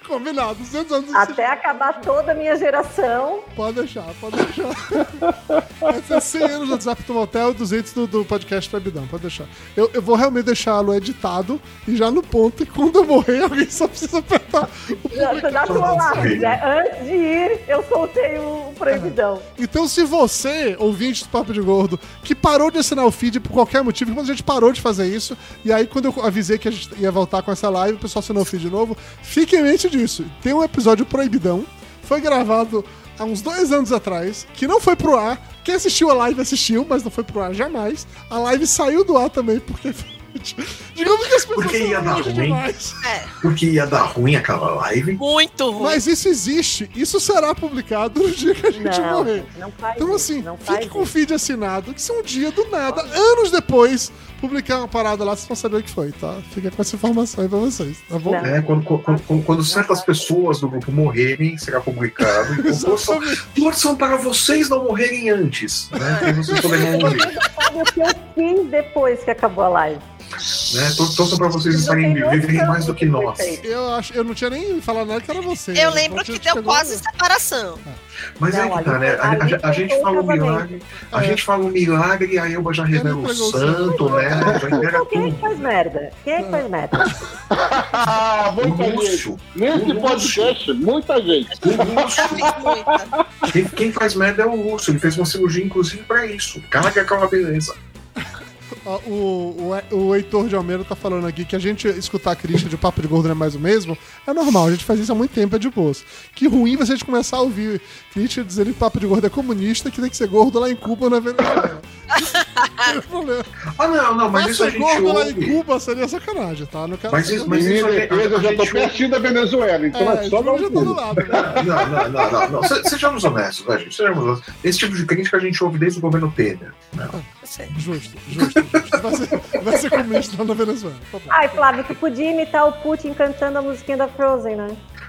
S1: Combinado, 200 anos de
S5: Ah,
S7: Até acabar toda a minha geração.
S1: Pode deixar, pode deixar. Essa é 100 anos do WhatsApp do Motel e 200 do, do podcast Trabidão, pode deixar. Eu, eu vou realmente deixá-lo editado e já no ponto. E quando eu morrer, alguém só precisa apertar o
S7: Já,
S1: public.
S7: já tô lá, né? Antes de ir, eu soltei o proibidão.
S1: Então, se você, ouvinte do Papo de Gordo, que parou de assinar o feed por qualquer motivo, quando a gente parou de fazer isso, e aí quando eu avisei que a gente ia voltar com essa live, o pessoal assinou o feed de novo, fique em mente disso. Tem um episódio proibidão, foi gravado há uns dois anos atrás, que não foi pro ar. Quem assistiu a live assistiu, mas não foi pro ar jamais. A live saiu do ar também, porque. Digamos que as pessoas
S2: Porque ia
S1: são
S2: dar
S1: longe
S2: ruim.
S1: demais.
S2: Porque ia dar ruim aquela live.
S6: Muito ruim.
S1: Mas isso existe, isso será publicado no dia que a gente
S7: Não,
S1: morrer.
S7: não faz
S1: Então,
S7: isso,
S1: assim,
S7: não faz
S1: fique com o
S7: isso.
S1: feed assinado, que se um dia, do nada, anos depois, publicar uma parada lá, vocês vão saber o que foi, tá? Fica com essa informação aí pra vocês, tá bom?
S7: Não.
S2: né? Quando, quando- quando- quando certas pessoas do grupo morrerem, será publicado. Então, torçam, torçam para vocês não morrerem antes. Né? Porque vocês né? poderão morrer.
S7: Sabe o que eu fiz depois que acabou a live?
S2: Né? Tor- Torçam para vocês estarem viverem mais do que nós.
S1: Eu, acho, eu não tinha nem falado nada que era você.
S6: Eu
S1: né?
S6: lembro
S1: Então,
S6: que
S1: tinha
S6: deu
S1: chegado-
S6: quase separação.
S2: Mas aí que tá, né? A, a- a- a gente fala um milagre, a
S1: É.
S2: gente fala um milagre, aí eu já revela o
S1: entregou o
S2: santo, né? Já entrega
S7: Então, quem é que
S2: tudo. Hum.
S7: faz merda? Quem é que faz merda?
S3: Ah,
S2: O
S3: muita gente.
S2: Lúcio,
S3: Nesse
S2: Lúcio.
S3: podcast, muita gente.
S2: o Lúcio,
S6: Já fiz muita.
S2: quem, quem faz merda é o Lúcio. Ele fez uma cirurgia, inclusive, pra isso. Caga aquela beleza.
S1: Ó, O, o, o Heitor de Almeida tá falando aqui que a gente escutar a crítica de Papo de Gordo não é mais o mesmo. É normal, a gente faz isso há muito tempo, é de boas. Que ruim vai ser de começar a ouvir crítica dizendo que Papo de Gordo é comunista, que tem que ser gordo lá em Cuba, na Venezuela. Isso não é problema.
S2: Ah, não, não, mas
S1: Mas
S2: isso a
S1: ser
S2: gente
S1: gordo lá em
S2: ouve.
S1: Cuba seria sacanagem, tá? Não quero
S2: Mas
S1: ser
S2: isso-
S1: gordo.
S2: mas isso
S3: Minha
S2: a gente-
S3: defesa, eu já
S2: a
S3: tô
S2: gente-
S3: pertinho da Venezuela, então é,
S1: É,
S3: só
S1: isso
S3: não
S1: já tá do lado, né?
S2: Não, não, não, não, não. Se- Sejamos honestos, né, gente? Sejamos honestos. Esse tipo de crítica a gente ouve desde o governo Temer.
S1: Justo, justo, justo. Vai ser, vai ser comunista lá na Venezuela. Tá bom.
S7: Ai, Flávio, tu podia imitar o Putin cantando a musiquinha da Frozen, né?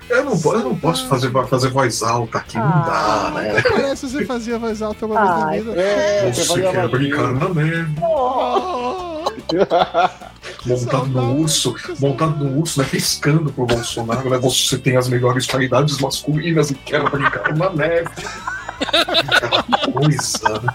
S2: Eu não, po- eu não posso fazer, fazer voz alta aqui, não dá, né?
S1: Parece que você fazia voz alta uma vez na
S7: Ai.
S1: vida.
S3: É, você
S2: Você
S3: fazia
S2: quer brincar na
S3: magia.
S2: neve,
S1: Oh,
S2: montado no
S1: saudade,
S2: urso,
S1: que
S2: montado no urso, né? Piscando pro Bolsonaro, né? Você tem as melhores qualidades masculinas e quer brincar na neve. Aquela Coisa, né?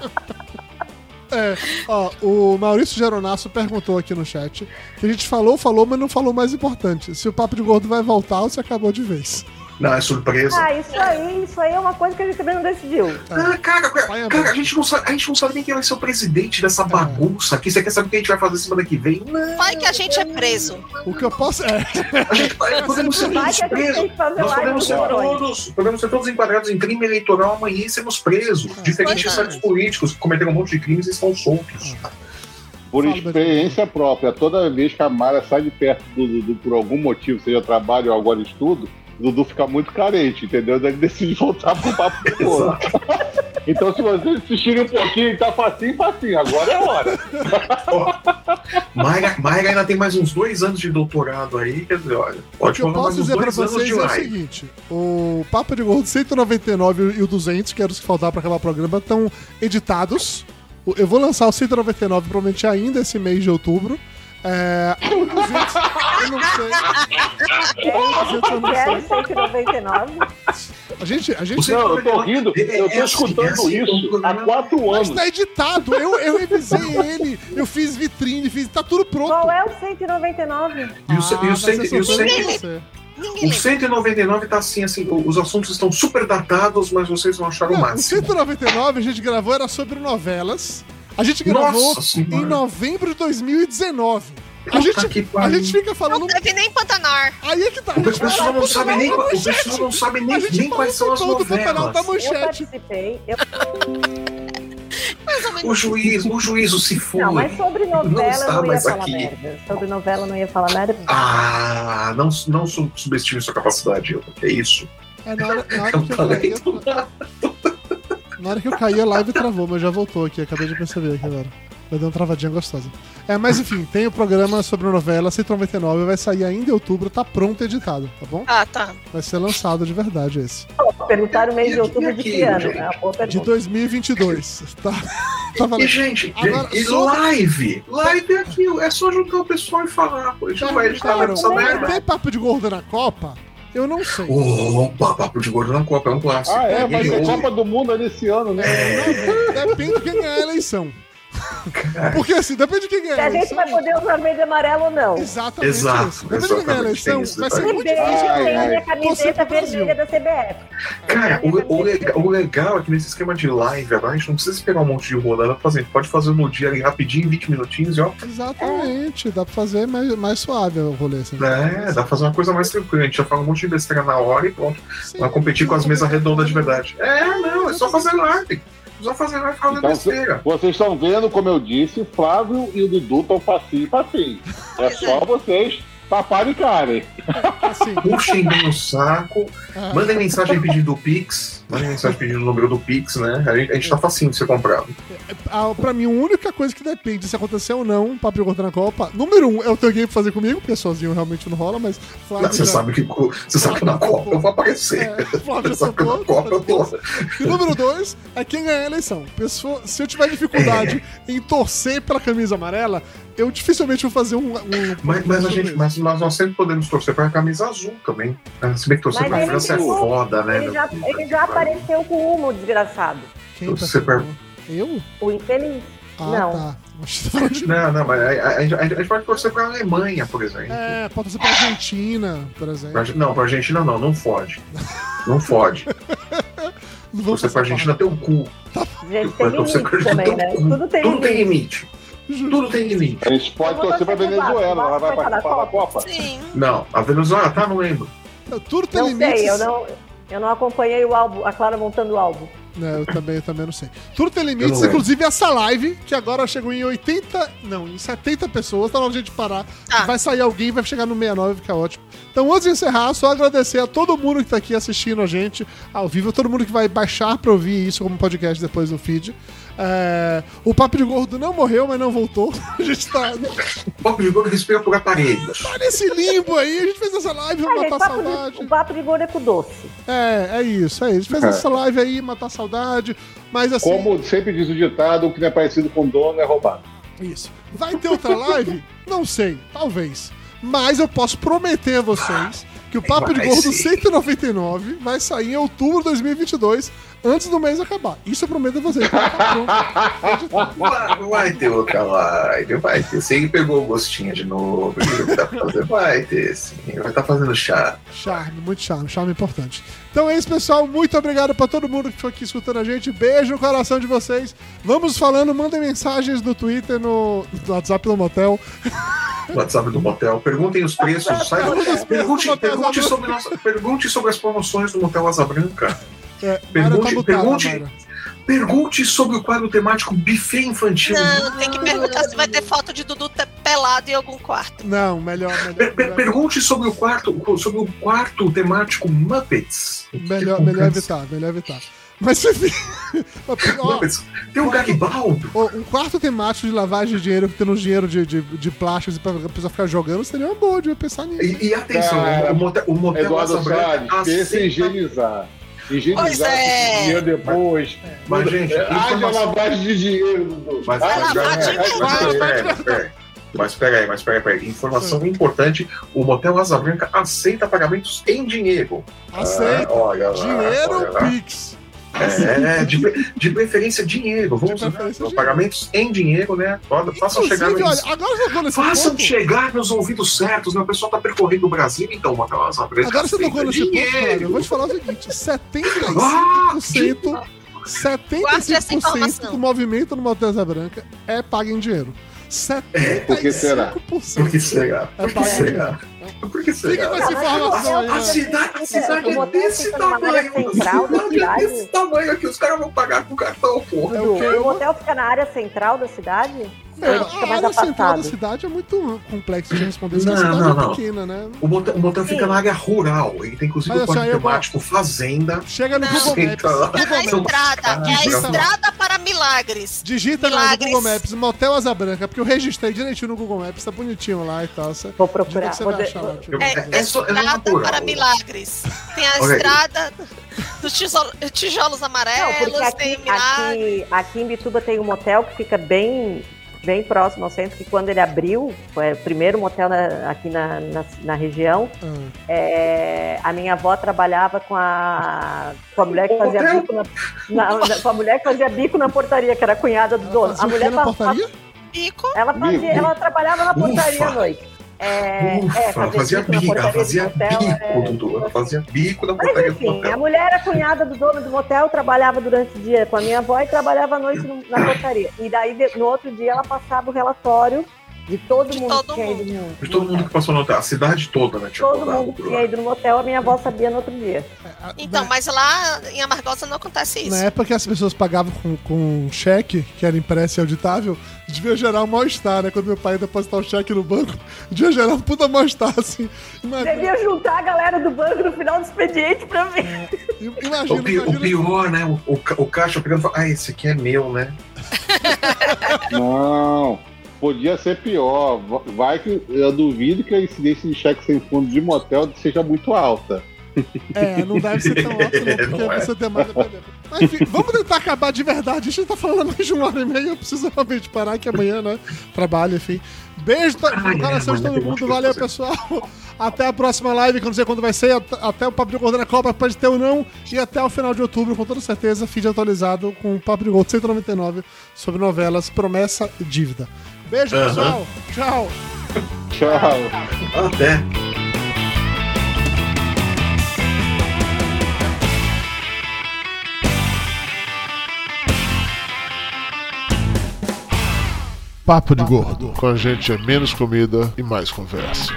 S1: É, ó, o Maurício Geronasso perguntou aqui no chat que a gente falou, falou, mas não falou o mais importante. Se o Papo de Gordo vai voltar ou se acabou de vez.
S2: Não, é surpresa.
S7: Ah, isso aí, isso aí é uma coisa que a gente também não decidiu.
S2: Ah, cara,
S1: Vai
S2: cara,
S1: andando.
S2: cara, a gente não sabe, a gente não sabe nem quem vai ser o presidente dessa
S7: É.
S2: bagunça aqui. Você quer saber o que a gente vai fazer semana que vem? Não,
S6: Vai que a gente é preso.
S1: O que eu posso... É,
S2: a gente podemos ser
S7: Vai
S2: todos
S7: que a gente
S2: presos.
S7: tem que fazer
S2: tá Nós
S7: live dos
S2: podemos ser
S7: heróis.
S2: todos, podemos ser todos enquadrados em crime eleitoral amanhã e sermos presos. Diferente de
S6: Pois é.
S2: certos políticos que cometeram um monte de crimes e estão soltos.
S3: Por experiência própria, toda vez que a Mara sai de perto do Dudu por algum motivo, seja trabalho ou agora estudo, o Dudu fica muito carente, entendeu? Ele decide voltar pro papo do gordo. Então, se vocês assistirem um pouquinho, e tá facinho, facinho. Agora é a hora.
S2: Mayra, Mayra ainda tem mais uns dois anos de doutorado aí, quer dizer, olha,
S1: o
S2: pode
S1: que eu
S2: falar
S1: posso
S2: mais uns
S1: dizer pra
S2: dois anos
S1: vocês
S2: de
S1: é o
S2: live.
S1: seguinte. O Papo de Gordo 199 e o 200, que eram os que faltavam pra acabar o programa, estão editados. O- Eu vou lançar o 199 provavelmente ainda esse mês de outubro. É, o 200, eu não sei.
S7: É,
S1: O
S7: então,
S2: é
S1: 200 eu não
S7: Quero
S1: sei.
S7: 199.
S1: A gente, a gente
S2: Você-
S3: Não, eu tô rindo.
S1: é,
S3: Eu
S1: assim,
S3: tô escutando isso há
S2: é um
S3: quatro
S1: então, Mas
S3: anos.
S1: tá editado, eu, eu revisei ele, eu fiz vitrine, fiz, tá tudo pronto.
S7: Qual é o 199?
S2: E o ce-
S1: Ah,
S2: e o cento- e o cento-
S6: Ninguém
S2: O
S6: lembra.
S2: 199 tá assim, assim, o- os assuntos estão super datados, mas vocês não acharam é o
S1: Não, o
S2: máximo.
S1: 199 a gente gravou era sobre novelas. A gente gravou
S2: Nossa
S1: em
S2: Senhora.
S1: novembro de 2019. A
S2: Puta que
S1: gente, a
S2: pariu.
S1: gente fica
S6: Não
S1: falando.
S6: teve nem Pantanar.
S1: Aí é que tá.
S2: O pessoal não sabe nem, o
S1: manchete.
S2: pessoal não sabe
S1: A
S2: nem,
S1: gente
S2: nem quais são as
S1: participou do Pantanal da
S2: novelas.
S7: Eu
S1: tá manchete.
S7: participei. Eu...
S6: Mais ou menos.
S2: O juiz, o juízo se foi.
S7: Não, mas sobre novela
S2: está
S7: eu não ia
S2: mais
S7: falar
S2: aqui.
S7: merda. Sobre novela eu não ia falar merda.
S2: Ah, não, não su- subestime sua capacidade, eu. É isso.
S1: É, na hora, na hora que
S2: Eu
S1: eu
S2: falei
S1: caí,
S2: do nada.
S1: na hora que eu caí, a live travou, mas já voltou aqui, acabei de perceber aqui agora. Vai dar uma travadinha gostosa. É, mas enfim, tem o programa sobre novela 199, vai sair ainda em outubro, tá pronto e editado, tá bom?
S6: Ah, tá.
S1: Vai ser lançado de verdade esse.
S7: Perguntaram o mês de
S2: Ah, E-
S7: outubro
S2: e
S7: de que
S2: aquilo,
S7: ano?
S2: gente?
S7: É uma boa
S1: De
S7: pergunta.
S1: 2022, tá? Tá
S2: E,
S1: valendo.
S2: gente,
S1: Agora,
S2: gente, e
S1: só-
S2: live. Live é aquilo. É só juntar o pessoal e falar. Pô, a gente não vai editar
S1: Cara,
S2: mais essa tá merda.
S1: Tá, tem papo de gordo na Copa? Eu não sei.
S2: Ô, papo papo de gordo na Copa é um clássico.
S3: Ah, é,
S2: Ele
S3: vai ter
S2: ouve.
S3: Copa do Mundo ali esse ano, né?
S1: É. Não, depende de quem ganhar a eleição. Porque assim, depende de quem
S7: Se
S1: ganhar a
S7: a gente
S1: eleição.
S7: vai poder usar verde e amarelo ou não.
S1: Exatamente
S2: Exato,
S1: isso. Depende de quem ganhar a
S2: exatamente,
S1: eleição,
S2: tem isso,
S1: vai ser
S2: detalhe.
S1: muito
S7: Depende,
S1: difícil.
S7: eu tenho a
S3: Ai,
S7: minha
S1: ai. Torcer
S7: camiseta
S1: pro Brasil.
S7: vermelha da CBF.
S2: Cara, o, o lega- o legal é que nesse esquema de live agora a gente não precisa pegar um monte de rodada pra fazer. A gente pode fazer no dia ali rapidinho, 20 minutinhos e ó.
S1: Exatamente, dá pra fazer mais, mais suave o rolê. Assim.
S2: É, dá pra fazer uma coisa mais tranquila. A gente já fala um monte de besteira na hora e pronto.
S1: Sim,
S2: Vai competir com as mesas redondas de verdade. É, não, é só fazer live. Só fazer live falando
S3: Então,
S2: besteira.
S3: Vocês estão vendo, como eu disse, Flávio e o Dudu estão facinho, facinho. É só vocês paparicarem.
S1: Assim,
S2: Puxem bem o saco.
S1: ah,
S2: Mandem mensagem pedindo o Pix. Mandem mensagem pedindo o número do Pix, né? A gente, a gente tá facinho de ser comprado.
S1: ah, pra mim, a única coisa que depende se acontecer ou não, um papo de gordo na Copa, número um, é o teu game pra fazer comigo, porque sozinho realmente não rola, mas Flávio.
S2: Você
S1: já-
S2: sabe que, você sabe que na Copa eu vou aparecer.
S1: É, Flávio
S2: Você sabe que na
S1: Santoro,
S2: Copa eu tô.
S1: E número dois é quem ganhar a eleição. Pessoa, se eu tiver dificuldade em torcer pela camisa amarela, eu dificilmente vou fazer um. um-
S2: Mas, mas a gente, mas nós, nós sempre podemos torcer pra camisa azul também. né? Se bem que torcer
S7: Mas
S2: pra
S7: ele
S2: França é
S7: ganhou.
S2: foda, né?
S7: Ele já,
S2: meu?
S7: ele já apareceu com uma, o desgraçado.
S1: Quem tá
S2: Você
S1: sendo? Eu?
S7: O infeliz.
S1: Ah,
S7: Não.
S1: tá. Acho que tá falando de-
S2: Não, não, mas a, a- a gente- a gente pode torcer pra Alemanha, por exemplo.
S1: É, pode ser pra Argentina, por exemplo.
S2: Pra, não, pra Argentina não, não fode. Não fode.
S1: Não vou
S2: Torcer pra
S1: falar.
S2: Argentina tem um cu.
S7: Gente, tem
S2: Torcer pra
S7: limite
S2: Argentina
S7: também, né?
S2: tem um cu.
S7: Tudo tem
S2: Tudo tem
S7: limite.
S2: limite. Tudo tem limite.
S3: A gente pode
S7: Eu vou
S3: torcer pra
S7: torcer pro
S3: Venezuela,
S7: Vasco.
S3: ela vai
S7: Vasco vai
S3: participar da
S7: pra
S3: Copa?
S6: Sim.
S2: Não, a Venezuela tá, não lembro.
S1: Tudo tem
S7: Não
S1: limites.
S7: sei, eu não, eu não acompanhei o álbum, a Clara montando o álbum.
S1: Não, Né, eu também, eu também não sei. Tudo tem limites,
S2: Eu não
S1: inclusive essa live, que agora chegou em 80. Não, em 70 pessoas, tá na hora de a gente parar.
S6: Ah.
S1: Vai sair alguém, vai chegar no 69, fica ótimo. Então, antes de encerrar, só agradecer a todo mundo que tá aqui assistindo a gente ao vivo, a todo mundo que vai baixar pra ouvir isso como podcast depois no feed. É, o Papo de Gordo não morreu, mas não voltou. A gente tá
S2: Papo de Gordo respira por aparelhos.
S1: nesse limbo aí, a gente fez essa live, vamos
S7: Ah, gente,
S1: matar a
S7: papo
S1: saudade.
S7: de, o papo de gordo é com doce.
S1: É, é isso, é isso. A gente fez
S3: É.
S1: essa live aí, matar a saudade, mas assim.
S3: Como sempre diz o ditado, o que não é parecido com dono é roubado.
S1: Isso. Vai ter outra live? Não sei, talvez. Mas eu posso prometer a vocês que o Papo de
S2: Ah, Vai
S1: Gordo
S2: sim.
S1: 199 vai sair em outubro de 2022, antes do mês acabar. Isso eu prometo a vocês. tá? Tá pronto. Editado.
S2: Vai, vai ter outra live, vai ter. Você pegou o gostinho de novo, viu, que tá fazendo. vai ter sim, vai estar fazendo chá.
S1: charme, muito charme, charme importante. Então é isso, pessoal. Muito obrigado pra todo mundo que ficou aqui escutando a gente. Beijo no coração de vocês. Vamos falando, mandem mensagens no Twitter, no, no WhatsApp do motel.
S2: WhatsApp do motel, perguntem os preços, saiba. Pergunte, pergunte, sobre nossa, pergunte sobre as promoções do Motel Asa Branca.
S1: É,
S2: Pergunte-
S1: Mayra
S2: pergunte-
S1: Mayra.
S2: Pergunte sobre o quadro temático buffet infantil.
S6: Não, tem que perguntar se vai ter foto de Dudu te- pelado em algum quarto.
S1: Não, melhor,
S2: Per-
S1: melhor.
S2: per-
S1: melhor.
S2: pergunte sobre o quarto, sobre o quarto temático Muppets.
S1: Melhor,
S2: Tipo,
S1: melhor
S2: cara,
S1: evitar, melhor evitar. Mas enfim. ó,
S2: Muppets. Tem o Garibaldo.
S1: ó, um quarto temático de lavagem de dinheiro, tendo uns dinheiro de, de, de plásticos e pra pra pessoa ficar jogando, seria uma boa de eu pensar nisso.
S2: E, e atenção,
S3: Cara,
S2: o motel, o motel
S3: Eduardo
S2: Asa
S3: Salles,
S2: Branca
S3: pensa em
S2: aceita
S3: higienizar.
S6: Pois
S3: Higienizar
S6: é.
S3: esse dinheiro depois.
S2: Mas, gente,
S3: É, Haja
S2: informação-
S3: lavagem de dinheiro, Dudu.
S2: Mas,
S1: Ah,
S3: Haja
S2: mas,
S6: lavar
S2: mas,
S6: de
S2: mas, mas, peraí, mas, peraí. Mas peraí, mas peraí, peraí. Informação
S1: Hum.
S2: importante: o Motel Asa Branca aceita pagamentos em dinheiro.
S1: Aceita.
S2: Ah, olha lá, olha
S1: Dinheiro
S2: lá.
S1: Pix.
S2: É, de, pre- de preferência, dinheiro. Vamos
S1: De preferência,
S2: né?
S1: dinheiro.
S2: pagamentos em dinheiro, né? Olha, Façam chegar um
S1: Inclusive,
S2: nos.
S1: olha, agora você tocou nesse
S2: Façam
S1: ponto.
S2: chegar nos ouvidos certos, né? O pessoal tá percorrendo o Brasil, então, o Motel Asa Branca.
S1: Agora você
S2: aceita
S1: tocou nesse ponto, cara. Eu
S2: dinheiro.
S1: vou te falar o seguinte: 75%.
S2: Ah,
S1: 75% do movimento no Motel Asa Branca é pago em dinheiro. 75%
S3: porque será?
S2: Por que será?
S1: É
S2: Por que
S1: pago em dinheiro. É
S2: será? Por que
S1: Fica
S2: será?
S1: com essa
S5: Não, mas
S1: informação aí.
S5: eu-
S2: A
S1: né?
S2: cidade, a cidade
S5: Eu
S2: é
S5: botei assim,
S2: desse
S5: fica numa área
S2: tamanho.
S5: central da
S2: A cidade é
S5: cidade.
S2: desse tamanho aqui. Os caras vão pagar com cartão, porra.
S1: É o que
S5: O
S1: eu...
S5: hotel fica na área central da cidade?
S1: É,
S5: Ele fica
S1: a
S5: mais
S1: área central da
S5: afastado.
S1: cidade é muito complexo de responder. Isso é
S2: Não,
S1: uma cidade
S2: não, não.
S1: pequena, né?
S2: O motel, o motel fica na área rural. Ele tem inclusive
S1: Olha
S2: um
S1: só,
S2: quarto
S1: assim, eu vou-
S2: temático, fazenda.
S1: Chega no
S6: Não.
S1: Google
S2: Sim,
S1: Maps.
S2: tá lá.
S6: É
S1: Google
S6: na
S1: Maps.
S6: estrada. É a
S1: digita-
S6: estrada para milagres.
S1: Digita lá no
S6: Milagres.
S1: Google Maps, Motel Asa Branca, porque eu registrei direitinho no Google Maps, tá bonitinho lá e tal. Você...
S5: Vou
S1: Diga o
S5: procurar.
S1: que você
S5: Vou
S1: vai
S5: de-
S1: achar lá. tipo.
S2: É,
S6: É,
S2: é só- é uma
S6: estrada
S2: rural.
S6: para milagres. Tem a
S2: Olha aí.
S6: estrada dos tijolo- tijolos
S5: Não,
S6: amarelos,
S5: porque aqui,
S6: tem milagres.
S5: aqui, aqui em Bituba tem um motel que fica bem, bem próximo ao centro, que quando ele abriu, foi o primeiro motel na- aqui na, na, na região,
S1: Ah,
S5: é, a minha avó trabalhava com a, com a mulher que fazia
S2: Motel?
S5: bico na, na- na- com a mulher que fazia bico na portaria, que era a cunhada do dono.
S1: fazia
S5: A
S1: o quê
S5: mulher
S1: na
S5: fa- fa-
S1: portaria?
S6: Pico,
S5: ela fazia,
S3: Bico.
S5: ela trabalhava na portaria
S2: Ufa.
S5: à noite. É, é,
S2: Ufa, fazia
S5: bico na
S2: bico, ela
S5: portaria do
S2: fazia
S5: motel, é,
S2: bico, Dudu. Ela fazia bico na
S5: mas assim, é
S2: portaria do
S5: enfim, a
S2: motel.
S5: mulher era cunhada do dono do motel, trabalhava durante o dia com a minha avó e trabalhava à noite no- na portaria. E daí, de- no outro dia, ela passava o relatório de todo
S6: De
S5: mundo
S6: todo
S5: que tinha
S6: mundo.
S5: ido no motel.
S2: De todo mundo que passou no hotel, a cidade toda, né? Tinha
S5: assim, Todo
S2: rodado
S5: mundo que é
S2: por
S5: tinha
S2: lá.
S5: ido no motel, a minha avó sabia no outro dia.
S1: é, a-
S6: Então,
S1: na-
S6: mas lá em Amargosa não acontece isso.
S1: Na época que as pessoas pagavam com, com cheque, que era impresso e auditável, devia gerar um mal-estar, né? Quando meu pai ia depositar o cheque no banco, devia gerar um puta mal-estar, assim. Imagina,
S5: Devia juntar a galera do banco no final do expediente pra ver.
S1: imagina,
S2: O, pi- o
S1: imagina
S2: pior, né? O, o, ca- o caixa pegando e falando, ah, esse aqui é meu, né?
S3: Não, podia ser pior. Va- Vai que eu duvido que a incidência de cheque sem fundo de motel seja muito alta.
S1: É, não deve ser tão alto, não, porque
S2: Não é.
S1: você tem mais a perder. Mas enfim, vamos tentar acabar de verdade. A gente tá falando há mais de uma hora e meia, eu preciso realmente parar, que amanhã, né? Trabalho, enfim. Beijo tá- to-
S2: Ai,
S1: no coração de todo
S2: amanhã tem muita
S1: mundo,
S2: coisa
S1: valeu,
S2: pra
S1: pessoal. Até a próxima live, que eu não sei quando vai ser, at- até o Papo de Gordo na Copa, pode ter ou não, e até o final de outubro, com toda certeza, feed atualizado com o Papo de Gordo 199 sobre novelas Promessa e Dívida. Beijo,
S2: Aham.
S1: pessoal. Tchau.
S3: Tchau.
S2: Até.
S8: Papo de Gordo. Com a gente é menos comida e mais conversa.